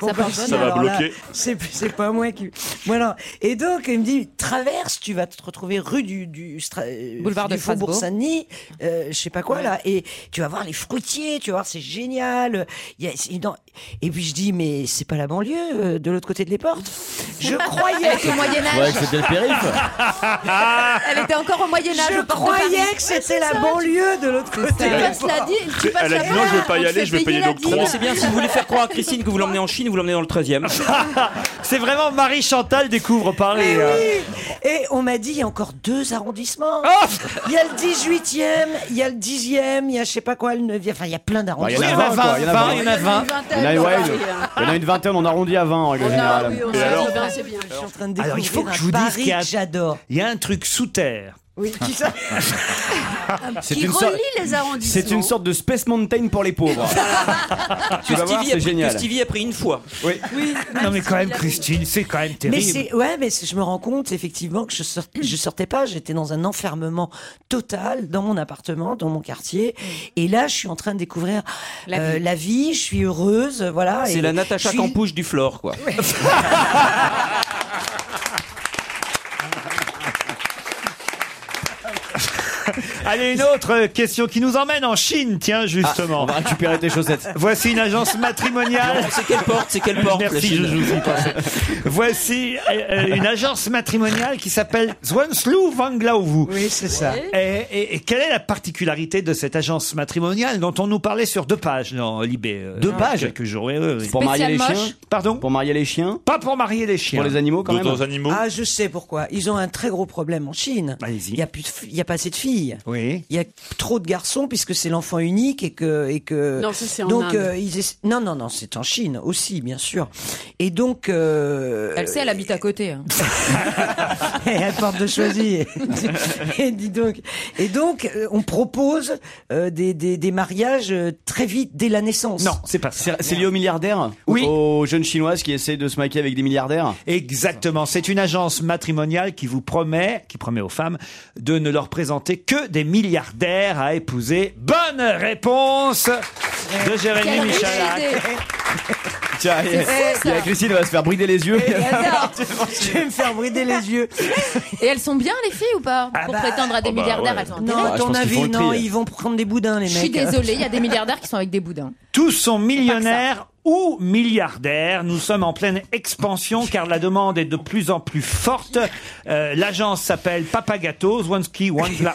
[SPEAKER 4] Bon, bah,
[SPEAKER 3] Ça
[SPEAKER 4] bon,
[SPEAKER 3] va
[SPEAKER 4] alors là,
[SPEAKER 3] bloquer.
[SPEAKER 4] C'est c'est pas moi qui. Voilà. Et donc il me dit traverse, tu vas te retrouver rue du, du Stra- euh,
[SPEAKER 5] Boulevard
[SPEAKER 4] du
[SPEAKER 5] de
[SPEAKER 4] Faubourg
[SPEAKER 5] Strasbourg.
[SPEAKER 4] Saint-Denis, euh, je sais pas quoi là, et tu vas voir les fruitiers, tu vas voir c'est génial. Il y a- c'est- non. Et puis je dis mais c'est pas la banlieue euh, de l'autre côté de les portes. Je croyais
[SPEAKER 5] Avec le Moyen Âge. Ouais, que c'était le
[SPEAKER 7] Ah.
[SPEAKER 4] périph'.
[SPEAKER 5] Elle était encore au Moyen Âge.
[SPEAKER 4] Je croyais que c'était la banlieue de l'autre côté.
[SPEAKER 5] Tu passes la di- tu passes
[SPEAKER 7] Elle a
[SPEAKER 5] la
[SPEAKER 7] dit non, je veux pas y
[SPEAKER 5] on te
[SPEAKER 7] aller,
[SPEAKER 5] fait
[SPEAKER 7] je vais payer
[SPEAKER 5] la
[SPEAKER 7] l'octroi.
[SPEAKER 5] dîme.
[SPEAKER 7] Mais c'est bien, si vous voulez faire croire à Christine que vous l'emmenez en Chine, vous l'emmenez dans le 13 e
[SPEAKER 3] C'est vraiment Marie Chantal découvre
[SPEAKER 8] Ah
[SPEAKER 3] Paris.
[SPEAKER 4] Mais
[SPEAKER 3] hein.
[SPEAKER 4] Eh oui Et on m'a dit, il y a encore deux arrondissements.
[SPEAKER 8] Ah
[SPEAKER 4] Il y a le 18e, il y a le 10e, il y a je sais pas quoi, le 9e. Enfin, il y a plein
[SPEAKER 8] Bah,
[SPEAKER 4] d'arrondissements.
[SPEAKER 8] Il y en a 20, quoi, il y en a 20. Il y en a, ouais,
[SPEAKER 4] dans
[SPEAKER 8] une-
[SPEAKER 4] Paris,
[SPEAKER 8] il y en a une vingtaine, hein. on arrondit à 20 en règle générale.
[SPEAKER 4] Et alors
[SPEAKER 9] c'est bien.
[SPEAKER 4] Je suis en train de
[SPEAKER 3] Alors il faut
[SPEAKER 4] découvrir
[SPEAKER 3] que je
[SPEAKER 4] un
[SPEAKER 3] vous dise
[SPEAKER 4] Paris
[SPEAKER 3] qu'il y a,
[SPEAKER 4] que j'adore.
[SPEAKER 3] Il y a un truc sous terre.
[SPEAKER 4] Oui, qui ça
[SPEAKER 8] C'est
[SPEAKER 9] Qui
[SPEAKER 8] une sorte-
[SPEAKER 9] relie les arrondissements.
[SPEAKER 8] C'est une sorte de Space Mountain pour les pauvres. tu vas voir, c'est génial.
[SPEAKER 7] Stevie a pris une fois.
[SPEAKER 8] Oui.
[SPEAKER 3] Non mais quand même Christine, c'est quand même
[SPEAKER 4] Mais
[SPEAKER 3] terrible.
[SPEAKER 4] c'est ouais, mais c'est- je me rends compte effectivement que je sortais, je sortais pas, j'étais dans un enfermement total dans mon appartement, dans mon quartier, et là je suis en train de découvrir euh, la vie, je suis heureuse, voilà.
[SPEAKER 7] C'est
[SPEAKER 4] et
[SPEAKER 7] la
[SPEAKER 4] je
[SPEAKER 7] Natacha
[SPEAKER 4] suis-
[SPEAKER 7] Campouche du Flore, quoi.
[SPEAKER 3] Allez, une autre question qui nous emmène en Chine, tiens, justement. on va récupérer tes chaussettes. Voici une agence matrimoniale.
[SPEAKER 7] C'est quelle porte C'est quelle porte, la
[SPEAKER 3] Merci, je
[SPEAKER 7] Chine
[SPEAKER 3] je vous y pensais. Voici euh, euh, une agence matrimoniale qui s'appelle Zwanslu Wanglaovu.
[SPEAKER 4] Oui, c'est ça.
[SPEAKER 3] Et, et- et quelle est la particularité de cette agence matrimoniale dont on nous parlait sur deux pages dans Libé euh,
[SPEAKER 8] Deux
[SPEAKER 3] il y a
[SPEAKER 8] pages
[SPEAKER 3] Quelques jours. Oui, oui, oui.
[SPEAKER 8] Pour marier les chiens
[SPEAKER 3] Pardon
[SPEAKER 8] Pour marier les chiens
[SPEAKER 3] Pas pour marier les chiens.
[SPEAKER 8] Pour les animaux, quand même
[SPEAKER 4] Ah, je sais pourquoi. Ils ont un très gros problème en Chine. Il y a plus, de fi- il y a pas assez de filles.
[SPEAKER 3] Oui. Oui.
[SPEAKER 4] Il y a trop de garçons puisque c'est l'enfant unique et que et que
[SPEAKER 9] Non, ça, c'est en
[SPEAKER 4] donc euh,
[SPEAKER 9] Inde.
[SPEAKER 4] ils essa- non non non c'est en Chine aussi bien sûr et donc euh,
[SPEAKER 5] Elle sait, elle habite à côté. hein.
[SPEAKER 4] et elle porte de choisir. et dis donc. Et donc, euh, on propose euh, des, des, des mariages euh, très vite dès la naissance.
[SPEAKER 8] Non, c'est pas ça. C'est lié aux milliardaires Oui. Aux jeunes chinoises qui essaient de se maquiller avec des milliardaires
[SPEAKER 3] Exactement. C'est une agence matrimoniale qui vous promet, qui promet aux femmes, de ne leur présenter que des milliardaires à épouser. Bonne réponse de
[SPEAKER 8] Quelle
[SPEAKER 3] Jérémy
[SPEAKER 8] riche
[SPEAKER 3] Michalak.
[SPEAKER 8] Tiens,
[SPEAKER 4] C'est fou, ça.
[SPEAKER 8] il y a Christine, elle va se faire brider les yeux.
[SPEAKER 4] Alors, je vais me faire brider les yeux.
[SPEAKER 5] Et elles sont bien, les filles, ou pas Pour prétendre à des
[SPEAKER 8] oh bah
[SPEAKER 5] milliardaires,
[SPEAKER 8] ouais.
[SPEAKER 5] elles ont
[SPEAKER 4] Ah Non,
[SPEAKER 5] intérêt.
[SPEAKER 4] à
[SPEAKER 3] je
[SPEAKER 4] ton
[SPEAKER 3] pense qu'ils font
[SPEAKER 4] avis,
[SPEAKER 3] le
[SPEAKER 4] non,
[SPEAKER 3] tri.
[SPEAKER 4] ils vont prendre des boudins, les
[SPEAKER 5] Je
[SPEAKER 4] mecs.
[SPEAKER 5] suis désolée, il y a des milliardaires qui sont avec des boudins.
[SPEAKER 3] Tous sont millionnaires ou milliardaires. Nous sommes en pleine expansion car la demande est de plus en plus forte. Euh, L'agence s'appelle Papagatos, Zwanski, Wanzla...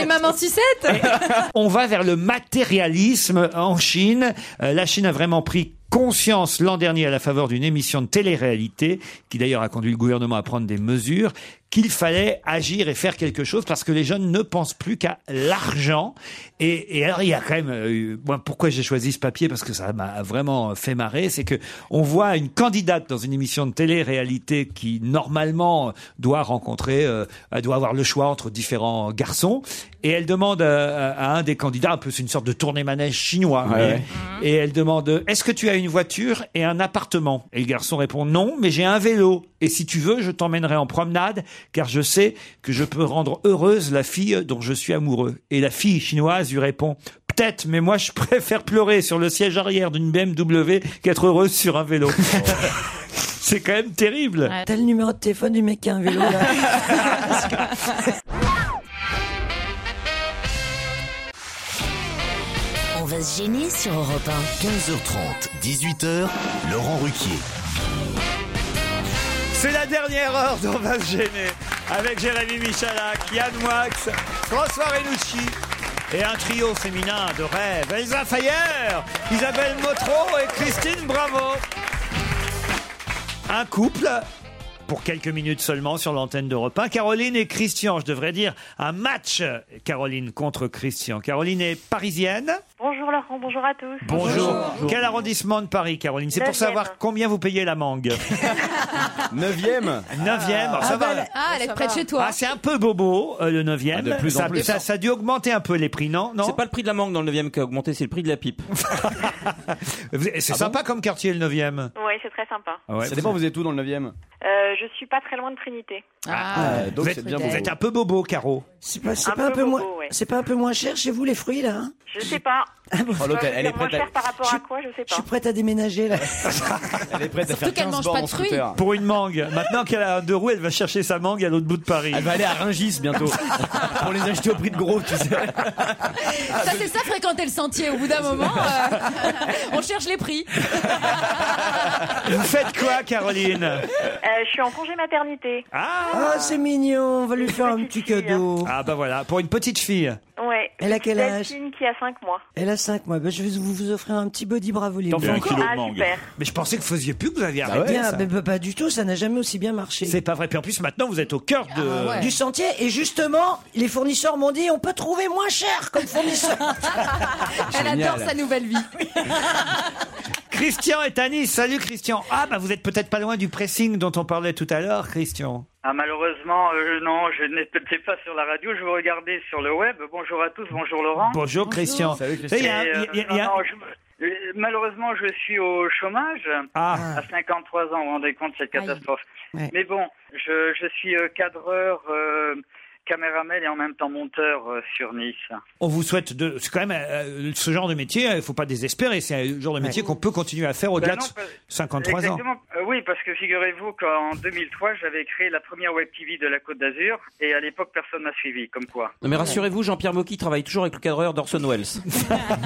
[SPEAKER 5] Et maman sucette
[SPEAKER 3] On va vers le matérialisme en Chine. Euh, la Chine a vraiment pris conscience l'an dernier à la faveur d'une émission de télé-réalité, qui d'ailleurs a conduit le gouvernement à prendre des mesures, qu'il fallait agir et faire quelque chose parce que les jeunes ne pensent plus qu'à l'argent. Et, et alors il y a quand même, euh, eu- moi, pourquoi j'ai choisi ce papier parce que ça m'a vraiment fait marrer, c'est que on voit une candidate dans une émission de télé-réalité qui normalement doit rencontrer, euh, elle doit avoir le choix entre différents garçons, et elle demande euh, à, à un des candidats, un peu c'est une sorte de tournée manège chinois,
[SPEAKER 8] Ouais,
[SPEAKER 3] mais-
[SPEAKER 8] ouais.
[SPEAKER 3] Mhm. et elle demande Est-ce que tu as une voiture et un appartement Et le garçon répond Non, mais j'ai un vélo. Et si tu veux, je t'emmènerai en promenade, car je sais que je peux rendre heureuse la fille dont je suis amoureux. Et la fille chinoise lui répond Peut-être, mais moi je préfère pleurer sur le siège arrière d'une BMW qu'être heureuse sur un vélo. C'est quand même terrible.
[SPEAKER 4] T'as le numéro de téléphone du mec qui a un vélo là.
[SPEAKER 2] On va se gêner sur Europe
[SPEAKER 23] 15h30, 18h, Laurent Ruquier.
[SPEAKER 12] C'est la dernière heure dont on va se gêner avec Jérémy Michalak, Yann Wax, François Renucci et un trio féminin de rêve. Elsa Fayer, Isabelle Motro et Christine Bravo.
[SPEAKER 3] un couple pour quelques minutes seulement sur l'antenne d'Europe 1. Caroline et Christian, je devrais dire un match Caroline contre Christian. Caroline est parisienne.
[SPEAKER 24] Bonjour Laurent, bonjour à tous.
[SPEAKER 3] Quel arrondissement de Paris, Caroline C'est pour
[SPEAKER 24] Neuvième.
[SPEAKER 3] savoir combien vous payez la mangue. Neuvième. Neuvième.
[SPEAKER 5] Ah,
[SPEAKER 3] ça va.
[SPEAKER 5] Ah, elle est près de chez toi.
[SPEAKER 3] Ah, c'est un peu bobo, euh, le 9e.
[SPEAKER 7] Ah, de plus en
[SPEAKER 3] ça,
[SPEAKER 7] plus.
[SPEAKER 3] Ça, ça a dû augmenter un peu les prix, non, non
[SPEAKER 7] C'est pas le prix de la mangue dans le 9 qui a augmenté, c'est le prix de la pipe. Ah
[SPEAKER 3] C'est sympa comme quartier, le 9e.
[SPEAKER 24] Oui, c'est très sympa.
[SPEAKER 8] Ça dépend, vous êtes où dans le 9ème
[SPEAKER 24] Euh, je suis pas très loin de Trinité.
[SPEAKER 8] Ah, donc
[SPEAKER 3] vous,
[SPEAKER 8] c'est
[SPEAKER 3] êtes,
[SPEAKER 8] bien
[SPEAKER 3] vous
[SPEAKER 8] bobo.
[SPEAKER 3] êtes un peu bobo, Caro.
[SPEAKER 4] C'est pas, bah, c'est
[SPEAKER 24] Un
[SPEAKER 4] pas un
[SPEAKER 24] peu
[SPEAKER 4] peu
[SPEAKER 24] bobo,
[SPEAKER 4] moins,
[SPEAKER 24] ouais.
[SPEAKER 4] c'est pas un peu moins cher chez vous les fruits là hein
[SPEAKER 24] Je sais pas.
[SPEAKER 4] bon.
[SPEAKER 3] Ah, Oh,
[SPEAKER 24] Dois-je
[SPEAKER 8] l'hôtel,
[SPEAKER 24] dire
[SPEAKER 8] Oh, elle est
[SPEAKER 24] moins
[SPEAKER 8] prête à-
[SPEAKER 24] cher par rapport à quoi, je sais
[SPEAKER 4] Je
[SPEAKER 24] pas.
[SPEAKER 4] suis prête à déménager là.
[SPEAKER 8] Elle est prête à faire
[SPEAKER 24] qu'elle
[SPEAKER 8] 15
[SPEAKER 24] mange
[SPEAKER 8] bornes
[SPEAKER 24] pas
[SPEAKER 8] en
[SPEAKER 24] de fruits.
[SPEAKER 8] scooter.
[SPEAKER 3] Pour une mangue. Maintenant qu'elle a deux roues, elle va chercher sa mangue à l'autre bout de Paris.
[SPEAKER 8] Elle va aller à Ringis bientôt. pour les acheter au prix de gros, tu sais.
[SPEAKER 5] Ça, c'est ça, fréquenter le sentier. Au bout d'un moment, euh, on cherche les prix.
[SPEAKER 3] Vous faites quoi, Caroline
[SPEAKER 24] Euh, je suis en congé maternité.
[SPEAKER 4] Ah, c'est mignon, on va lui faire un petit cadeau.
[SPEAKER 3] Ah bah voilà, pour une petite fille.
[SPEAKER 24] Ouais.
[SPEAKER 4] Elle a quel âge
[SPEAKER 24] Delphine qui a 5 mois.
[SPEAKER 4] Elle a 5 mois. Ben, je vais vous, vous offrir un petit body bravo les
[SPEAKER 3] T'en fais un
[SPEAKER 4] mecs.
[SPEAKER 3] kilo de
[SPEAKER 24] Ah, mangue. super.
[SPEAKER 3] Mais je pensais que vous faisiez plus que vous aviez
[SPEAKER 4] Eh
[SPEAKER 3] arrêté.
[SPEAKER 4] bien,
[SPEAKER 3] ça.
[SPEAKER 4] ben, ben, pas du tout, ça n'a jamais aussi bien marché.
[SPEAKER 3] C'est pas vrai. Puis en plus, maintenant, vous êtes au cœur de.
[SPEAKER 4] Euh, Du sentier, et justement, les fournisseurs m'ont dit on peut trouver moins cher comme fournisseur.
[SPEAKER 5] Elle adore sa nouvelle vie.
[SPEAKER 3] Christian est à Nice. Salut, Christian. Ah, bah, vous êtes peut-être pas loin du pressing dont on parlait tout à l'heure, Christian.
[SPEAKER 15] Ah, malheureusement, euh, non, je n'étais pas sur la radio, je vous regardais sur le web. Bonjour à tous, bonjour Laurent.
[SPEAKER 3] Bonjour, Christian. Salut, Christian. Il y a un-
[SPEAKER 15] Et, euh,
[SPEAKER 3] il y a- il y a-
[SPEAKER 15] non, non, je- euh, Malheureusement, je suis au chômage
[SPEAKER 3] Ah.
[SPEAKER 15] à 53 ans, vous vous rendez compte, cette catastrophe.
[SPEAKER 4] Ouais.
[SPEAKER 15] Mais bon, je, je suis euh, cadreur, euh, caméraman et en même temps monteur euh, sur Nice.
[SPEAKER 3] On vous souhaite de. C'est quand même euh, ce genre de métier, il faut pas désespérer. C'est un genre de métier qu'on peut continuer à faire au-delà
[SPEAKER 15] Bah non,
[SPEAKER 3] de
[SPEAKER 15] parce-
[SPEAKER 3] 53 ans.
[SPEAKER 15] Exactement. Euh, oui, parce que figurez-vous qu'en 2003, j'avais créé la première web TV de la Côte d'Azur et à l'époque, personne m'a suivi, comme quoi.
[SPEAKER 7] Non mais rassurez-vous, Jean-Pierre Mocky travaille toujours avec le cadreur d'Orson Welles.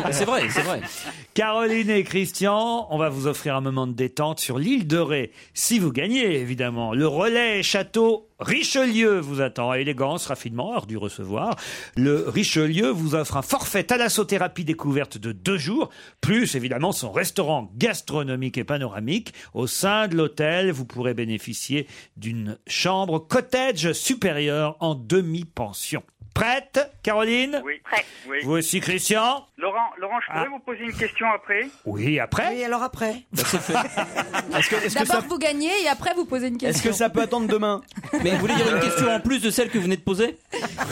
[SPEAKER 7] Ah, c'est vrai, c'est vrai.
[SPEAKER 3] Caroline et Christian, on va vous offrir un moment de détente sur l'île de Ré. Si vous gagnez, évidemment, le relais château Richelieu vous attend. Élégance, raffinement, hors du recevoir, le Richelieu vous offre un forfait thalassothérapie découverte de deux jours, plus évidemment son restaurant gastronomique et panoramique. Au sein de l'hôtel, vous pourrez bénéficier d'une chambre cottage supérieure en demi-pension. Prête, Caroline
[SPEAKER 15] Oui. Prête. Oui.
[SPEAKER 3] Vous aussi, Ah. Christian
[SPEAKER 15] Laurent, Laurent, je pourrais vous poser une question après
[SPEAKER 3] Oui, après
[SPEAKER 4] Oui, alors après
[SPEAKER 3] Est-ce que,
[SPEAKER 5] D'abord, vous gagnez et après, vous posez une question.
[SPEAKER 8] peut attendre demain
[SPEAKER 7] Mais vous voulez dire une question en plus de celle que vous venez de poser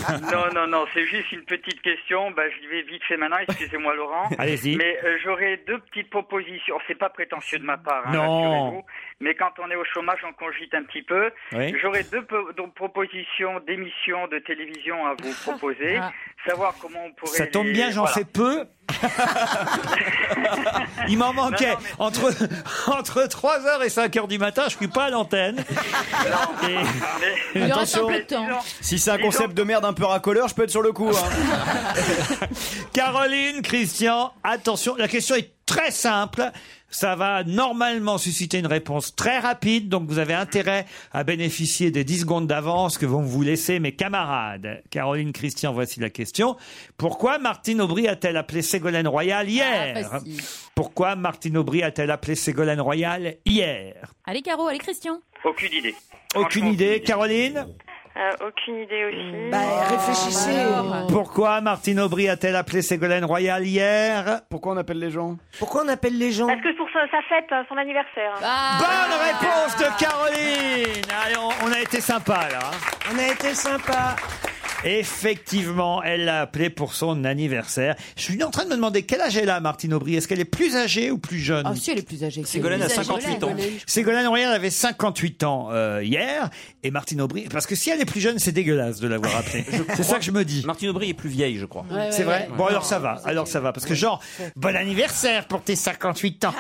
[SPEAKER 15] Non, non, non, c'est juste une petite question. Bah, je vais vite fait maintenant, excusez-moi Laurent.
[SPEAKER 3] Allez-y.
[SPEAKER 15] Mais euh, j'aurais deux petites propositions. C'est pas prétentieux de ma part, hein,
[SPEAKER 3] Non.
[SPEAKER 15] rassurez-vous. Mais quand on est au chômage, on cogite un petit peu.
[SPEAKER 3] Oui.
[SPEAKER 15] J'aurais deux, po- deux propositions d'émissions de télévision à vous proposer. Savoir comment on pourrait.
[SPEAKER 3] Ça tombe
[SPEAKER 15] les-
[SPEAKER 3] bien, j'en
[SPEAKER 15] voilà.
[SPEAKER 3] fais peu. Il m'en manquait. Entre, entre 3h et 5h du matin, je suis pas à l'antenne.
[SPEAKER 8] Il lui reste un peu de
[SPEAKER 5] temps.
[SPEAKER 8] Si c'est un concept de merde un peu racoleur, je peux être sur le coup. hein.
[SPEAKER 3] Caroline, Christian, attention, la question est très simple. Ça va normalement susciter une réponse très rapide, donc vous avez intérêt à bénéficier des 10 secondes d'avance que vont vous laisser mes camarades. Caroline, Christian, voici la question. Pourquoi Martine Aubry a-t-elle appelé Ségolène Royal hier
[SPEAKER 5] Ah, facile.
[SPEAKER 3] Pourquoi Martine Aubry a-t-elle appelé Ségolène Royal hier
[SPEAKER 5] Allez, Caro, allez, Christian.
[SPEAKER 15] Aucune idée.
[SPEAKER 3] Aucune idée, Caroline
[SPEAKER 24] Euh, aucune idée
[SPEAKER 5] Mmh,
[SPEAKER 24] aussi.
[SPEAKER 5] bah,
[SPEAKER 24] Oh.
[SPEAKER 4] réfléchissez.
[SPEAKER 3] Pourquoi Martine Aubry a-t-elle appelé Ségolène Royal hier
[SPEAKER 8] Pourquoi on appelle les gens
[SPEAKER 4] Pourquoi on appelle les gens
[SPEAKER 24] Parce que pour sa, sa fête, euh, son anniversaire.
[SPEAKER 5] Bah,
[SPEAKER 3] Bonne réponse de Caroline Allez, on, on a été sympa là. hein.
[SPEAKER 4] On a été sympa.
[SPEAKER 3] Effectivement, elle l'a appelé pour son anniversaire. Je suis en train de me demander quel âge elle a, Martine Aubry. Est-ce qu'elle est plus âgée ou plus jeune
[SPEAKER 4] Oh,
[SPEAKER 5] Ah, si, elle est plus âgée. que
[SPEAKER 3] Ségolène
[SPEAKER 5] lui.
[SPEAKER 3] a 58 ans. Ségolène Royal avait 58 ans euh, hier et Martine Aubry. Parce que si elle est plus jeune, c'est dégueulasse de l'avoir appelée. c'est ça que je me dis.
[SPEAKER 7] Martine Aubry est plus vieille, je crois.
[SPEAKER 3] c'est vrai. Bon alors ça va, alors ça va parce que genre bon anniversaire pour tes 58 ans.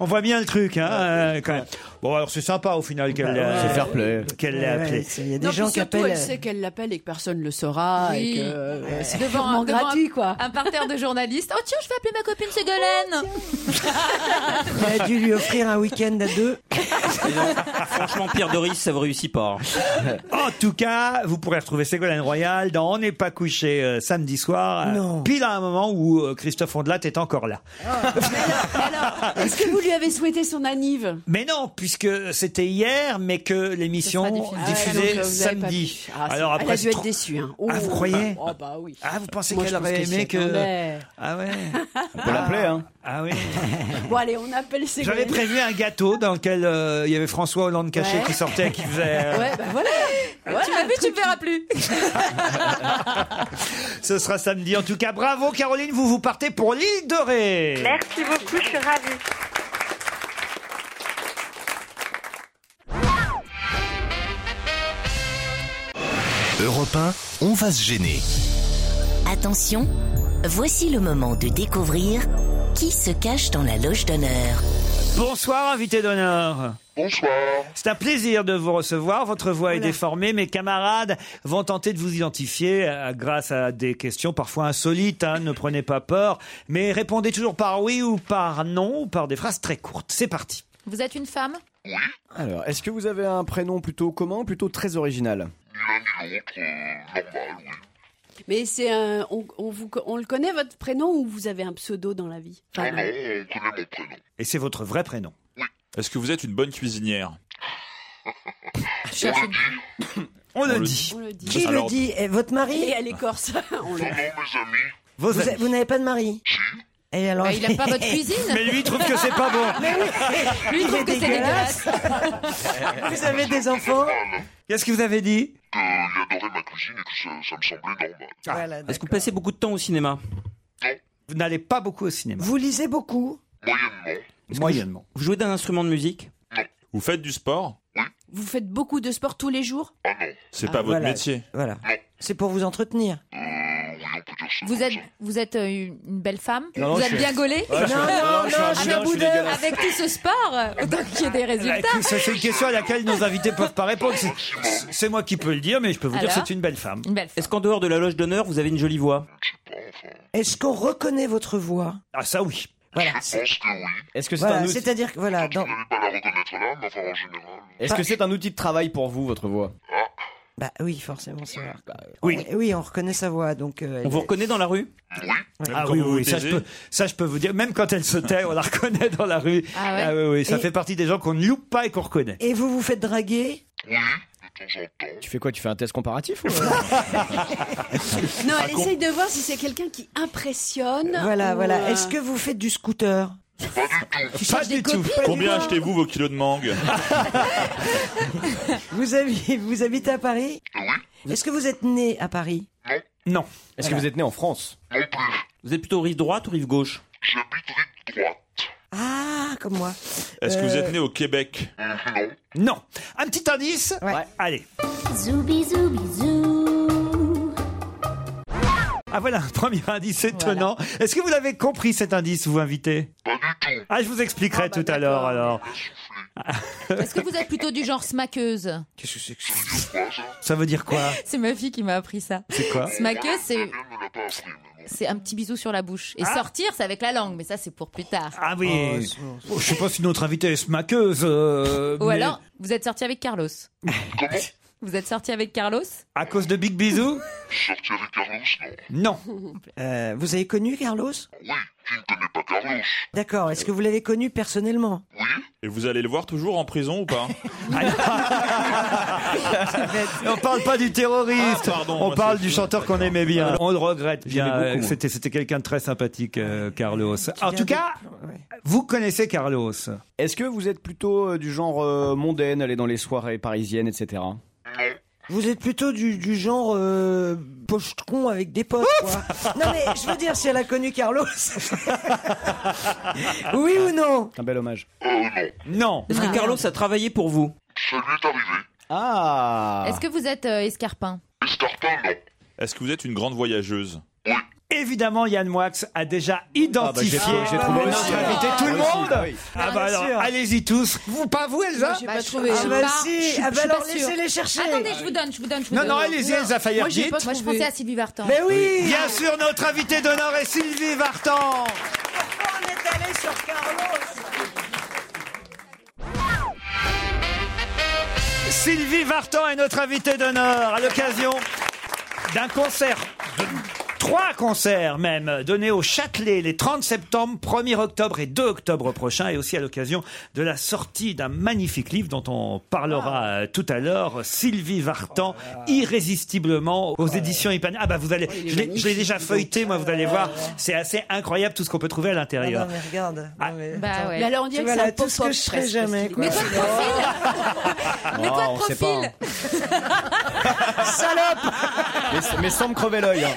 [SPEAKER 3] On voit bien le truc hein euh, quand même. Bon alors c'est sympa au final qu'elle
[SPEAKER 8] ouais. C'est fair play.
[SPEAKER 3] qu'elle l'ait
[SPEAKER 8] Ouais, ouais,
[SPEAKER 3] appelée.
[SPEAKER 8] c'est- il y a
[SPEAKER 9] Non, puis surtout, elle sait qu'elle l'appelle et que personne ne le saura.
[SPEAKER 5] euh, Oui.
[SPEAKER 9] Et que, euh, c'est
[SPEAKER 5] Devant,
[SPEAKER 9] purement
[SPEAKER 5] un- devant
[SPEAKER 9] gratuit,
[SPEAKER 5] un,
[SPEAKER 9] quoi.
[SPEAKER 5] un parterre de journalistes. Oh tiens, je vais appeler ma copine Ségolène.
[SPEAKER 4] Elle a dû lui offrir un week-end à deux.
[SPEAKER 7] Eh Franchement, Pierre Doris, ça vous réussit
[SPEAKER 3] Ah,
[SPEAKER 7] pas. hein.
[SPEAKER 3] En tout cas, vous pourrez retrouver Ségolène Royal dans On n'est pas couché euh, samedi soir, euh, pile à un moment où euh, Christophe Ondelat est encore là.
[SPEAKER 9] Est-ce que vous lui avez souhaité son anniv
[SPEAKER 3] Mais non, puisque c'était hier, mais que l'émission
[SPEAKER 9] Ah ouais,
[SPEAKER 3] diffusée
[SPEAKER 9] donc, euh, vous avez pas
[SPEAKER 3] samedi.
[SPEAKER 9] pu. Ah, c'est- elle a dû
[SPEAKER 3] c'est
[SPEAKER 9] être
[SPEAKER 3] trop-
[SPEAKER 9] déçue. Hein.
[SPEAKER 3] Ah, vous croyez
[SPEAKER 9] Oh, bah oui.
[SPEAKER 3] Ah, vous pensez
[SPEAKER 9] Moi,
[SPEAKER 3] qu'elle
[SPEAKER 9] je pense
[SPEAKER 3] aurait
[SPEAKER 9] qu'elle s'y
[SPEAKER 3] aimé que...
[SPEAKER 9] attendait.
[SPEAKER 3] Ah ouais On
[SPEAKER 8] peut l'appeler, hein.
[SPEAKER 3] Ah oui
[SPEAKER 9] Bon, allez, on appelle ses
[SPEAKER 3] J'avais prévu un gâteau dans lequel euh, il y avait François Hollande caché
[SPEAKER 9] Ouais.
[SPEAKER 3] qui sortait, qui faisait... euh,
[SPEAKER 9] Ouais, bah voilà.
[SPEAKER 5] tu m'as vu, tu me verras plus.
[SPEAKER 3] Ce sera samedi. En tout cas, bravo Caroline, vous vous partez pour l'île de Ré.
[SPEAKER 24] Merci beaucoup, je suis ravie.
[SPEAKER 23] Europe 1, on va se gêner.
[SPEAKER 2] Attention, voici le moment de découvrir qui se cache dans la loge d'honneur.
[SPEAKER 3] Bonsoir, invité d'honneur. Bonsoir. C'est un plaisir de vous recevoir. Votre voix est déformée. Mes camarades vont tenter de vous identifier euh, grâce à des questions parfois insolites. hein. Ne prenez pas peur. Mais répondez toujours par oui ou par non, ou par des phrases très courtes. C'est parti.
[SPEAKER 5] Vous êtes une femme
[SPEAKER 8] Alors, est-ce que vous avez un prénom plutôt commun ou plutôt très original
[SPEAKER 9] Mais c'est un. On, on vous, co- on le connaît, votre prénom, ou vous avez un pseudo dans la vie Enfin,
[SPEAKER 6] on connaît mon prénom.
[SPEAKER 3] Et c'est votre vrai prénom
[SPEAKER 6] Est-ce que vous êtes une bonne cuisinière
[SPEAKER 4] Ah,
[SPEAKER 3] On le dit.
[SPEAKER 9] On le dit.
[SPEAKER 4] Qui le dit Eh, Votre mari
[SPEAKER 9] Et elle est corse. on le dit.
[SPEAKER 3] Ah. Vos
[SPEAKER 4] Vous,
[SPEAKER 3] amis.
[SPEAKER 4] vous n'avez pas de mari Et alors...
[SPEAKER 5] Bah, il aime pas votre cuisine.
[SPEAKER 3] Mais lui, il trouve que c'est pas bon.
[SPEAKER 4] Mais oui.
[SPEAKER 5] Lui, il
[SPEAKER 4] Il
[SPEAKER 5] trouve
[SPEAKER 4] est
[SPEAKER 5] que c'est
[SPEAKER 4] dégueulasse.
[SPEAKER 5] dégueulasse.
[SPEAKER 4] Vous avez des enfants
[SPEAKER 3] Qu'est-ce que vous avez dit
[SPEAKER 20] Il adorait ma cuisine et que ça, ça me semblait normal.
[SPEAKER 3] Ah.
[SPEAKER 4] Voilà,
[SPEAKER 7] Est-ce que vous passez beaucoup de temps au cinéma
[SPEAKER 3] Vous n'allez pas beaucoup au cinéma.
[SPEAKER 4] Vous lisez beaucoup
[SPEAKER 7] Est-ce que
[SPEAKER 3] Moyennement.
[SPEAKER 7] Vous, vous jouez d'un instrument de musique
[SPEAKER 6] Vous faites du sport
[SPEAKER 20] Hein
[SPEAKER 9] Vous faites beaucoup de sport tous les jours
[SPEAKER 6] C'est
[SPEAKER 4] Ah,
[SPEAKER 6] pas votre
[SPEAKER 4] voilà.
[SPEAKER 6] métier.
[SPEAKER 4] Voilà. C'est pour vous entretenir.
[SPEAKER 5] Vous êtes, vous êtes euh, une une belle femme.
[SPEAKER 4] Non, non,
[SPEAKER 5] vous
[SPEAKER 4] je
[SPEAKER 5] êtes
[SPEAKER 4] suis-
[SPEAKER 5] bien gaulée. Ah,
[SPEAKER 4] Ouais, je suis- Non, non, non, je suis un
[SPEAKER 5] avec,
[SPEAKER 4] boudin, je suis dégueulasse.
[SPEAKER 5] avec tout ce sport, euh, autant qu'il y ait des
[SPEAKER 3] Là,
[SPEAKER 5] résultats.
[SPEAKER 3] écoute, ça, C'est une question à laquelle nos invités peuvent pas répondre. C'est- C'est moi qui peux le dire, mais je peux vous dire
[SPEAKER 5] Alors
[SPEAKER 3] c'est une belle femme.
[SPEAKER 5] Une belle femme.
[SPEAKER 7] Est-ce qu'en dehors de la loge d'honneur, vous avez une jolie voix
[SPEAKER 4] Est-ce qu'on reconnaît votre voix
[SPEAKER 3] Ah ça oui.
[SPEAKER 4] Voilà.
[SPEAKER 20] Est-ce que oui
[SPEAKER 8] Est-ce que c'est
[SPEAKER 4] Voilà,
[SPEAKER 8] un outil
[SPEAKER 4] C'est-à-dire que voilà, dans-
[SPEAKER 20] Pas la reconnaître là, mais enfin en général. Ah.
[SPEAKER 8] Est-ce que c'est un outil de travail pour vous, votre voix
[SPEAKER 4] Bah oui, forcément, c'est rare. Oui. oui, on reconnaît sa voix. Donc, euh,
[SPEAKER 3] On vous
[SPEAKER 4] elle-
[SPEAKER 3] reconnaît dans la rue Ah
[SPEAKER 4] Même
[SPEAKER 3] oui,
[SPEAKER 4] quand vous
[SPEAKER 3] oui, ça je,
[SPEAKER 4] taisez
[SPEAKER 3] peux, ça je peux vous dire. Même quand elle se tait, on la reconnaît dans la rue.
[SPEAKER 4] Ah ouais
[SPEAKER 3] oui, oui, ça
[SPEAKER 4] Et-
[SPEAKER 3] fait partie des gens qu'on ne loupe pas et qu'on reconnaît.
[SPEAKER 4] Et vous vous faites draguer
[SPEAKER 8] Tu fais quoi Tu fais un test comparatif ou euh
[SPEAKER 9] Non, elle essaye de voir si c'est quelqu'un qui impressionne.
[SPEAKER 4] Voilà,
[SPEAKER 9] ou,
[SPEAKER 4] voilà.
[SPEAKER 9] euh,
[SPEAKER 4] Est-ce que vous faites du scooter Tu cherches des copines,
[SPEAKER 6] Combien
[SPEAKER 4] quoi
[SPEAKER 6] achetez-vous vos kilos de mangue
[SPEAKER 4] vous, avez, vous habitez à Paris Est-ce que vous êtes né à Paris
[SPEAKER 3] Non.
[SPEAKER 8] Est-ce que
[SPEAKER 4] Voilà.
[SPEAKER 8] vous êtes né en France
[SPEAKER 7] Vous êtes plutôt rive droite ou rive gauche
[SPEAKER 4] Ah, comme moi.
[SPEAKER 6] Est-ce que vous êtes
[SPEAKER 4] Euh,
[SPEAKER 6] né au Québec
[SPEAKER 3] Non. Un petit indice Ouais. Allez.
[SPEAKER 2] Zoubi zoubi zou.
[SPEAKER 3] Ah voilà, un premier indice étonnant. Est-ce que vous l'avez compris cet indice, vous invitez Pas du tout. Ah, je vous expliquerai tout à l'heure alors. Ah.
[SPEAKER 5] Est-ce que vous êtes plutôt du genre smaqueuse
[SPEAKER 3] Qu'est-ce que c'est que ça Ça veut dire quoi
[SPEAKER 5] C'est ma fille qui m'a appris ça.
[SPEAKER 3] C'est quoi
[SPEAKER 5] Smaqueuse, c'est. C'est un petit bisou sur la bouche. Et
[SPEAKER 4] Ah.
[SPEAKER 5] sortir, c'est avec la langue, mais ça, c'est pour plus tard.
[SPEAKER 3] Ah oui. Oh, je sais pas si notre invitée est smaqueuse. euh,
[SPEAKER 5] Oh, Ou
[SPEAKER 3] mais-
[SPEAKER 5] alors, vous êtes sorti avec Carlos. Vous êtes sorti avec Carlos
[SPEAKER 3] À cause de Big Bisou Non.
[SPEAKER 4] Euh, vous avez connu Carlos
[SPEAKER 20] Oui, qui ne connaît pas Carlos
[SPEAKER 4] D'accord. Est-ce que vous l'avez connu personnellement
[SPEAKER 6] Et vous allez le voir toujours en prison ou pas
[SPEAKER 3] On parle pas du terroriste.
[SPEAKER 6] Ah, pardon,
[SPEAKER 3] on
[SPEAKER 6] moi,
[SPEAKER 3] parle
[SPEAKER 6] c'est-
[SPEAKER 3] du chanteur qu'on
[SPEAKER 8] eh
[SPEAKER 3] aimait bien. On le regrette
[SPEAKER 6] J'aimais
[SPEAKER 3] bien.
[SPEAKER 6] beaucoup,
[SPEAKER 3] euh,
[SPEAKER 6] moi.
[SPEAKER 3] C'était c'était quelqu'un de très sympathique, euh, Carlos. En tout cas, vous connaissez Carlos.
[SPEAKER 8] Est-ce que vous êtes plutôt euh, du genre euh, mondaine, aller dans les soirées parisiennes, etc.
[SPEAKER 4] Vous êtes plutôt du, du genre euh, pochetron avec des potes, quoi. Non mais je veux dire, si elle a connu Carlos,
[SPEAKER 20] Oh,
[SPEAKER 4] oui ou non
[SPEAKER 8] C'est un bel hommage.
[SPEAKER 3] Non.
[SPEAKER 7] Est-ce que Carlos a travaillé pour vous
[SPEAKER 20] Ça lui est arrivé.
[SPEAKER 8] Ah
[SPEAKER 5] Est-ce que vous êtes euh, escarpin
[SPEAKER 6] Est-ce que vous êtes une grande voyageuse
[SPEAKER 3] Évidemment, Yann Moix a déjà identifié
[SPEAKER 8] Ah bah, j'ai- j'ai trouvé
[SPEAKER 3] notre
[SPEAKER 8] aussi.
[SPEAKER 3] invité. Tout le
[SPEAKER 8] Moi aussi,
[SPEAKER 3] monde
[SPEAKER 8] bah oui.
[SPEAKER 3] Ah bah
[SPEAKER 8] Bien
[SPEAKER 3] alors,
[SPEAKER 8] sûr.
[SPEAKER 3] allez-y tous. Vous, pas vous, Elsa
[SPEAKER 5] Bah, je- je suis
[SPEAKER 4] Ah bah
[SPEAKER 5] pas-
[SPEAKER 4] si,
[SPEAKER 5] je suis-
[SPEAKER 4] ah
[SPEAKER 5] je
[SPEAKER 4] bah
[SPEAKER 5] suis pas
[SPEAKER 4] alors,
[SPEAKER 5] sûre.
[SPEAKER 4] laissez-les chercher.
[SPEAKER 5] Attendez, je vous donne, je vous donne, je vous
[SPEAKER 3] Non,
[SPEAKER 5] donne.
[SPEAKER 3] non, allez-y, Elsa Fayer,
[SPEAKER 5] Moi, j'ai
[SPEAKER 3] dites.
[SPEAKER 5] pas Moi, je pensais à Sylvie Vartan.
[SPEAKER 4] Mais oui
[SPEAKER 3] Bien sûr, notre invité d'honneur est Sylvie Vartan.
[SPEAKER 4] On est allé sur Carlos
[SPEAKER 3] Sylvie Vartan est notre invitée d'honneur à l'occasion d'un concert. de- Trois concerts même donnés au Châtelet les 30 septembre, 1er octobre et 2 octobre prochain et aussi à l'occasion de la sortie d'un magnifique livre dont on parlera euh, tout à l'heure, Sylvie Vartan, irrésistiblement aux éditions Ipanema. Ah bah vous allez, je l'ai- je l'ai déjà feuilleté, moi vous allez voir, c'est assez incroyable tout ce qu'on peut trouver à l'intérieur.
[SPEAKER 4] Non mais regarde. Non, mais,
[SPEAKER 5] Bah
[SPEAKER 4] attends.
[SPEAKER 5] ouais.
[SPEAKER 9] Ah. Mais alors, on dirait
[SPEAKER 4] Tu
[SPEAKER 9] que
[SPEAKER 4] vois,
[SPEAKER 9] c'est un
[SPEAKER 4] là, tout ce
[SPEAKER 9] pop-up
[SPEAKER 4] que je serais
[SPEAKER 9] presque,
[SPEAKER 4] jamais.
[SPEAKER 9] Sylvie.
[SPEAKER 4] Quoi.
[SPEAKER 9] Mais toi,
[SPEAKER 8] Mais toi, on sait pas. hein.
[SPEAKER 4] Salope
[SPEAKER 8] Mais, mais sans me crever l'œil. hein.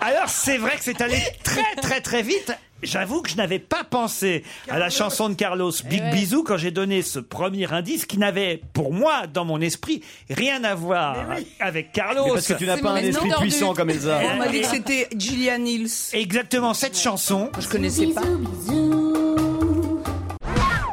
[SPEAKER 3] Alors c'est vrai que c'est allé très très très vite. J'avoue que je n'avais pas pensé à la chanson de Carlos Eh Big Bisou quand j'ai donné ce premier indice qui n'avait pour moi dans mon esprit rien à voir avec Carlos.
[SPEAKER 8] Mais parce que tu n'as pas un esprit puissant comme Elsa.
[SPEAKER 3] On m'a dit que
[SPEAKER 22] c'était Gillian Hills.
[SPEAKER 3] Exactement cette chanson.
[SPEAKER 22] Je connaissais pas.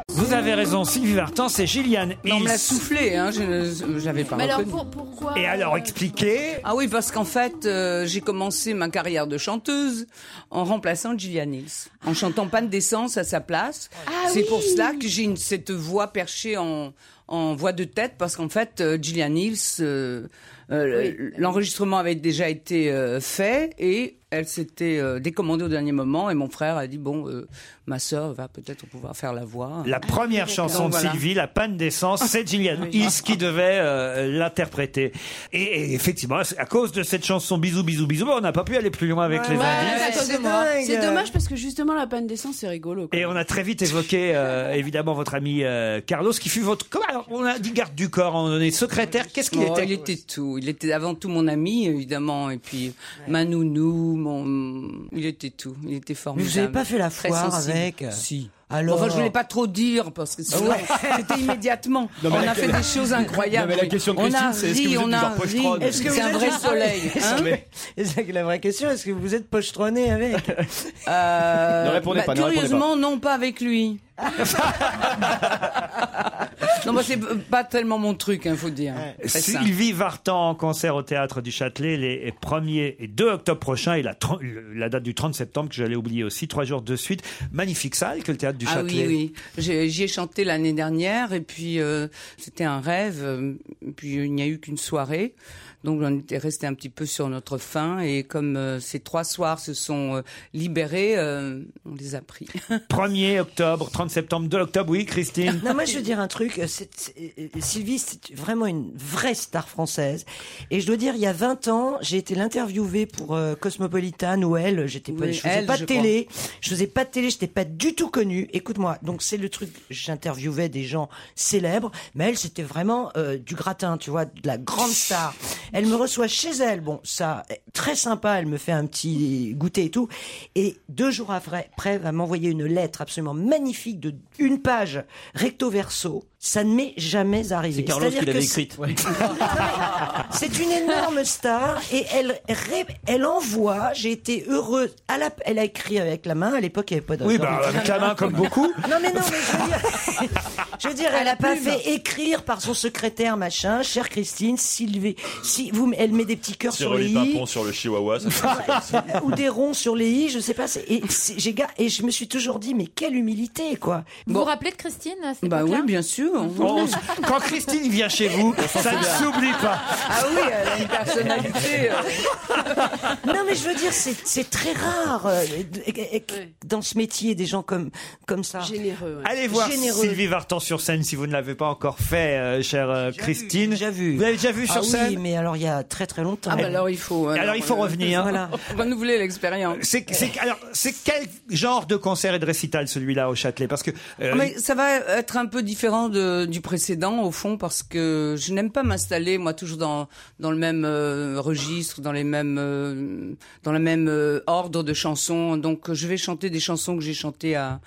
[SPEAKER 3] Vous avez raison, Sylvie Vartan, c'est Gillian
[SPEAKER 22] Non, on me l'a
[SPEAKER 3] Hills.
[SPEAKER 22] soufflé, hein, je ne- j'avais pas
[SPEAKER 9] Mais alors,
[SPEAKER 22] reconnu.
[SPEAKER 9] pour- pourquoi
[SPEAKER 3] Et alors expliquez.
[SPEAKER 22] Ah oui, parce qu'en fait, euh, j'ai commencé ma carrière de chanteuse en remplaçant Gillian Hills, en chantant Panne d'essence à sa place. C'est pour cela que j'ai une- cette voix perchée en, en voix de tête, parce qu'en fait, euh, Gillian Hills, euh, euh, l'enregistrement avait déjà été euh, fait et elle s'était euh, décommandée au dernier moment. Et mon frère a dit bon, euh, ma sœur va peut-être pouvoir faire la voix.
[SPEAKER 3] La première chanson
[SPEAKER 22] Ah, Donc,
[SPEAKER 3] de
[SPEAKER 22] voilà.
[SPEAKER 3] Sylvie, La panne d'essence, c'est Gillian Is qui devait euh, l'interpréter. Et, et effectivement, à cause de cette chanson Bisous, bisous, bisous, bah, on n'a pas pu aller plus loin avec les indices.
[SPEAKER 4] à cause de
[SPEAKER 9] c'est
[SPEAKER 4] moi.
[SPEAKER 9] dingue. C'est
[SPEAKER 4] Euh.
[SPEAKER 9] dommage parce que justement la panne d'essence c'est rigolo. quoi.
[SPEAKER 3] Et on a très vite évoqué, euh, évidemment, votre ami euh, Carlos, qui fut votre... comment- alors, on a dit garde du corps, on en est secrétaire. Qu'est-ce qu'il
[SPEAKER 22] Oh,
[SPEAKER 3] était
[SPEAKER 22] Il était tout. Il était avant tout mon ami, évidemment, et puis ma nounou, mon... il était tout. Il était
[SPEAKER 4] Mais
[SPEAKER 22] formidable.
[SPEAKER 4] vous n'avez pas fait la
[SPEAKER 22] Très
[SPEAKER 4] foire
[SPEAKER 22] sensible.
[SPEAKER 4] avec
[SPEAKER 22] Si.
[SPEAKER 4] Alors.
[SPEAKER 22] Enfin, je voulais pas trop dire parce que sinon,
[SPEAKER 4] Ouais.
[SPEAKER 22] c'était immédiatement.
[SPEAKER 8] Non, mais
[SPEAKER 22] on
[SPEAKER 8] la-
[SPEAKER 22] a fait des choses incroyables.
[SPEAKER 8] Non, mais la question de
[SPEAKER 22] on a
[SPEAKER 8] Christine, c'est est-ce que
[SPEAKER 22] ri,
[SPEAKER 8] vous êtes
[SPEAKER 22] on
[SPEAKER 8] du
[SPEAKER 22] a
[SPEAKER 8] genre pochetron
[SPEAKER 22] ri.
[SPEAKER 4] Est-ce que
[SPEAKER 22] C'est
[SPEAKER 4] vous
[SPEAKER 22] un
[SPEAKER 4] êtes-
[SPEAKER 22] vrai soleil. hein
[SPEAKER 4] Est-ce que- Et c'est la vraie question, est-ce que vous êtes pochetronné avec
[SPEAKER 22] Euh, bah,
[SPEAKER 8] Ne répondez pas, ne répondez
[SPEAKER 22] curieusement, non, pas avec lui. Non, moi, c'est pas tellement mon truc, il faut dire. Très simple.
[SPEAKER 3] Sylvie Vartan en concert au théâtre du Châtelet les 1er et 2 octobre prochain et la, tren- la date du 30 septembre que j'allais oublier aussi, trois jours de suite. Magnifique salle que le théâtre du
[SPEAKER 22] ah
[SPEAKER 3] Châtelet.
[SPEAKER 22] oui, oui. J'ai- J'y ai chanté l'année dernière et puis euh, c'était un rêve. euh, et Puis il n'y a eu qu'une soirée. Donc on était resté un petit peu sur notre faim et comme euh, ces trois soirs se sont euh, libérés, euh, on les a pris.
[SPEAKER 3] 1er octobre, 30 septembre, 2 octobre, oui, Christine.
[SPEAKER 4] Non, moi je veux dire un truc. euh, c'est- c'est- euh, Sylvie, c'est vraiment une vraie star française. Et je dois dire, il y a 20 ans, j'ai été l'interviewer pour euh, Cosmopolitan où elle, j'étais pas,
[SPEAKER 22] Oui,
[SPEAKER 4] je faisais
[SPEAKER 22] elle,
[SPEAKER 4] pas
[SPEAKER 22] je
[SPEAKER 4] de télé, je faisais pas de télé, j'étais pas du tout connue. Écoute-moi, donc c'est le truc. J'interviewais des gens célèbres, mais elle c'était vraiment euh, du gratin, tu vois, de la grande star. Elle me reçoit chez elle. Bon, ça, eh, très sympa. Elle me fait un petit goûter et tout. Et deux jours après, après, elle va m'envoyer une lettre absolument magnifique de une page recto verso. Ça ne m'est jamais arrivé.
[SPEAKER 7] C'est Carlos
[SPEAKER 4] C'est-à-dire
[SPEAKER 7] qui l'avait
[SPEAKER 4] que c'est-
[SPEAKER 7] écrite.
[SPEAKER 4] c'est une énorme star et elle, ré- elle envoie. J'ai été heureuse. À la, elle a écrit avec la main. À l'époque, il n'y avait pas de.
[SPEAKER 3] Oui, bah, avec la main, comme beaucoup.
[SPEAKER 4] Non, mais non, mais je veux dire, je veux dire, elle n'a pas fait écrire par son secrétaire, machin. Chère Christine, Sylvie, si vous, elle met des petits cœurs sur les
[SPEAKER 6] Cyril
[SPEAKER 4] i
[SPEAKER 6] Pimpon sur le Chihuahua, ça fait ça comme ça.
[SPEAKER 4] ou des ronds sur les i, je sais pas. c'est- Et, c'est- j'ai ga- et je me suis toujours dit, mais quelle humilité, quoi.
[SPEAKER 5] Vous vous rappelez de Christine à cette
[SPEAKER 22] Bah oui,
[SPEAKER 5] époque-là
[SPEAKER 22] bien sûr.
[SPEAKER 3] On- Quand Christine vient chez vous, ça ne s'oublie pas.
[SPEAKER 22] Ah oui, elle a une personnalité. euh.
[SPEAKER 4] Non, mais je veux dire, c'est c'est très rare euh, et- et- dans ce métier des gens comme, comme ça.
[SPEAKER 9] Généreux.
[SPEAKER 3] Allez voir
[SPEAKER 4] Généreux.
[SPEAKER 3] Sylvie Vartan sur scène si vous ne l'avez pas encore fait, euh, chère euh, Christine. J'ai vu. Vous l'avez déjà vu
[SPEAKER 4] Ah
[SPEAKER 3] sur
[SPEAKER 4] oui,
[SPEAKER 3] scène
[SPEAKER 4] mais alors il y a très très longtemps.
[SPEAKER 22] Ah bah alors il faut.
[SPEAKER 3] Alors, il faut
[SPEAKER 22] euh,
[SPEAKER 3] revenir.
[SPEAKER 22] Voilà. Renouveler l'expérience.
[SPEAKER 3] C'est, c'est- alors, c'est quel genre de concert et de récital celui-là au Châtelet Parce que euh,
[SPEAKER 22] Ah, Mais ça va être un peu différent de- du précédent au fond parce que je n'aime pas m'installer moi toujours dans dans le même euh, registre, dans les mêmes euh, dans le même euh, ordre de chansons. Donc euh, je vais chanter des chansons que j'ai chantées à,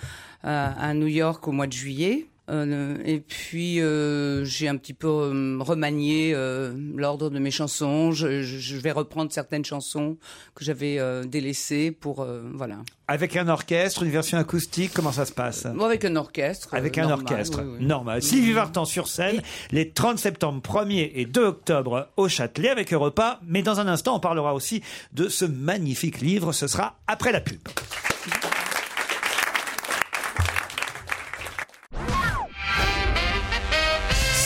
[SPEAKER 22] à à New York au mois de juillet. Euh, et puis euh, j'ai un petit peu euh, remanié euh, l'ordre de mes chansons. Je, je- je vais reprendre certaines chansons que j'avais euh, délaissées pour euh, voilà.
[SPEAKER 3] avec un orchestre, une version acoustique, comment ça se passe
[SPEAKER 22] Bon, avec un orchestre. euh,
[SPEAKER 3] Avec un
[SPEAKER 22] normal,
[SPEAKER 3] orchestre,
[SPEAKER 22] oui, oui.
[SPEAKER 3] normal. Sylvie Vartan sur scène, les 30 septembre 1er et 2 octobre au Châtelet avec Europa. Mais dans un instant, on parlera aussi de ce magnifique livre. Ce sera après la pub.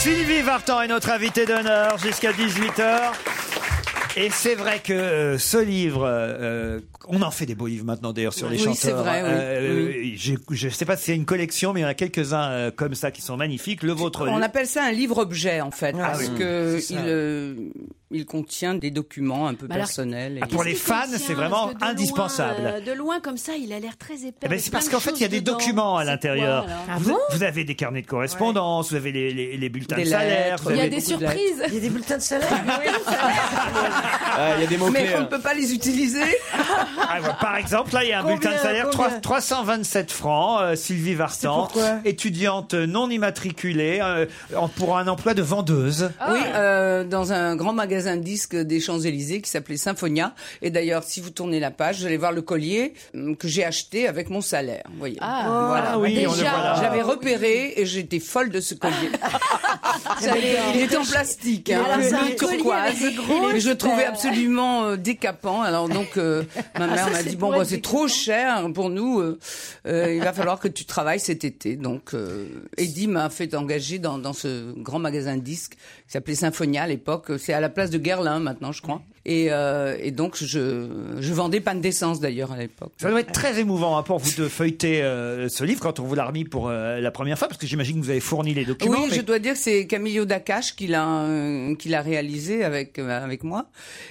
[SPEAKER 3] Sylvie Vartan est notre invitée d'honneur jusqu'à 18h. Et c'est vrai que euh, ce livre, euh, on en fait des beaux livres maintenant d'ailleurs sur les
[SPEAKER 22] Oui,
[SPEAKER 3] chanteurs. hein. Euh,
[SPEAKER 22] c'est vrai, oui.
[SPEAKER 3] oui. Je ne sais pas si c'est une collection, mais il y en a quelques-uns euh, comme ça qui sont magnifiques. Le vôtre. euh,
[SPEAKER 22] On appelle ça un livre-objet en fait, parce
[SPEAKER 3] Ah oui.
[SPEAKER 22] que
[SPEAKER 3] C'est
[SPEAKER 22] il,
[SPEAKER 3] ça.
[SPEAKER 22] euh, il contient des documents un peu
[SPEAKER 9] Mais alors,
[SPEAKER 22] personnels.
[SPEAKER 3] Ah, pour les
[SPEAKER 9] Qu'est-ce qu'il
[SPEAKER 3] fans,
[SPEAKER 9] contient
[SPEAKER 3] c'est vraiment
[SPEAKER 9] Parce que de loin,
[SPEAKER 3] indispensable.
[SPEAKER 9] euh, de loin comme ça, il a l'air très épais.
[SPEAKER 3] Eh ben,
[SPEAKER 9] avec
[SPEAKER 3] c'est
[SPEAKER 9] plein
[SPEAKER 3] parce
[SPEAKER 9] de
[SPEAKER 3] qu'en fait, il y
[SPEAKER 9] choses
[SPEAKER 3] a des
[SPEAKER 9] dedans.
[SPEAKER 3] documents à
[SPEAKER 9] C'est
[SPEAKER 3] l'intérieur.
[SPEAKER 9] quoi, alors
[SPEAKER 7] Ah
[SPEAKER 3] vous, vous avez des carnets de correspondance, vous avez les, les- les bulletins
[SPEAKER 7] Des
[SPEAKER 3] de salaire.
[SPEAKER 7] lettres,
[SPEAKER 3] vous
[SPEAKER 7] Il y a
[SPEAKER 3] avez-
[SPEAKER 7] des
[SPEAKER 3] beaucoup de lettres.
[SPEAKER 4] Il y a des bulletins de salaire.
[SPEAKER 7] Ah, il y a des mots-clés.
[SPEAKER 22] Mais on ne peut pas les utiliser.
[SPEAKER 3] Ah, bah, par exemple, là, il y a un
[SPEAKER 22] Combien,
[SPEAKER 3] bulletin de salaire
[SPEAKER 22] combien
[SPEAKER 3] 3- 327 francs. euh, Sylvie Vartan, étudiante non immatriculée, euh, en- pour un emploi de vendeuse.
[SPEAKER 22] Oui,
[SPEAKER 9] Ah.
[SPEAKER 22] euh, dans un grand magasin de disques des Champs-Élysées qui s'appelait Symphonia. Et d'ailleurs, si vous tournez la page, vous allez voir le collier hum, que j'ai acheté avec mon salaire. Vous voyez.
[SPEAKER 5] Ah.
[SPEAKER 3] Ah oui, on le Déjà. voit là.
[SPEAKER 22] J'avais repéré et j'étais folle de ce collier.
[SPEAKER 3] Ah,
[SPEAKER 22] J'avais- Ah, il est en plastique, hein,
[SPEAKER 9] Alors, c'est un
[SPEAKER 22] bleu
[SPEAKER 9] collier
[SPEAKER 22] turquoise.
[SPEAKER 9] avec des grosses
[SPEAKER 22] Et je le trouvais
[SPEAKER 9] perles.
[SPEAKER 22] absolument euh, décapant. Alors donc, euh, ma
[SPEAKER 9] Ah,
[SPEAKER 22] mère
[SPEAKER 9] ça,
[SPEAKER 22] m'a
[SPEAKER 9] c'est
[SPEAKER 22] dit
[SPEAKER 9] pour
[SPEAKER 22] bon, bah,
[SPEAKER 9] être
[SPEAKER 22] c'est trop cher pour nous. euh, euh, il va falloir que tu travailles cet été. Donc, euh, Eddie m'a fait engager dans, dans ce grand magasin de disques qui s'appelait Symphonia à l'époque. C'est à la place de Guerlain maintenant, je crois. Et, euh, et donc, je, je vendais panne d'essence d'ailleurs à l'époque.
[SPEAKER 3] Ça doit être très émouvant hein, pour vous de feuilleter euh, ce livre quand on vous l'a remis pour euh, la première fois, parce que j'imagine que vous avez fourni les documents.
[SPEAKER 22] Oui,
[SPEAKER 3] mais-
[SPEAKER 22] je dois dire que c'est Camillo Dacache qui l'a euh, qui l'a réalisé avec euh, avec moi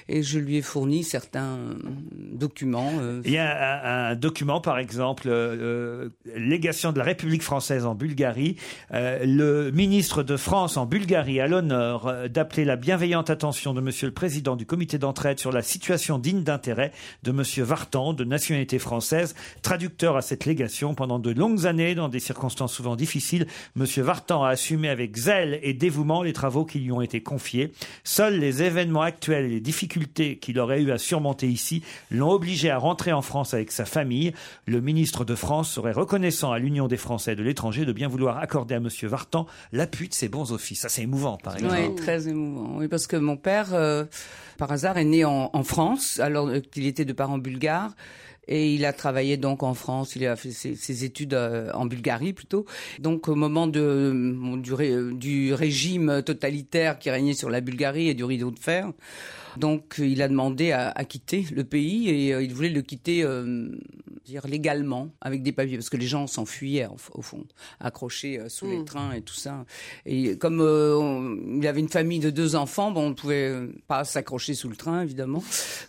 [SPEAKER 22] et je lui ai fourni certains euh, documents. euh.
[SPEAKER 3] Il y a un, un document, par exemple, euh, euh, légation de la République française en Bulgarie. Euh, le ministre de France en Bulgarie a l'honneur euh, d'appeler la bienveillante attention de Monsieur le Président du Comité d'entraide sur la situation digne d'intérêt de Monsieur Vartan, de nationalité française, traducteur à cette légation pendant de longues années dans des circonstances souvent difficiles. Monsieur Vartan a assumé avec zèle et dévouement dévouement les travaux qui lui ont été confiés. Seuls les événements actuels et les difficultés qu'il aurait eu à surmonter ici l'ont obligé à rentrer en France avec sa famille. Le ministre de France serait reconnaissant à l'Union des Français de l'étranger de bien vouloir accorder à Monsieur Vartan l'appui de ses bons offices. Ça, c'est émouvant, par exemple.
[SPEAKER 22] Oui, très émouvant. Oui, parce que mon père, euh, par hasard, est né en, en France, alors euh, qu'il était de parents bulgares. Et il a travaillé donc en France, il a fait ses, ses études euh, en Bulgarie plutôt. Donc au moment de, bon, du, ré- du régime totalitaire qui régnait sur la Bulgarie et du rideau de fer, donc euh, il a demandé à, à quitter le pays et euh, il voulait le quitter euh, dire légalement avec des papiers parce que les gens s'enfuyaient en- au fond, accrochés euh, sous les
[SPEAKER 7] Mm.
[SPEAKER 22] trains et tout ça. Et comme euh, on- il avait une famille de deux enfants, bon, on ne pouvait euh, pas s'accrocher sous le train évidemment.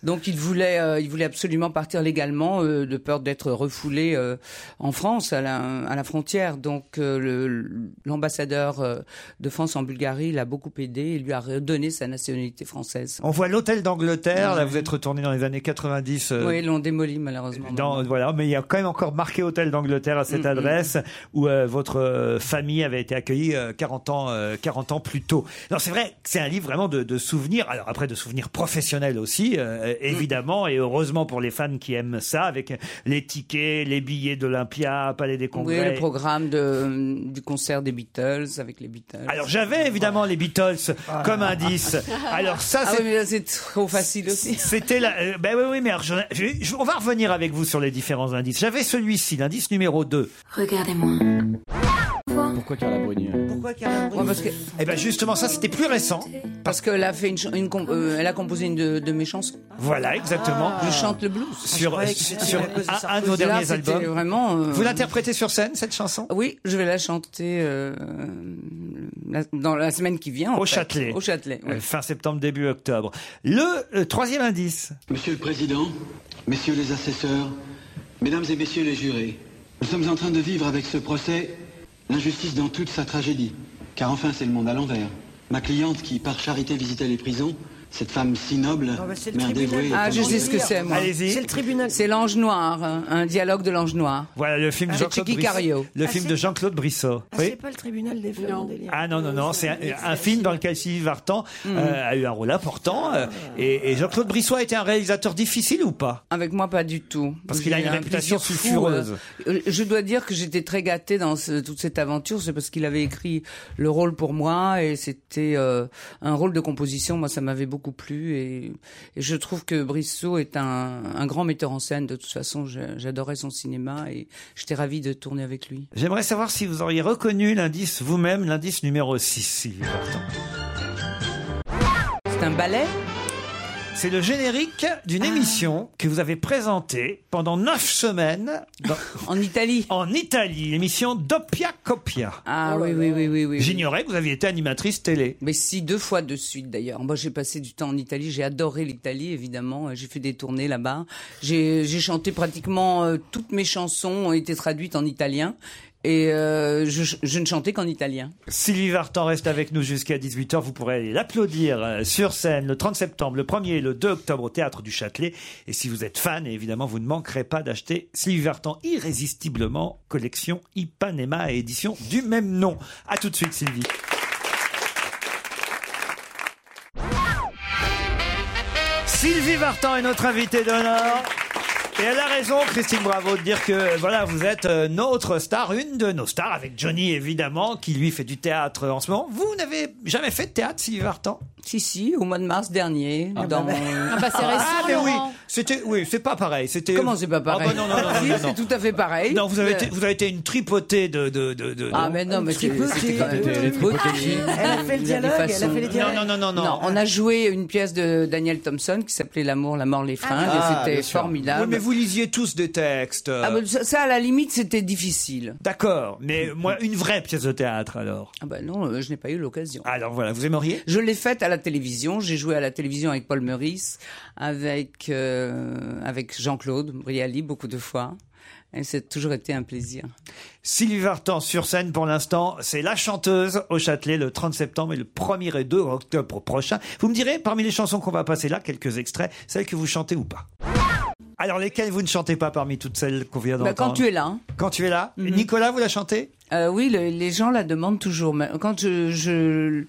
[SPEAKER 22] Donc il voulait, euh, il voulait absolument partir légalement euh, de peur d'être refoulé euh, en France à la, à la frontière. Donc euh, le- l'ambassadeur euh, de France en Bulgarie l'a beaucoup aidé et lui a redonné sa nationalité française.
[SPEAKER 3] On voit l'hôtel d'Angleterre. Là,
[SPEAKER 22] Ouais.
[SPEAKER 3] vous êtes retourné dans les années 90. euh,
[SPEAKER 22] Oui, ils l'ont démoli malheureusement.
[SPEAKER 3] dans- voilà, mais il y a quand même encore marqué Hôtel d'Angleterre à cette
[SPEAKER 22] Mhm.
[SPEAKER 3] adresse où euh, votre euh, famille avait été accueillie euh, 40 ans, euh, 40 ans plus tôt. Non, c'est vrai, que c'est un livre vraiment de, de souvenirs. Alors après, de souvenirs professionnels aussi,
[SPEAKER 22] Mm.
[SPEAKER 3] euh, évidemment, et heureusement pour les fans qui aiment ça, avec les tickets, les billets d'Olympia, Palais des Congrès.
[SPEAKER 22] Oui, le programme de, du concert des Beatles avec les Beatles.
[SPEAKER 3] Ah, Alors j'avais évidemment les Beatles comme indice. Alors ça,
[SPEAKER 22] Ah
[SPEAKER 3] c'est
[SPEAKER 22] oui, mais là, c'est trop facile aussi.
[SPEAKER 3] C'était la. euh, Ben oui, oui, mais alors, je- je- je- on va revenir avec vous sur les différents indices. J'avais celui-ci, l'indice numéro 2.
[SPEAKER 25] Regardez-moi.
[SPEAKER 3] Pourquoi Carla Bruni
[SPEAKER 22] Pourquoi parce que,
[SPEAKER 3] Eh ben justement, ça c'était plus récent.
[SPEAKER 22] Parce qu'elle a fait une, ch- une com- euh, elle a composé une de, de mes chansons. Ah.
[SPEAKER 3] Voilà, exactement. Ah,
[SPEAKER 22] Je chante le blues.
[SPEAKER 3] Sur, sur, un, un de vos
[SPEAKER 22] Là,
[SPEAKER 3] derniers
[SPEAKER 22] c'était
[SPEAKER 3] albums.
[SPEAKER 22] Vraiment. euh,
[SPEAKER 3] Vous l'interprétez sur scène cette chanson
[SPEAKER 22] Oui, je vais la chanter euh, la- dans la semaine qui vient. en
[SPEAKER 3] Au
[SPEAKER 22] fait.
[SPEAKER 3] Châtelet.
[SPEAKER 22] Au Châtelet. oui.
[SPEAKER 3] Euh, Fin septembre, début octobre. Le euh, troisième indice.
[SPEAKER 26] Monsieur le Président, messieurs les assesseurs, mesdames et messieurs les jurés, nous sommes en train de vivre avec ce procès l'injustice dans toute sa tragédie, car enfin c'est le monde à l'envers. Ma cliente qui, par charité, visitait les prisons, cette femme si noble,
[SPEAKER 22] bah,
[SPEAKER 26] mais indévouée...
[SPEAKER 22] Ah, je sais ce que c'est, moi. C'est le tribunal. C'est l'ange noir, hein, un dialogue de l'ange noir.
[SPEAKER 3] Voilà le film
[SPEAKER 22] Ah,
[SPEAKER 3] de Jean-Claude
[SPEAKER 22] Chiqui
[SPEAKER 3] Brissot.
[SPEAKER 22] Cario.
[SPEAKER 3] Le
[SPEAKER 22] Ah,
[SPEAKER 3] film
[SPEAKER 22] c'est-
[SPEAKER 3] de Jean-Claude Brissot. Oui.
[SPEAKER 4] pas le tribunal des fleurs en délire.
[SPEAKER 3] Ah non, non, non, c'est un, un film dans lequel Sylvie Vartan
[SPEAKER 22] Hmm.
[SPEAKER 3] euh, a eu un rôle important.
[SPEAKER 22] Ah.
[SPEAKER 3] euh, et et Jean-Claude Brissois a été un réalisateur difficile ou pas
[SPEAKER 22] Avec moi, pas du tout.
[SPEAKER 3] Parce qu'il a
[SPEAKER 22] J'ai
[SPEAKER 3] une
[SPEAKER 22] un
[SPEAKER 3] réputation
[SPEAKER 22] plaisir fou,
[SPEAKER 3] sulfureuse.
[SPEAKER 22] euh, Je dois dire que j'étais très gâtée dans ce- toute cette aventure. C'est parce qu'il avait écrit le rôle pour moi et c'était euh, un rôle de composition. Moi, ça m'avait beaucoup plu et, et je trouve que Brissot est un, un grand metteur en scène. De toute façon, je- j'adorais son cinéma et j'étais ravie de tourner avec lui.
[SPEAKER 3] J'aimerais savoir si vous auriez reconnu l'indice vous-même, l'indice numéro 6, Sylvie Vartan.
[SPEAKER 22] C'est un ballet Ah.
[SPEAKER 3] C'est le générique d'une émission que vous avez présentée pendant 9 semaines
[SPEAKER 22] en Italie.
[SPEAKER 3] En Italie, l'émission Doppia Copia.
[SPEAKER 22] Ah
[SPEAKER 4] Oh
[SPEAKER 22] oui, oui, oui, oui, oui.
[SPEAKER 3] J'ignorais que vous aviez été animatrice télé.
[SPEAKER 22] Mais si, deux fois de suite d'ailleurs. Moi, j'ai passé du temps en Italie, j'ai adoré l'Italie, évidemment. J'ai fait des tournées là-bas. J'ai j'ai chanté pratiquement euh, toutes mes chansons ont été traduites en italien. Et euh, je, je ne chantais qu'en italien.
[SPEAKER 3] Sylvie Vartan reste avec nous jusqu'à 18h. Vous pourrez aller l'applaudir euh, sur scène le 30 septembre, le 1er et le 2 octobre au Théâtre du Châtelet. Et si vous êtes fan, évidemment, vous ne manquerez pas d'acheter Sylvie Vartan irrésistiblement, collection Ipanema et édition du même nom. À tout de suite, Sylvie. Sylvie Vartan est notre invitée d'honneur. Et elle a raison, Christine Bravo, de dire que voilà, vous êtes euh, notre star, une de nos stars, avec Johnny évidemment, qui lui fait du théâtre en ce moment. Vous n'avez jamais fait de théâtre, Sylvie Vartan
[SPEAKER 22] Si, si, au mois de mars dernier.
[SPEAKER 4] bah
[SPEAKER 22] dans...
[SPEAKER 3] bah.
[SPEAKER 22] bah,
[SPEAKER 3] Ah, mais oui, c'était, oui, c'est pas pareil. C'était.
[SPEAKER 22] Comment c'est pas
[SPEAKER 3] Ah, bah,
[SPEAKER 22] pareil
[SPEAKER 3] non, non, non, non,
[SPEAKER 22] Si,
[SPEAKER 3] non, non.
[SPEAKER 22] c'est tout à fait pareil. Euh.
[SPEAKER 3] Non, vous avez, été, vous avez été une tripotée de. de, de, de-
[SPEAKER 22] Ah, mais non, mais c'est-
[SPEAKER 3] Tripotée.
[SPEAKER 22] c'était quand même
[SPEAKER 3] Tripotée.
[SPEAKER 22] une tripotée.
[SPEAKER 4] Elle a fait le
[SPEAKER 22] Il y a des
[SPEAKER 4] dialogue, elle a
[SPEAKER 22] façons.
[SPEAKER 4] fait les dialogues.
[SPEAKER 3] Non, non, non, non,
[SPEAKER 22] on a joué une pièce de Daniel Thompson qui s'appelait L'amour, la mort, les fringues.
[SPEAKER 3] Ah,
[SPEAKER 22] et
[SPEAKER 3] bien
[SPEAKER 22] c'était
[SPEAKER 3] sûr.
[SPEAKER 22] formidable.
[SPEAKER 3] Oui, mais vous lisiez tous des textes. euh,
[SPEAKER 22] Ah, ben, ça, ça, à la limite, c'était difficile.
[SPEAKER 3] D'accord, mais moi, une vraie pièce de théâtre alors.
[SPEAKER 22] Ah ben non, euh, je n'ai pas eu l'occasion.
[SPEAKER 3] Ah, Alors voilà, vous aimeriez
[SPEAKER 22] Je l'ai faite à la télévision. J'ai joué à la télévision avec Paul Meurice, avec, euh, avec Jean-Claude Brialy beaucoup de fois. Et c'est toujours été un plaisir.
[SPEAKER 3] Sylvie Vartan sur scène pour l'instant, c'est la chanteuse au Châtelet le 30 septembre et le 1er et 2 octobre prochain. Vous me direz parmi les chansons qu'on va passer là, quelques extraits, celles que vous chantez ou pas. Alors lesquelles vous ne chantez pas parmi toutes celles qu'on vient
[SPEAKER 22] Bah,
[SPEAKER 3] d'entendre
[SPEAKER 22] quand tu es là. Mhm.
[SPEAKER 3] Quand tu es là. Nicolas, vous la chantez
[SPEAKER 22] Euh, oui, le- les gens la demandent toujours. Mais Quand je, je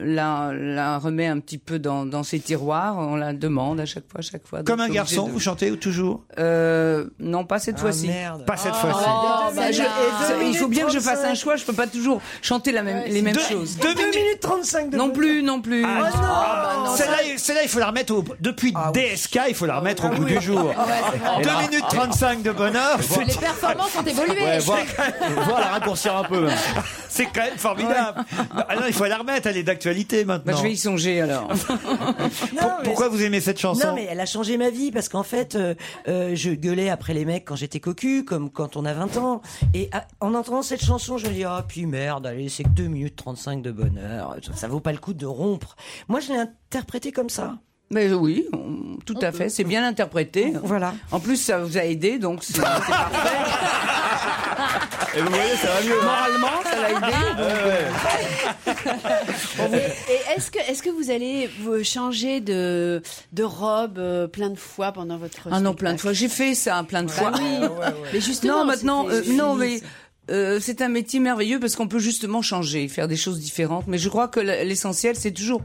[SPEAKER 22] la, la remets un petit peu dans, dans ses tiroirs, on la demande à chaque fois, à chaque fois. Donc,
[SPEAKER 3] Comme un
[SPEAKER 22] obligé
[SPEAKER 3] garçon,
[SPEAKER 22] de-
[SPEAKER 3] vous chantez ou toujours
[SPEAKER 22] Euh, non, pas cette fois-ci.
[SPEAKER 3] Ah, Pas cette fois-ci.
[SPEAKER 22] Oh,
[SPEAKER 4] bah,
[SPEAKER 22] je-
[SPEAKER 4] là.
[SPEAKER 22] ça-
[SPEAKER 4] Deux
[SPEAKER 22] il faut
[SPEAKER 4] minutes
[SPEAKER 22] bien que je fasse
[SPEAKER 4] 35.
[SPEAKER 22] un choix. Je peux pas toujours chanter la même, les mêmes
[SPEAKER 3] Deux-
[SPEAKER 22] choses.
[SPEAKER 3] deux Deux minutes- minutes
[SPEAKER 4] 35
[SPEAKER 22] de Non plus, non plus.
[SPEAKER 3] Ah,
[SPEAKER 22] non.
[SPEAKER 5] bah,
[SPEAKER 3] Celle-là, il- celle-là, il faut la remettre au, depuis DSK, il faut la remettre au bout du jour.
[SPEAKER 5] Ah ouais, c'est vrai.
[SPEAKER 3] 2 minutes 35 de bonheur.
[SPEAKER 5] Les performances ont évolué.
[SPEAKER 3] Ouais, voir- voir la raccourcir un peu. même. C'est quand même formidable. Ah non, il faut la remettre, elle est d'actualité maintenant.
[SPEAKER 22] Bah, je vais y songer alors.
[SPEAKER 3] Pourquoi vous aimez cette chanson
[SPEAKER 4] Non, mais elle a changé ma vie parce qu'en fait, euh, euh, je gueulais après les mecs quand j'étais cocu, comme quand on a 20 ans. Et ah, en entendant cette chanson, je me dis, ah, puis merde, allez, c'est que 2 minutes 35 de bonheur. Ça, ça vaut pas le coup de rompre. Moi, je l'ai interprété comme ça.
[SPEAKER 22] Mais oui, on- tout à fait. C'est bien interprété.
[SPEAKER 4] Voilà.
[SPEAKER 22] En plus, ça vous a aidé, donc c'est c'est parfait.
[SPEAKER 7] Et vous voyez, ça va mieux.
[SPEAKER 22] hein. Moralement, ça l'a aidé.
[SPEAKER 3] Euh,
[SPEAKER 9] Et, et est-ce que, est-ce que vous allez vous changer de, de robe euh, plein de fois pendant votre
[SPEAKER 22] Ah non, plein de fois. J'ai fait ça plein de
[SPEAKER 9] Ah
[SPEAKER 22] fois.
[SPEAKER 9] Mais justement,
[SPEAKER 22] Non, maintenant, euh,
[SPEAKER 9] c'était-
[SPEAKER 22] non, mais. euh, c'est un métier merveilleux parce qu'on peut justement changer, faire des choses différentes. Mais je crois que l- l'essentiel, c'est toujours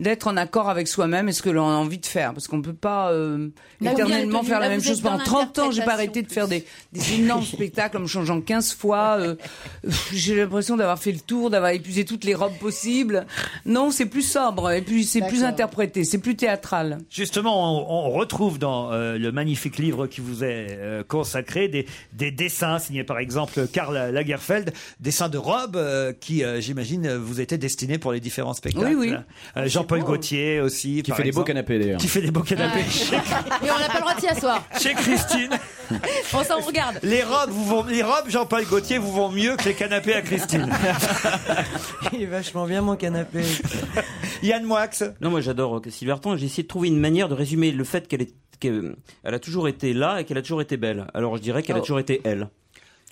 [SPEAKER 22] d'être en accord avec soi-même et ce que l'on a envie de faire. Parce qu'on peut pas euh,
[SPEAKER 9] Là, vous
[SPEAKER 22] éternellement
[SPEAKER 9] êtes-
[SPEAKER 22] faire la
[SPEAKER 9] là,
[SPEAKER 22] même
[SPEAKER 9] vous êtes
[SPEAKER 22] chose.
[SPEAKER 9] dans
[SPEAKER 22] Pendant 30 ans, j'ai pas arrêté de faire des, des énormes spectacles en me changeant 15 fois. euh, pff, j'ai l'impression d'avoir fait le tour, d'avoir épuisé toutes les robes possibles. Non, c'est plus sobre et puis c'est plus
[SPEAKER 3] D'accord.
[SPEAKER 22] interprété, c'est plus théâtral.
[SPEAKER 3] Justement, on, on retrouve dans euh, le magnifique livre qui vous est euh, consacré des, des dessins signés par exemple Karl Lagerfeld, dessins de robes euh, qui, euh, j'imagine, euh, vous étaient destinés pour les différents spectacles.
[SPEAKER 7] Oui, oui.
[SPEAKER 3] Euh, Jean-Paul Gaultier aussi.
[SPEAKER 7] Qui fait des beaux canapés d'ailleurs.
[SPEAKER 3] Qui fait des beaux canapés.
[SPEAKER 5] Et on n'a pas le droit de s'y asseoir.
[SPEAKER 3] Chez Christine.
[SPEAKER 5] On s'en
[SPEAKER 7] Ah.
[SPEAKER 5] regarde.
[SPEAKER 3] Les robes, vous vont, les robes Jean-Paul Gaultier vous vont mieux que les canapés à Christine.
[SPEAKER 4] Il est vachement bien, mon canapé.
[SPEAKER 3] Yann Moix.
[SPEAKER 7] Non, moi j'adore euh, Sylvie Vartan. J'ai essayé de trouver une manière de résumer le fait qu'elle est, qu'elle elle a toujours été là et qu'elle a toujours été belle. Alors je dirais qu'elle a
[SPEAKER 3] Oh.
[SPEAKER 7] toujours été elle.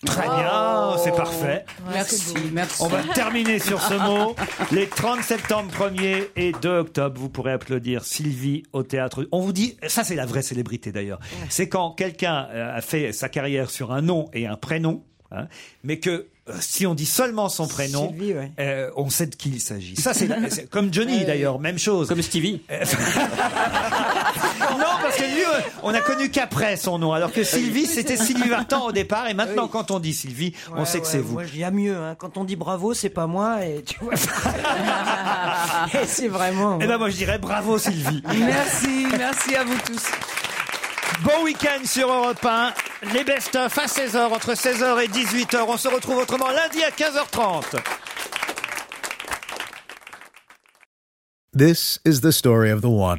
[SPEAKER 3] Très bien, c'est parfait.
[SPEAKER 22] Oh. merci, merci.
[SPEAKER 3] On va terminer sur ce mot. Les 30 septembre 1er et 2 octobre, vous pourrez applaudir Sylvie au théâtre. On vous dit, ça c'est la vraie célébrité d'ailleurs. C'est quand quelqu'un euh, a fait sa carrière sur un nom et un prénom, hein, mais que euh, si on dit seulement son prénom,
[SPEAKER 4] Sylvie, ouais.
[SPEAKER 3] euh, on sait de qui il s'agit. Ça c'est la- c'est comme Johnny d'ailleurs, même chose. Comme
[SPEAKER 7] Stevie.
[SPEAKER 3] non, parce que lui, euh, on a connu qu'après son nom, alors que Sylvie, c'était Sylvie Vartan au départ, et maintenant quand on dit Sylvie, on
[SPEAKER 4] Ouais,
[SPEAKER 3] sait que
[SPEAKER 4] ouais,
[SPEAKER 3] c'est vous.
[SPEAKER 4] Moi, je dis à mieux. hein. Quand on dit bravo, c'est pas moi. Et tu vois. Et c'est vraiment.
[SPEAKER 3] Eh ben moi je dirais bravo Sylvie.
[SPEAKER 22] Merci, merci à vous tous.
[SPEAKER 3] Bon week-end sur Europe 1. Les best-of à 16h, entre 16h et 18h. On se retrouve autrement lundi à 15h30.
[SPEAKER 27] This is the story of the one.